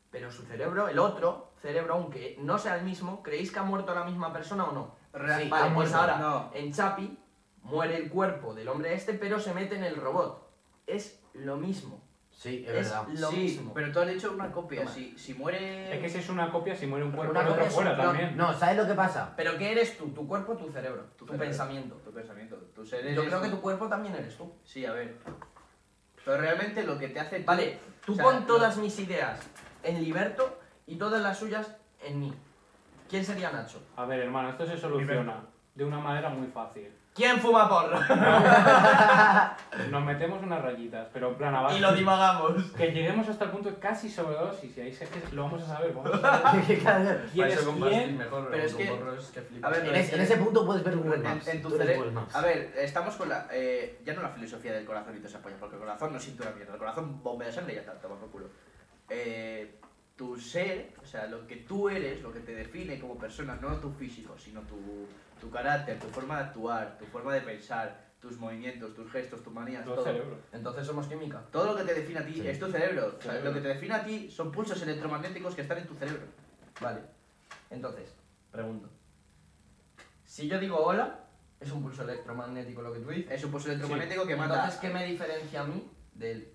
pero su cerebro, el otro cerebro, aunque no sea el mismo, ¿creéis que ha muerto la misma persona o no?
Real-
vale,
ha
pues
muerto.
ahora,
No.
en Chapi, muere el cuerpo del hombre este, pero se mete en el robot. Es lo mismo.
Sí, es
Es,
verdad.
lo
sí,
mismo.
pero tú has hecho una copia.
Toma.
Si, si muere...
Es que si es una copia, si muere un cuerpo,
Una
el
copia
otro
es
fuera
un clon.
también.
No, ¿sabes lo que pasa? [laughs]
¿Pero qué eres tú? ¿Tu cuerpo o tu cerebro? Tu,
cerebro.
pensamiento.
Tu pensamiento, tu ser
Yo
eres-
creo que tu cuerpo también eres tú.
Sí, a ver. Pero realmente lo que te hace... tú-
Vale, tú
O sea,
pon
lo-
todas mis ideas en Liberto y todas las suyas en mí. ¿Quién sería Nacho?
A ver, hermano, esto se soluciona de una manera muy fácil.
¿Quién fuma [laughs] porro?
Nos metemos unas rayitas, pero en plan abajo.
y lo divagamos.
Que lleguemos hasta el punto de casi sobredosis y ahí sé que lo vamos a saber.
[laughs]
Vamos a saber quién es quién.
mejor,
Pero es que- A ver,
En,
pero es
es- en
que-
ese punto puedes ver Google
En,
Maps.
en tu
Tú eres
cere-
Google Maps.
A ver, estamos con la. eh, ya no la filosofía del corazón y todas esas pollas, porque el corazón no siente una mierda. El corazón bombea sangre y ya está, toma por culo. Eh, tu ser, o sea, lo que tú eres, lo que te define como persona, no tu físico, sino tu, tu carácter, tu forma de actuar, tu forma de pensar, tus movimientos, tus gestos, tus manías,
Dos
todo.
cerebros.
Entonces somos química.
Todo lo que te define a ti
Sí.
es tu cerebro. O sea,
Cerebro.
lo que te define a ti son pulsos electromagnéticos que están en tu cerebro.
Vale. Entonces, pregunto. Si yo digo hola, es un pulso electromagnético lo que tú dices.
Es un pulso electromagnético que manda.
Entonces, ¿qué me diferencia a mí de él?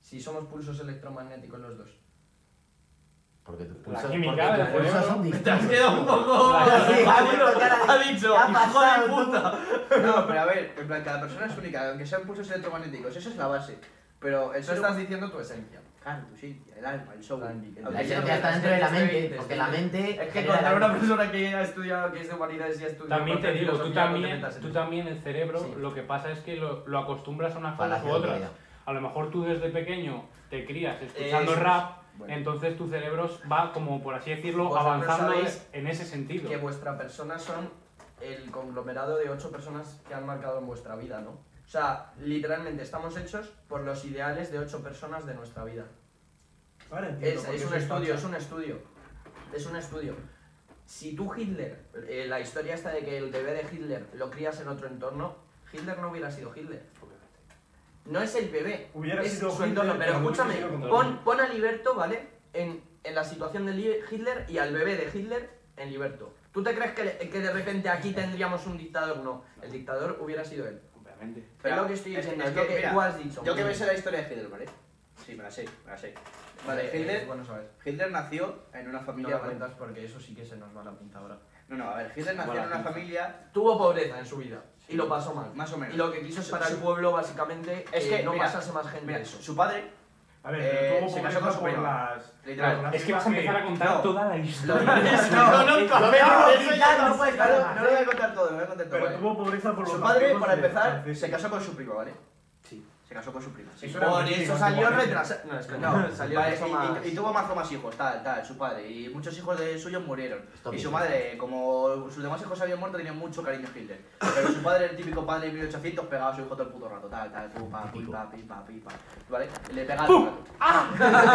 Si somos pulsos electromagnéticos los dos.
Porque tus pulsos,
química
porque
del
tus pulsos
cerebro.
son
Te has
distintos.
quedado un poco...
La-
[laughs]
Sí, ha puesto cara de-
ha dicho,
"¿Qué ha
hijo de
pasado, tú?".
puta.
[laughs] No, pero a ver, en plan, cada persona es única, aunque sean pulsos electromagnéticos, eso es la base. Pero el
Eso
ser
estás
humano-
diciendo tu esencia.
Claro, tu esencia, el alma, el soul.
Plan, Miguel.
La
Aunque sea
esencia está dentro de la mente, porque la mente...
Es que
genera
contra
la-
una persona que ha estudiado, que es de humanidades y ha estudiado...
También te
cualquier
digo, tú
filosofía, no te
también,
metas en
tú
eso.
también el cerebro,
Sí.
lo que pasa es que lo, lo acostumbras a unas
Para
cosas
la
u otras.
teoría.
A lo mejor tú desde pequeño te crías escuchando
Eso es.
rap,
Bueno.
entonces tu cerebro va como, por así decirlo,
Vosotros
avanzando
sabéis
en ese sentido.
que vuestra persona son el conglomerado de ocho personas que han marcado en vuestra vida, ¿no? O sea, literalmente estamos hechos por los ideales de ocho personas de nuestra vida.
Ahora entiendo
Es,
por
es
qué
un
sois
estudio, es
fachas.
un estudio. Es un estudio. Si tú Hitler, eh, la historia esta de que el bebé de Hitler lo crías en otro entorno, Hitler no hubiera sido Hitler. No es el bebé,
Hubiera
es
sido
su
Hitler,
entorno. Pero
pero hubiera
escúchame,
sido contra
pon,
mí.
pon a Liberto, ¿vale? En, en la situación de Li- Hitler y al bebé de Hitler en Liberto. ¿Tú te crees que, le- que de repente aquí tendríamos un dictador? No, el dictador hubiera sido él.
Obviamente.
Pero
es lo que estoy
es que-
diciendo,
es
es, lo
que,
que
mira,
tú has dicho.
Yo que me
hombre.
sé la historia de Hitler, ¿vale? Sí, me la sé, me la sé. Vale,
Eh,
Hitler,
Bueno, sabes.
Hitler nació en una
No
familia...
la cuentas porque eso sí que se nos va la pinta ahora.
No, no, a ver, Hitler nació
Buena
en una
pinza.
familia
tuvo pobreza en su vida y lo pasó mal.
más o menos.
Y lo que quiso es para el pueblo, básicamente,
Es
es
que,
que no
mira,
pasase más gente
Mira,
de eso.
su padre,
A ver, pero
Eh,
tuvo
se
pobreza
casó con su
por
prima.
las.
literal.
las
Es que vas a
racistas
empezar a contar
no.
toda la
[laughs]
historia.
Lo peor es que ya no puedes
No,
hablar
no,
más.
no lo
¿eh?
voy a contar todo, no lo voy a contar todo.
Pero
vale.
tuvo pobreza por los
Su padre,
racistas
para
de los
empezar,
franceses.
se casó con su prima, ¿vale?
Sí.
Se casó con su prima. sí.
Eso era
Por
mentira,
eso
¿no?
salió
Como a mí.
retrasado. No, es que
No, [laughs]
no, salió
vale,
eso
y-
más.
y, y tuvo mazo más hijos, tal, tal, su padre. Y muchos hijos de suyos murieron.
Esto
y su
mismo.
madre, como sus demás hijos habían muerto, tenía mucho cariño a Hitler. Pero su padre, el típico padre de 1800, pegaba a su hijo todo el puto rato, tal, tal, pum, pa, pim, pa, pim, pa, pim, pa. ¿Vale? Le pegaba todo el rato.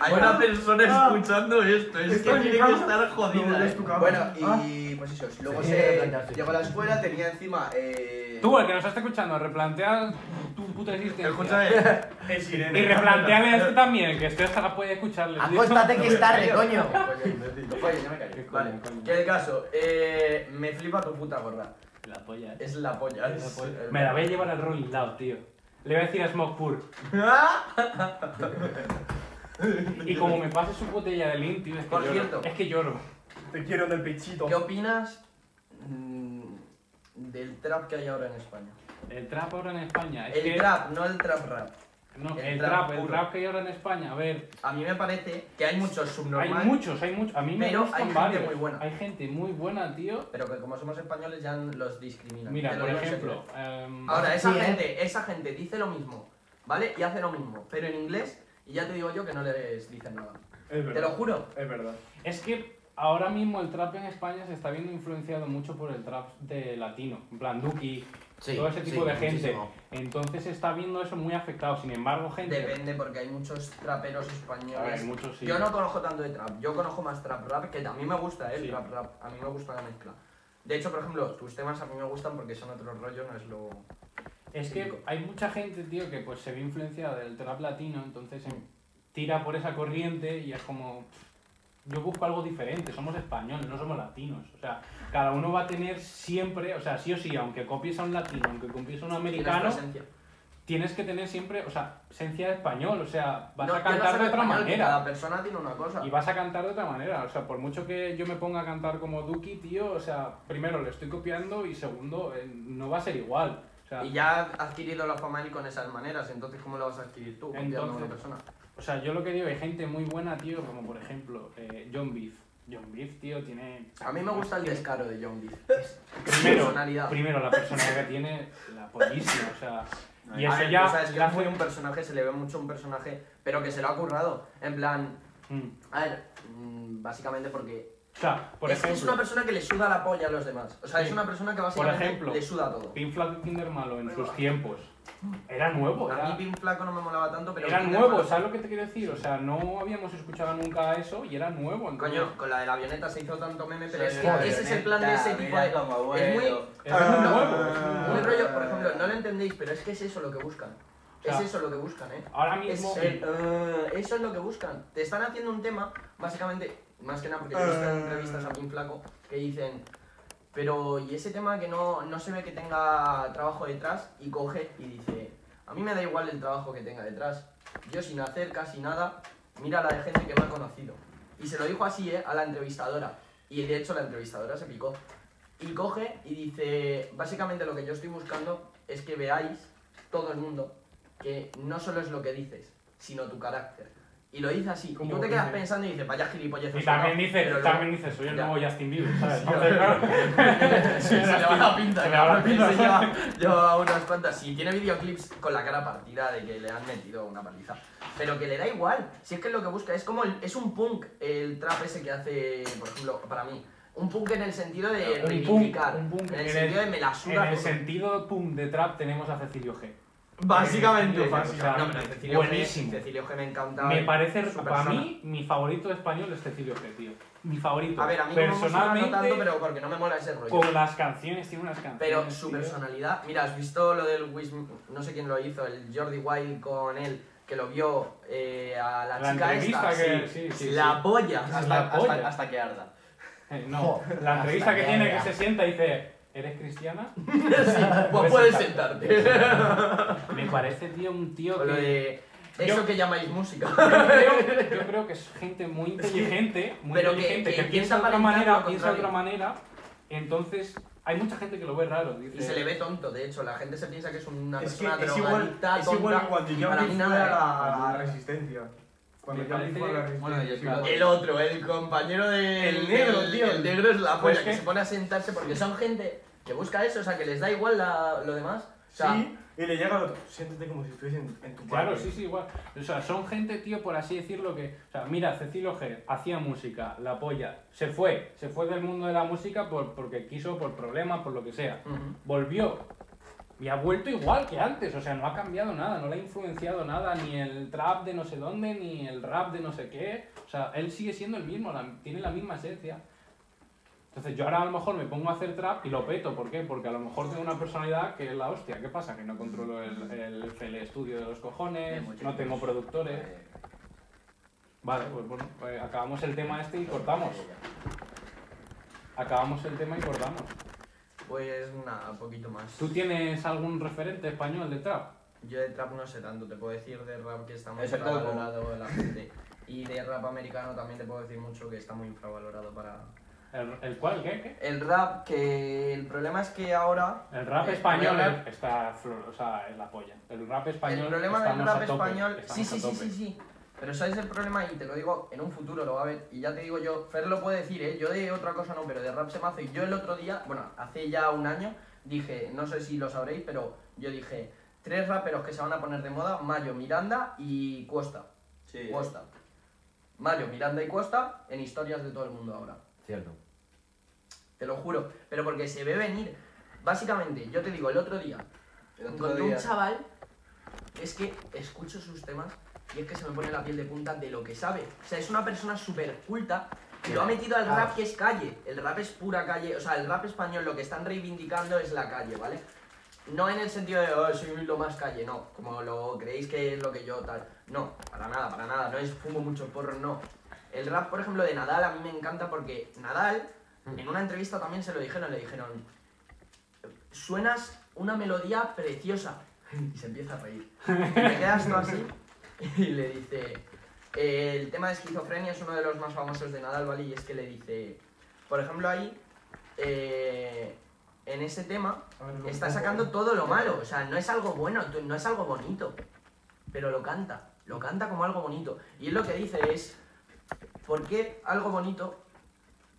Hay una persona escuchando esto, esto tiene que estar jodida. eh.
Bueno,
Ah.
Ah,
y pues eso, luego
Sí,
se
replantearse.
llegó a la escuela, tenía encima. Eh,
Tú, el que nos está escuchando, replantea tu puta existencia.
Es Irene.
Y replanteale a este también, que estoy hasta la polla de escucharle. tío.
Acuéstate que es tarde,
Oye,
coño.
ya me callé.
Vale, que el caso, eh, me flipa tu puta gorra.
La polla, eh.
Es la polla.
La
es-
polla.
es-
Me la voy a llevar al Rolling Loud, tío. Le voy a decir a Smoke
[laughs]
Pur. Y como me pase su botella de Lin, tío, es que
Por
lloro.
cierto.
Es que lloro.
Te quiero en el pechito.
¿Qué opinas mm, del trap que hay ahora en España?
El trap ahora en España. Es que...
El trap, no el trap rap.
No,
el
el,
trap
trap, el
puro.
trap que hay ahora en España. A ver,
A mí me parece que hay muchos subnormales,
hay muchos, hay muchos. A mí me
Pero
gustan
hay gente
varios.
muy buena.
Hay gente muy buena, tío.
pero que como somos españoles ya los discriminan.
Mira,
Te lo
por
digo en
ejemplo,
serio.
em,
Ahora, esa
Sí, ¿eh?
gente, esa gente dice lo mismo, ¿vale? Y hace lo mismo, pero en inglés, y ya te digo yo que no les dicen nada.
Es
Te lo
verdad.
juro.
Es verdad.
es que ahora mismo el trap en España se está viendo influenciado mucho por el trap de latino. En plan, Duki,
Sí,
todo ese tipo
sí,
de gente.
muchísimo.
Entonces se está viendo eso muy afectado. Sin embargo, gente.
Depende porque hay muchos traperos españoles.
A ver, muchos sí.
Yo no conozco tanto de trap, yo conozco más trap rap, que a mí me gusta, ¿eh? el
Sí.
trap rap, a mí me gusta la mezcla. De hecho, por ejemplo, tus temas a mí me gustan porque son otro rollo, no es lo...
Es que hay mucha gente, tío, que pues se ve influenciada del trap latino, entonces em, tira por esa corriente y es como. Yo busco algo diferente, somos españoles, no somos latinos. O sea, cada uno va a tener siempre, o sea, sí o sí, aunque copies a un latino, aunque copies a un
Tienes
americano,
presencia.
tienes que tener siempre, o sea, esencia de español, o sea, vas
No,
a
yo no
cantar
soy
de otra
español, que
manera.
Cada persona tiene una cosa.
Y vas a cantar de otra manera, o sea, por mucho que yo me ponga a cantar como Duki, tío, o sea, primero le estoy copiando y segundo, eh, no va a ser igual. O sea,
Y ya has adquirido la fama él con esas maneras, entonces ¿cómo la vas a adquirir tú? Copiando a una
Entonces-
persona.
O sea, yo lo que digo, hay gente muy buena, tío, como por ejemplo eh, John Beef. John Beef, tío, tiene...
A mí me gusta el descaro de John Beef.
Primero,
personalidad.
primero la personalidad que tiene, la pollísima, o sea... Y
A
eso
ver,
ya...
tú sabes que
la
es muy un personaje, se le ve mucho un personaje, pero que se lo ha currado. En plan,
Mm.
a ver, mm, básicamente porque
O sea, por
es,
ejemplo,
es una persona que le suda la polla a los demás. O sea,
Sí.
es una persona que básicamente
ejemplo,
le suda todo.
Pin Flat Kinder Malo en sus tiempos era nuevo,
A
era,
mí Pin Flaco no me molaba tanto, pero...
era
Kinder
nuevo,
Malo-
¿sabes lo que te quiero decir? O sea, no habíamos escuchado nunca eso y era nuevo. entonces-
Coño, con la de la avioneta se hizo tanto meme, pero es que
Joder,
ese es el plan de ese tipo
mira
de...
cómo
Es muy,
vuelo.
Era nuevo.
muy Ah. rollo, por ejemplo, no lo entendéis, pero es que es eso lo que buscan.
sea,
es eso lo que buscan, ¿eh?
Ahora
Es
mismo...
el, eh, eso es lo que buscan. Te están haciendo un tema, básicamente, más que nada porque yo he visto
Eh.
en entrevistas a Pin Flaco que dicen, pero y ese tema que no, no se ve que tenga trabajo detrás y coge y dice, a mí me da igual el trabajo que tenga detrás. Yo sin hacer casi nada, mira la de gente que me ha conocido. Y se lo dijo así, ¿eh? A la entrevistadora. Y de hecho la entrevistadora se picó. Y coge y dice, básicamente lo que yo estoy buscando es que veáis, todo el mundo, que no solo es lo que dices, sino tu carácter. Y lo dice así. Y
Como
tú te quedas
dice-
pensando y dices, vaya gilipollez.
Y también dice, también dice, soy el
Ya.
nuevo Justin Bieber, ¿sabes? Entonces, claro,
[laughs] Se le va la pinta,
Se le va la
cabrón.
pinta, [laughs]
Ese lleva, lleva unas cuantas. Sí, tiene videoclips con la cara partida de que le han metido una paliza. Pero que le da igual. Si es que es lo que busca. Es como el- es un punk el trap ese que hace, por ejemplo, para mí. Un punk en Eh, el sentido de
Un punk,
reivindicar.
un punk
en el
en
sentido
el-
de me la
En
suda
el
todo.
sentido pum de trap tenemos a Cecilio G.
[laughs] Básicamente.
Cecilio G, o sea,
No, pero Cecilio
buenísimo.
G, Cecilio G me encanta.
Me parece,
su
para
persona.
mí, mi favorito español es Cecilio G, tío. Mi favorito.
A ver, a mí como persona
personalmente,
no tanto, pero porque no me mola ese rollo.
con las canciones, tiene unas canciones.
Pero su
tío.
personalidad, mira, has visto lo del Wish, no sé quién lo hizo, el Jordi Wild con él, que lo vio eh, a la,
La
chica
entrevista
esta.
que-
sí.
sí, sí,
la
sí.
[laughs]
polla.
Es
Hasta,
la
hasta,
polla.
hasta que arda.
Eh, no,
Jo,
[laughs] la entrevista
hasta
que
que
tiene, que
haya.
se sienta y dice, ¿eres cristiana?
[laughs] Sí, pues puedes sentarte.
Me parece, tío, un tío
Con
que...
lo de eh, eso que llamáis música.
Yo
[laughs]
creo, yo creo que es gente muy inteligente, muy
Pero que-
inteligente,
que
que, piensa
piensa
de otra
para intentar
manera,
lo
piensa de otra
contrario.
manera. Entonces, hay mucha gente que lo ve raro. Dice,
Y se le ve tonto, de hecho, la gente se piensa que es una
Es que
persona
es igual,
drogadicta,
es igual
tonta,
que cuando
y para mí
Jordi fue a
nada.
la, a la resistencia. Cuando
Me
Jordi fue a la
parece-
resistencia.
bueno, yo
sí,
creo-
El otro, el compañero de.
El negro,
el,
tío.
El negro es la
Pues
polla, que
que-
se pone a sentarse porque son gente que busca eso, o sea, que les da igual la- lo demás. O sea,
Sí, Y le llega al otro, siéntate como si estuviese en, en tu
Claro,
padre.
sí, sí, igual. O sea, son gente, tío, por así decirlo, que. O sea, mira, Cecilio G hacía música, la polla, se fue, se fue del mundo de la música por, porque quiso, por problemas, por lo que sea. Volvió y ha vuelto igual que antes, o sea, no ha cambiado nada, no le ha influenciado nada, ni el trap de no sé dónde, ni el rap de no sé qué. O sea, él sigue siendo el mismo, la- tiene la misma esencia. Entonces yo ahora a lo mejor me pongo a hacer trap y lo peto, ¿por qué? Porque a lo mejor tengo una personalidad que es la hostia. ¿Qué pasa? Que no controlo el, el, el estudio de los cojones, no tengo productores.
Eh,
Vale, pues bueno, pues acabamos el tema este y cortamos. Acabamos el tema y cortamos.
Pues nada, poquito más.
¿Tú tienes algún referente español de trap?
Yo de trap no sé tanto, te puedo decir de rap que está muy
Excepto el
infravalorado de la gente. Y de rap americano también te puedo decir mucho que está muy infravalorado para...
¿El, el cuál? ¿Qué? ¿Qué?
El rap que... El problema es que ahora...
El rap
Eh,
español
voy a hablar-
está, flor- o sea, es la polla. El rap español.
El problema del
estamos
rap
a tope,
español... Sí,
estamos
sí,
a
sí,
tope.
sí, sí. Pero ¿sabes el problema? Y te lo digo, en un futuro lo va a ver. Y ya te digo yo, Fer lo puede decir, ¿eh? Yo de otra cosa no, pero de rap se me hace. Yo el otro día, bueno, hace ya un año, dije, no sé si lo sabréis, pero yo dije, tres raperos que se van a poner de moda, Mayo, Miranda y Cuesta.
Sí.
Cuesta. Mario, Miranda y Cuesta en historias de todo el mundo ahora.
Cierto.
Te lo juro. Pero porque se ve venir. Básicamente, yo te digo, el otro día,
El otro
encontré
día-
un chaval que es que escucho sus temas y es que se me pone la piel de punta de lo que sabe. O sea, es una persona súper culta y lo ha metido al rap que es calle. El rap es pura calle. O sea, el rap español lo que están reivindicando es la calle, ¿vale? No en el sentido de, oh, soy lo más calle, no. Como lo creéis que es lo que yo tal. No, para nada, para nada. No es fumo mucho porro, no. El rap, por ejemplo, de Nadal a mí me encanta porque Nadal, en una entrevista también se lo dijeron, le dijeron, suenas una melodía preciosa. [laughs] Y se empieza a reír. Y te quedas tú así [laughs] y le dice, eh, el tema de esquizofrenia es uno de los más famosos de Nadal, ¿vale? Y es que le dice, por ejemplo, ahí, eh, en ese tema, está sacando todo lo malo. O sea, no es algo bueno, tú- no es algo bonito. Pero lo canta, lo canta como algo bonito. Y él lo que dice es, ¿por qué algo bonito,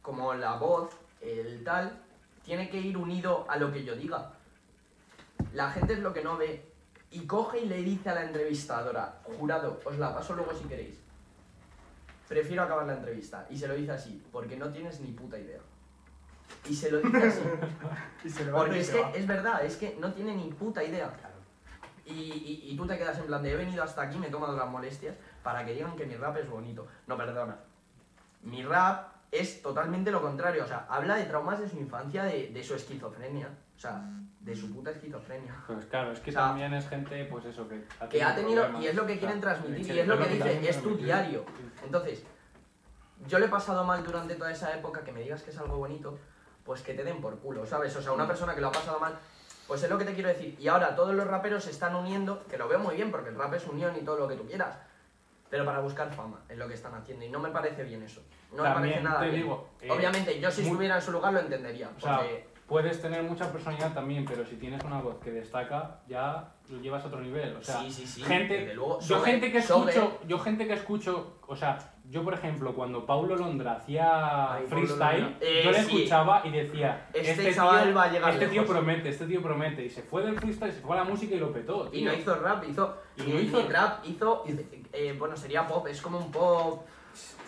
como la voz, el tal, tiene que ir unido a lo que yo diga? La gente es lo que no ve. Y coge y le dice a la entrevistadora, jurado, os la paso luego si queréis. Prefiero acabar la entrevista. Y se lo dice así, porque no tienes ni puta idea. Y se lo dice así.
Y se levanta
Porque
y
es
se
que
va.
es verdad, es que no tiene ni puta idea. Y, y- y tú te quedas en plan de he venido hasta aquí, me he tomado las molestias para que digan que mi rap es bonito. No, perdona. Mi rap es totalmente lo contrario. O sea, habla de traumas de su infancia, de, de su esquizofrenia. O sea, de su puta esquizofrenia.
Pues claro, es que
O sea,
también es gente, pues eso, que ha
que ha tenido
problemas.
y es lo que
O sea,
quieren transmitir
sí,
y es lo que
quieren
dice es tu
transmitir.
diario entonces yo le he pasado mal durante toda esa época que me digas que es algo bonito pues que te den por culo sabes o sea
Mm.
una persona que lo ha pasado mal pues es lo que te quiero decir y ahora todos los raperos se están uniendo que lo veo muy bien porque el rap es unión y todo lo que tú quieras pero para buscar fama es lo que están haciendo y no me parece bien eso no me
También
parece nada
te
bien.
digo, eh,
obviamente yo si
muy-
estuviera en su lugar lo entendería
O sea,
porque
puedes tener mucha personalidad también, pero si tienes una voz que destaca, ya lo llevas a otro nivel. O sea,
sí sí sí desde
gente,
luego
yo
Sobe-
gente que
Sobe-
escucho, yo gente que escucho, o sea, yo por ejemplo cuando Paulo Londra hacía
Ay, Paulo
freestyle,
Londra. Eh,
yo le
sí.
escuchaba y decía,
Este chaval va a llegar
este tío
lejos".
promete, este tío promete y se fue del freestyle, se fue a la música y lo petó.
Y no
tío.
hizo rap, hizo.
Y
Y
no hizo-
rap, hizo. eh, bueno, sería pop, es como un pop.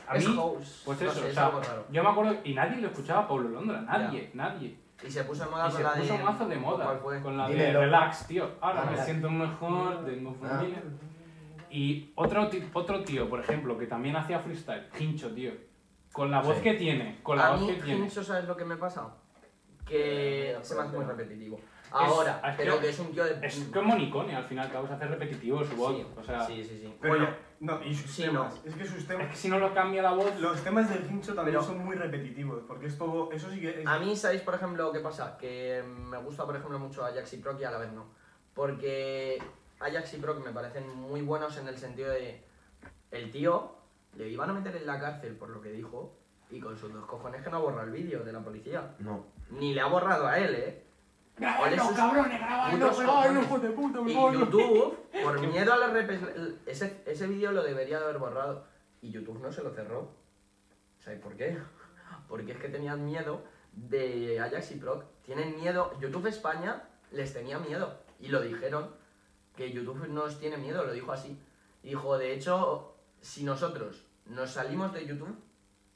a
es
mí,
house.
pues
no
eso,
sé,
o
es
sea,
algo raro.
yo me acuerdo y nadie lo escuchaba a Paulo Londra, nadie, nadie.
Y se puso en moda
Y
con
se
la de.
puso mazo de moda
¿Cuál fue?
con la de
Dímelo.
relax, tío. Ahora
Ah,
me
relax.
siento mejor, tengo
Ah.
familia. Y otro, ti- otro tío, por ejemplo, que también hacía freestyle, Hincho, tío. Con la voz
Sí.
que tiene, con la
A
voz
mí,
que tiene. Eh,
Hincho, ¿sabes lo que me pasa? Que se me hace muy repetitivo.
es
Ahora,
que-
pero que es un tío de.
Es como Nicone, al final, que vas a hacer repetitivo su voz.
Sí,
o sea,
sí, sí, sí.
Pero ya- no, y sus
sí,
temas. Es que sus
es que
temas.
si no lo cambia la voz,
Los temas del hincho también
Pero-
son muy repetitivos, porque es todo. Eso sí que es.
A mí, ¿sabéis, por ejemplo, qué pasa? Que me gusta, por ejemplo, mucho Ajax y Proc y a la vez no. Porque Ajax y Proc me parecen muy buenos en el sentido de. El tío le iban a meter en la cárcel por lo que dijo y con sus dos cojones que no ha borrado el vídeo de la policía.
No.
Ni le ha borrado a él, ¿eh? Ole sus
cabrones,
putos cojones.
de puta,
Y YouTube,
[laughs]
por miedo a la represión, ese, ese vídeo lo debería de haber borrado. Y YouTube no se lo cerró. ¿Sabéis por qué? [laughs] Porque es que tenían miedo de Ajax y Proc. Tienen miedo. YouTube España les tenía miedo. Y lo dijeron.
que YouTube nos tiene miedo, lo dijo así. Y dijo, de hecho, si nosotros nos salimos de YouTube,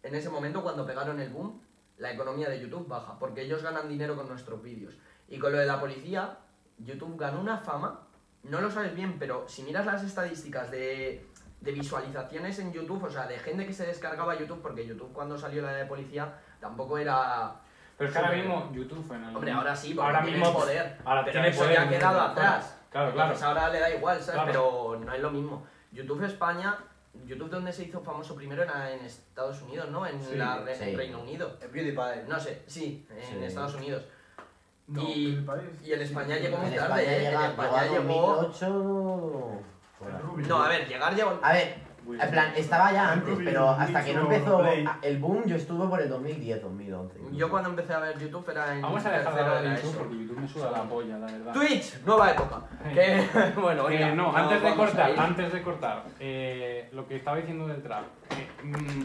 en ese momento cuando pegaron el boom, la economía de YouTube baja, porque ellos ganan dinero con nuestros vídeos. Y con lo de la policía, YouTube ganó una fama, no lo sabes bien, pero si miras las estadísticas de, de visualizaciones en YouTube, o sea, de gente que se descargaba YouTube, porque YouTube cuando salió la de policía tampoco era...
Pero es que ahora
Hombre.
mismo YouTube en el-
Hombre, ahora sí, porque
ahora
tiene
mismo
poder.
Ahora
pero
tiene
eso
poder,
ya ha quedado
claro.
atrás.
Claro, claro.
Entonces ahora le da igual, ¿sabes?
Claro.
Pero no es lo mismo. YouTube España, YouTube donde se hizo famoso primero era en Estados Unidos, ¿no? En, la re-
sí.
Reino Unido.
Es PewDiePie.
No sé, sí, en
Sí.
Estados Unidos.
No,
y,
PewDiePie
y en España llegó muy
En
tarde,
España
¿eh?
llega,
en España
llegó
llegó...
2008. por ahí.
No, a ver, llegar llegó...
A ver, en plan, estaba ya antes, pero hasta que no empezó el boom, yo estuve por el 2010, 2011.
Yo cuando empecé a ver YouTube era en
Vamos a dejar de
tercero
hablar
de
de
la
YouTube
ESO.
porque YouTube me suda la polla, la verdad. [laughs]
Twitch, nueva época.
Sí.
Que, [laughs] bueno,
Eh,
oiga,
no, antes de
vamos a
cortar, Ah,
ir.
antes de cortar, eh, lo que estaba diciendo del trap. eh, mm,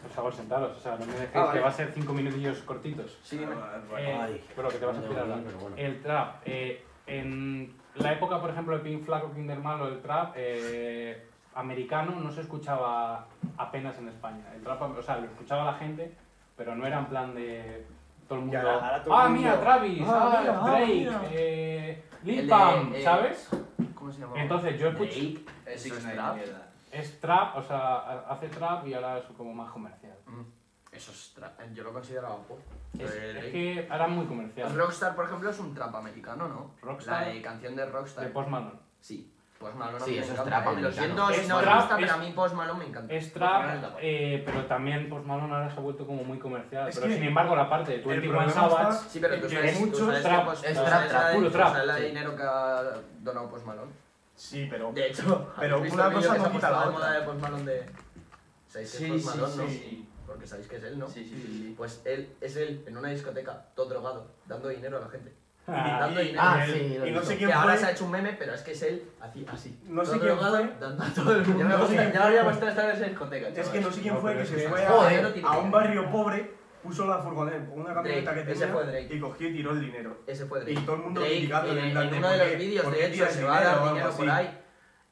por favor, sentaros, o sea, no me dejéis
Ah, vale.
que va a ser cinco minutillos cortitos.
Sí, dime.
Eh,
ay.
pero que te vas a
Bueno,
tirar.
bueno, pero bueno.
El trap, eh, en la época, por ejemplo, de Pink Flaco, Kinder Malo, el trap eh, americano no se escuchaba apenas en España. El trap, o sea, lo escuchaba la gente, pero no era en plan de todo el mundo.
Ya, ahora todo el
ah,
mundo-
mira, Travis,
Ah,
ah,
mira, ah,
Drake,
mira".
eh,
El
Lil
de,
Pam,
eh,
¿sabes?
¿Cómo se llama?
Entonces, yo escucho-
Es
Eso es
6ix9ine,
trap.
mierda.
Es trap, o sea, ha- hace trap y ahora es como más comercial.
Mm.
Eso es trap. Yo lo consideraba pop.
Es,
Eh,
es que ahora es muy comercial.
Rockstar, por ejemplo, es un trap americano, ¿no?
Rockstar.
La de canción de Rockstar.
De Post Malone.
Sí. Post Malone
Sí,
me
eso es
encanta,
trap
eh. Lo
americano.
siento si
Es
no os
trap,
gusta, pero
es-
a mí Post Malone me encanta.
Es
Post Malone es
trap,
la-
eh, pero también Post Malone ahora se ha vuelto como muy comercial.
Es
pero
que
sin embargo, la parte de
el
21
problema
Savage...
está-
Sí, pero tú
que
sabes, tú
mucho
sabes
trap,
que Post-
es
tú
trap,
sabes
trap,
la de-
puro
tú
trap,
sabes la de
sí.
dinero que ha donado Post Malone.
Sí, pero.
De hecho,
Pero
¿habéis visto
una
el vídeo
cosa
que se
no
ha
quita
puesto
la
de
otra.
moda de Post Malone de... ¿Sabéis que
Sí,
es Post
sí,
Malone, no?
sí.
Porque sabéis que es él, ¿no?
Sí, sí, sí.
Pues él es él en una discoteca, todo drogado, dando dinero a la gente.
Ah,
dando dinero.
Ah, sí, lo
Y no
hizo.
sé
que
quién
ahora se ha
fue.
hecho un meme, pero es que es él así. así
No sé
Todo
quién
drogado,
fue.
Dando a todo el mundo.
Ya me voy a-
Ya me había mostrado estar en esa discoteca.
Es que no sé quién
No,
fue
pero
que
es
se
que-
fue a-
Joder,
a un barrio pobre, puso la furgoneta, una camioneta
Drake,
que
ese fue
tenía
Drake.
y cogió y tiró el dinero.
Ese fue Drake.
Y todo el mundo
Drake,
criticando,
en,
en plan
en
de
uno de
por qué-
los vídeos,
por
de
qué
hecho,
tiras
se va a
dinero o
dar
algo
dinero por
así.
ahí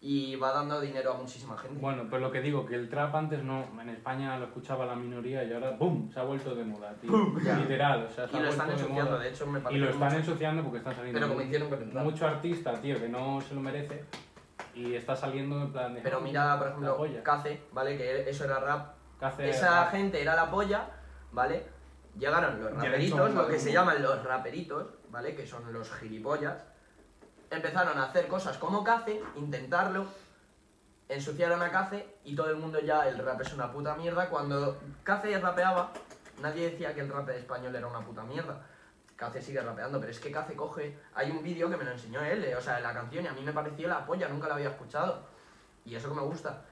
y va dando dinero a muchísima gente.
Bueno, pues lo que digo, que el trap antes no, en España lo escuchaba la minoría y ahora ¡boom! se ha vuelto de moda, tío.
Ya.
Literal, o sea, se
y
ha
lo están
vuelto de
ensuciando,
moda.
de hecho, me
Y
parece.
lo están
mucho.
ensuciando porque están saliendo
Pero como
mu-
hicieron con el rap.
mucho artista, tío, que no se lo merece y está saliendo en plan de...
Pero mira, por
La
ejemplo,
polla.
Kaze, ¿vale? Que eso era rap.
¿Qué hace?
Esa gente era la polla, ¿vale? Llegaron los
Ya le he
raperitos,
hecho
lo
mal.
que se llaman los raperitos, ¿vale? Que son los gilipollas. Empezaron a hacer cosas como Cace, intentarlo, ensuciaron a Cace y todo el mundo ya el rap es una puta mierda. Cuando Cace rapeaba, nadie decía que el rap español era una puta mierda. Cace sigue rapeando, pero es que Cace coge. Hay un vídeo que me lo enseñó él, eh, o sea, la canción, y a mí me pareció la polla, nunca la había escuchado. Y eso que me gusta.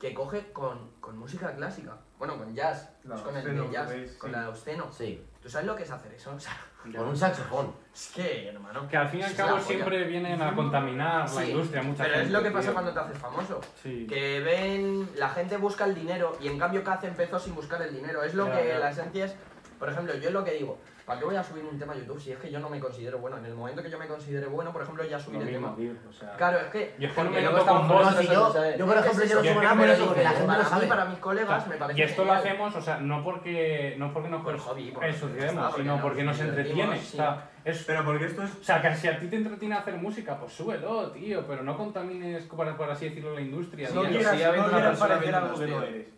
Que coge con, con música clásica. Bueno, con jazz.
La
es con el
Obsceno,
de jazz,
¿veis?
con
Sí.
la de Obsceno.
Sí,
¿Tú sabes lo que es hacer eso? [laughs] O sea,
con un saxofón.
es que, hermano.
Que al fin y al
es la
cabo
polla.
siempre vienen a contaminar la
Sí,
industria, mucha
Pero es
gente,
lo que pasa
tío.
cuando te haces famoso.
Sí.
Que ven, la gente busca el dinero y en cambio Kaz empezó sin buscar el dinero. Es lo
Ya,
que
ya.
la esencia es, por ejemplo, yo es lo que digo, ¿para qué voy a subir un tema a YouTube si es que yo no me considero bueno? En el momento que yo me considere bueno, pues, por ejemplo, ya subiré
Lo
el
mismo,
tema.
tío, o sea,
Claro, es que...
Y es que no me
porque luego
meto
estamos
con
con
vos,
No, si yo,
nosotros, ¿sabes?
yo por
Es
ejemplo,
eso.
yo no
Yo es
subo
que
nada por
me
eso,
lo
porque la gente
para
lo
mí,
sabe.
para mis colegas, me parece
Y esto lo
genial.
hacemos, o sea, no porque, no porque nos
Por hobby, por-
ensuciemos,
está, porque
sino
nos
porque nos
divertimos,
entretiene. O
sí.
sea, es-
Pero porque esto es.
o sea, que si a ti te entretiene hacer música, pues súbelo, tío, pero no contamines, por, por así decirlo, la industria.
No
tío.
quieras,
sigue habiendo
no
una
quieras
persona
parecer algo que
vendiendo,
no
tío.
eres.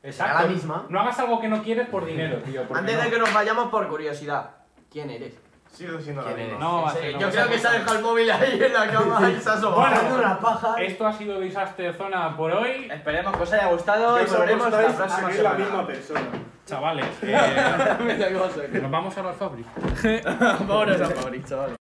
Exacto.
Será la misma.
No hagas algo que no quieres por dinero, tío. porque
Antes
no.
de que nos vayamos, por curiosidad, ¿quién eres?
Sigo siendo la
¿Quién
misma.
eres?
No,
En serio,
hace- no,
yo
no
creo
se
que se ha
apunta.
dejado el móvil ahí en la cama y se ha asomado.
Bueno,
una paja.
Esto ha sido Disaster Zona por hoy.
Esperemos que os haya gustado y
Eso
volveremos
apuesta
la
es a
próxima
que es la
semana.
misma persona.
[laughs]
Chavales, eh, nos vamos ahora al Fabri.
Vámonos a favor, chavales.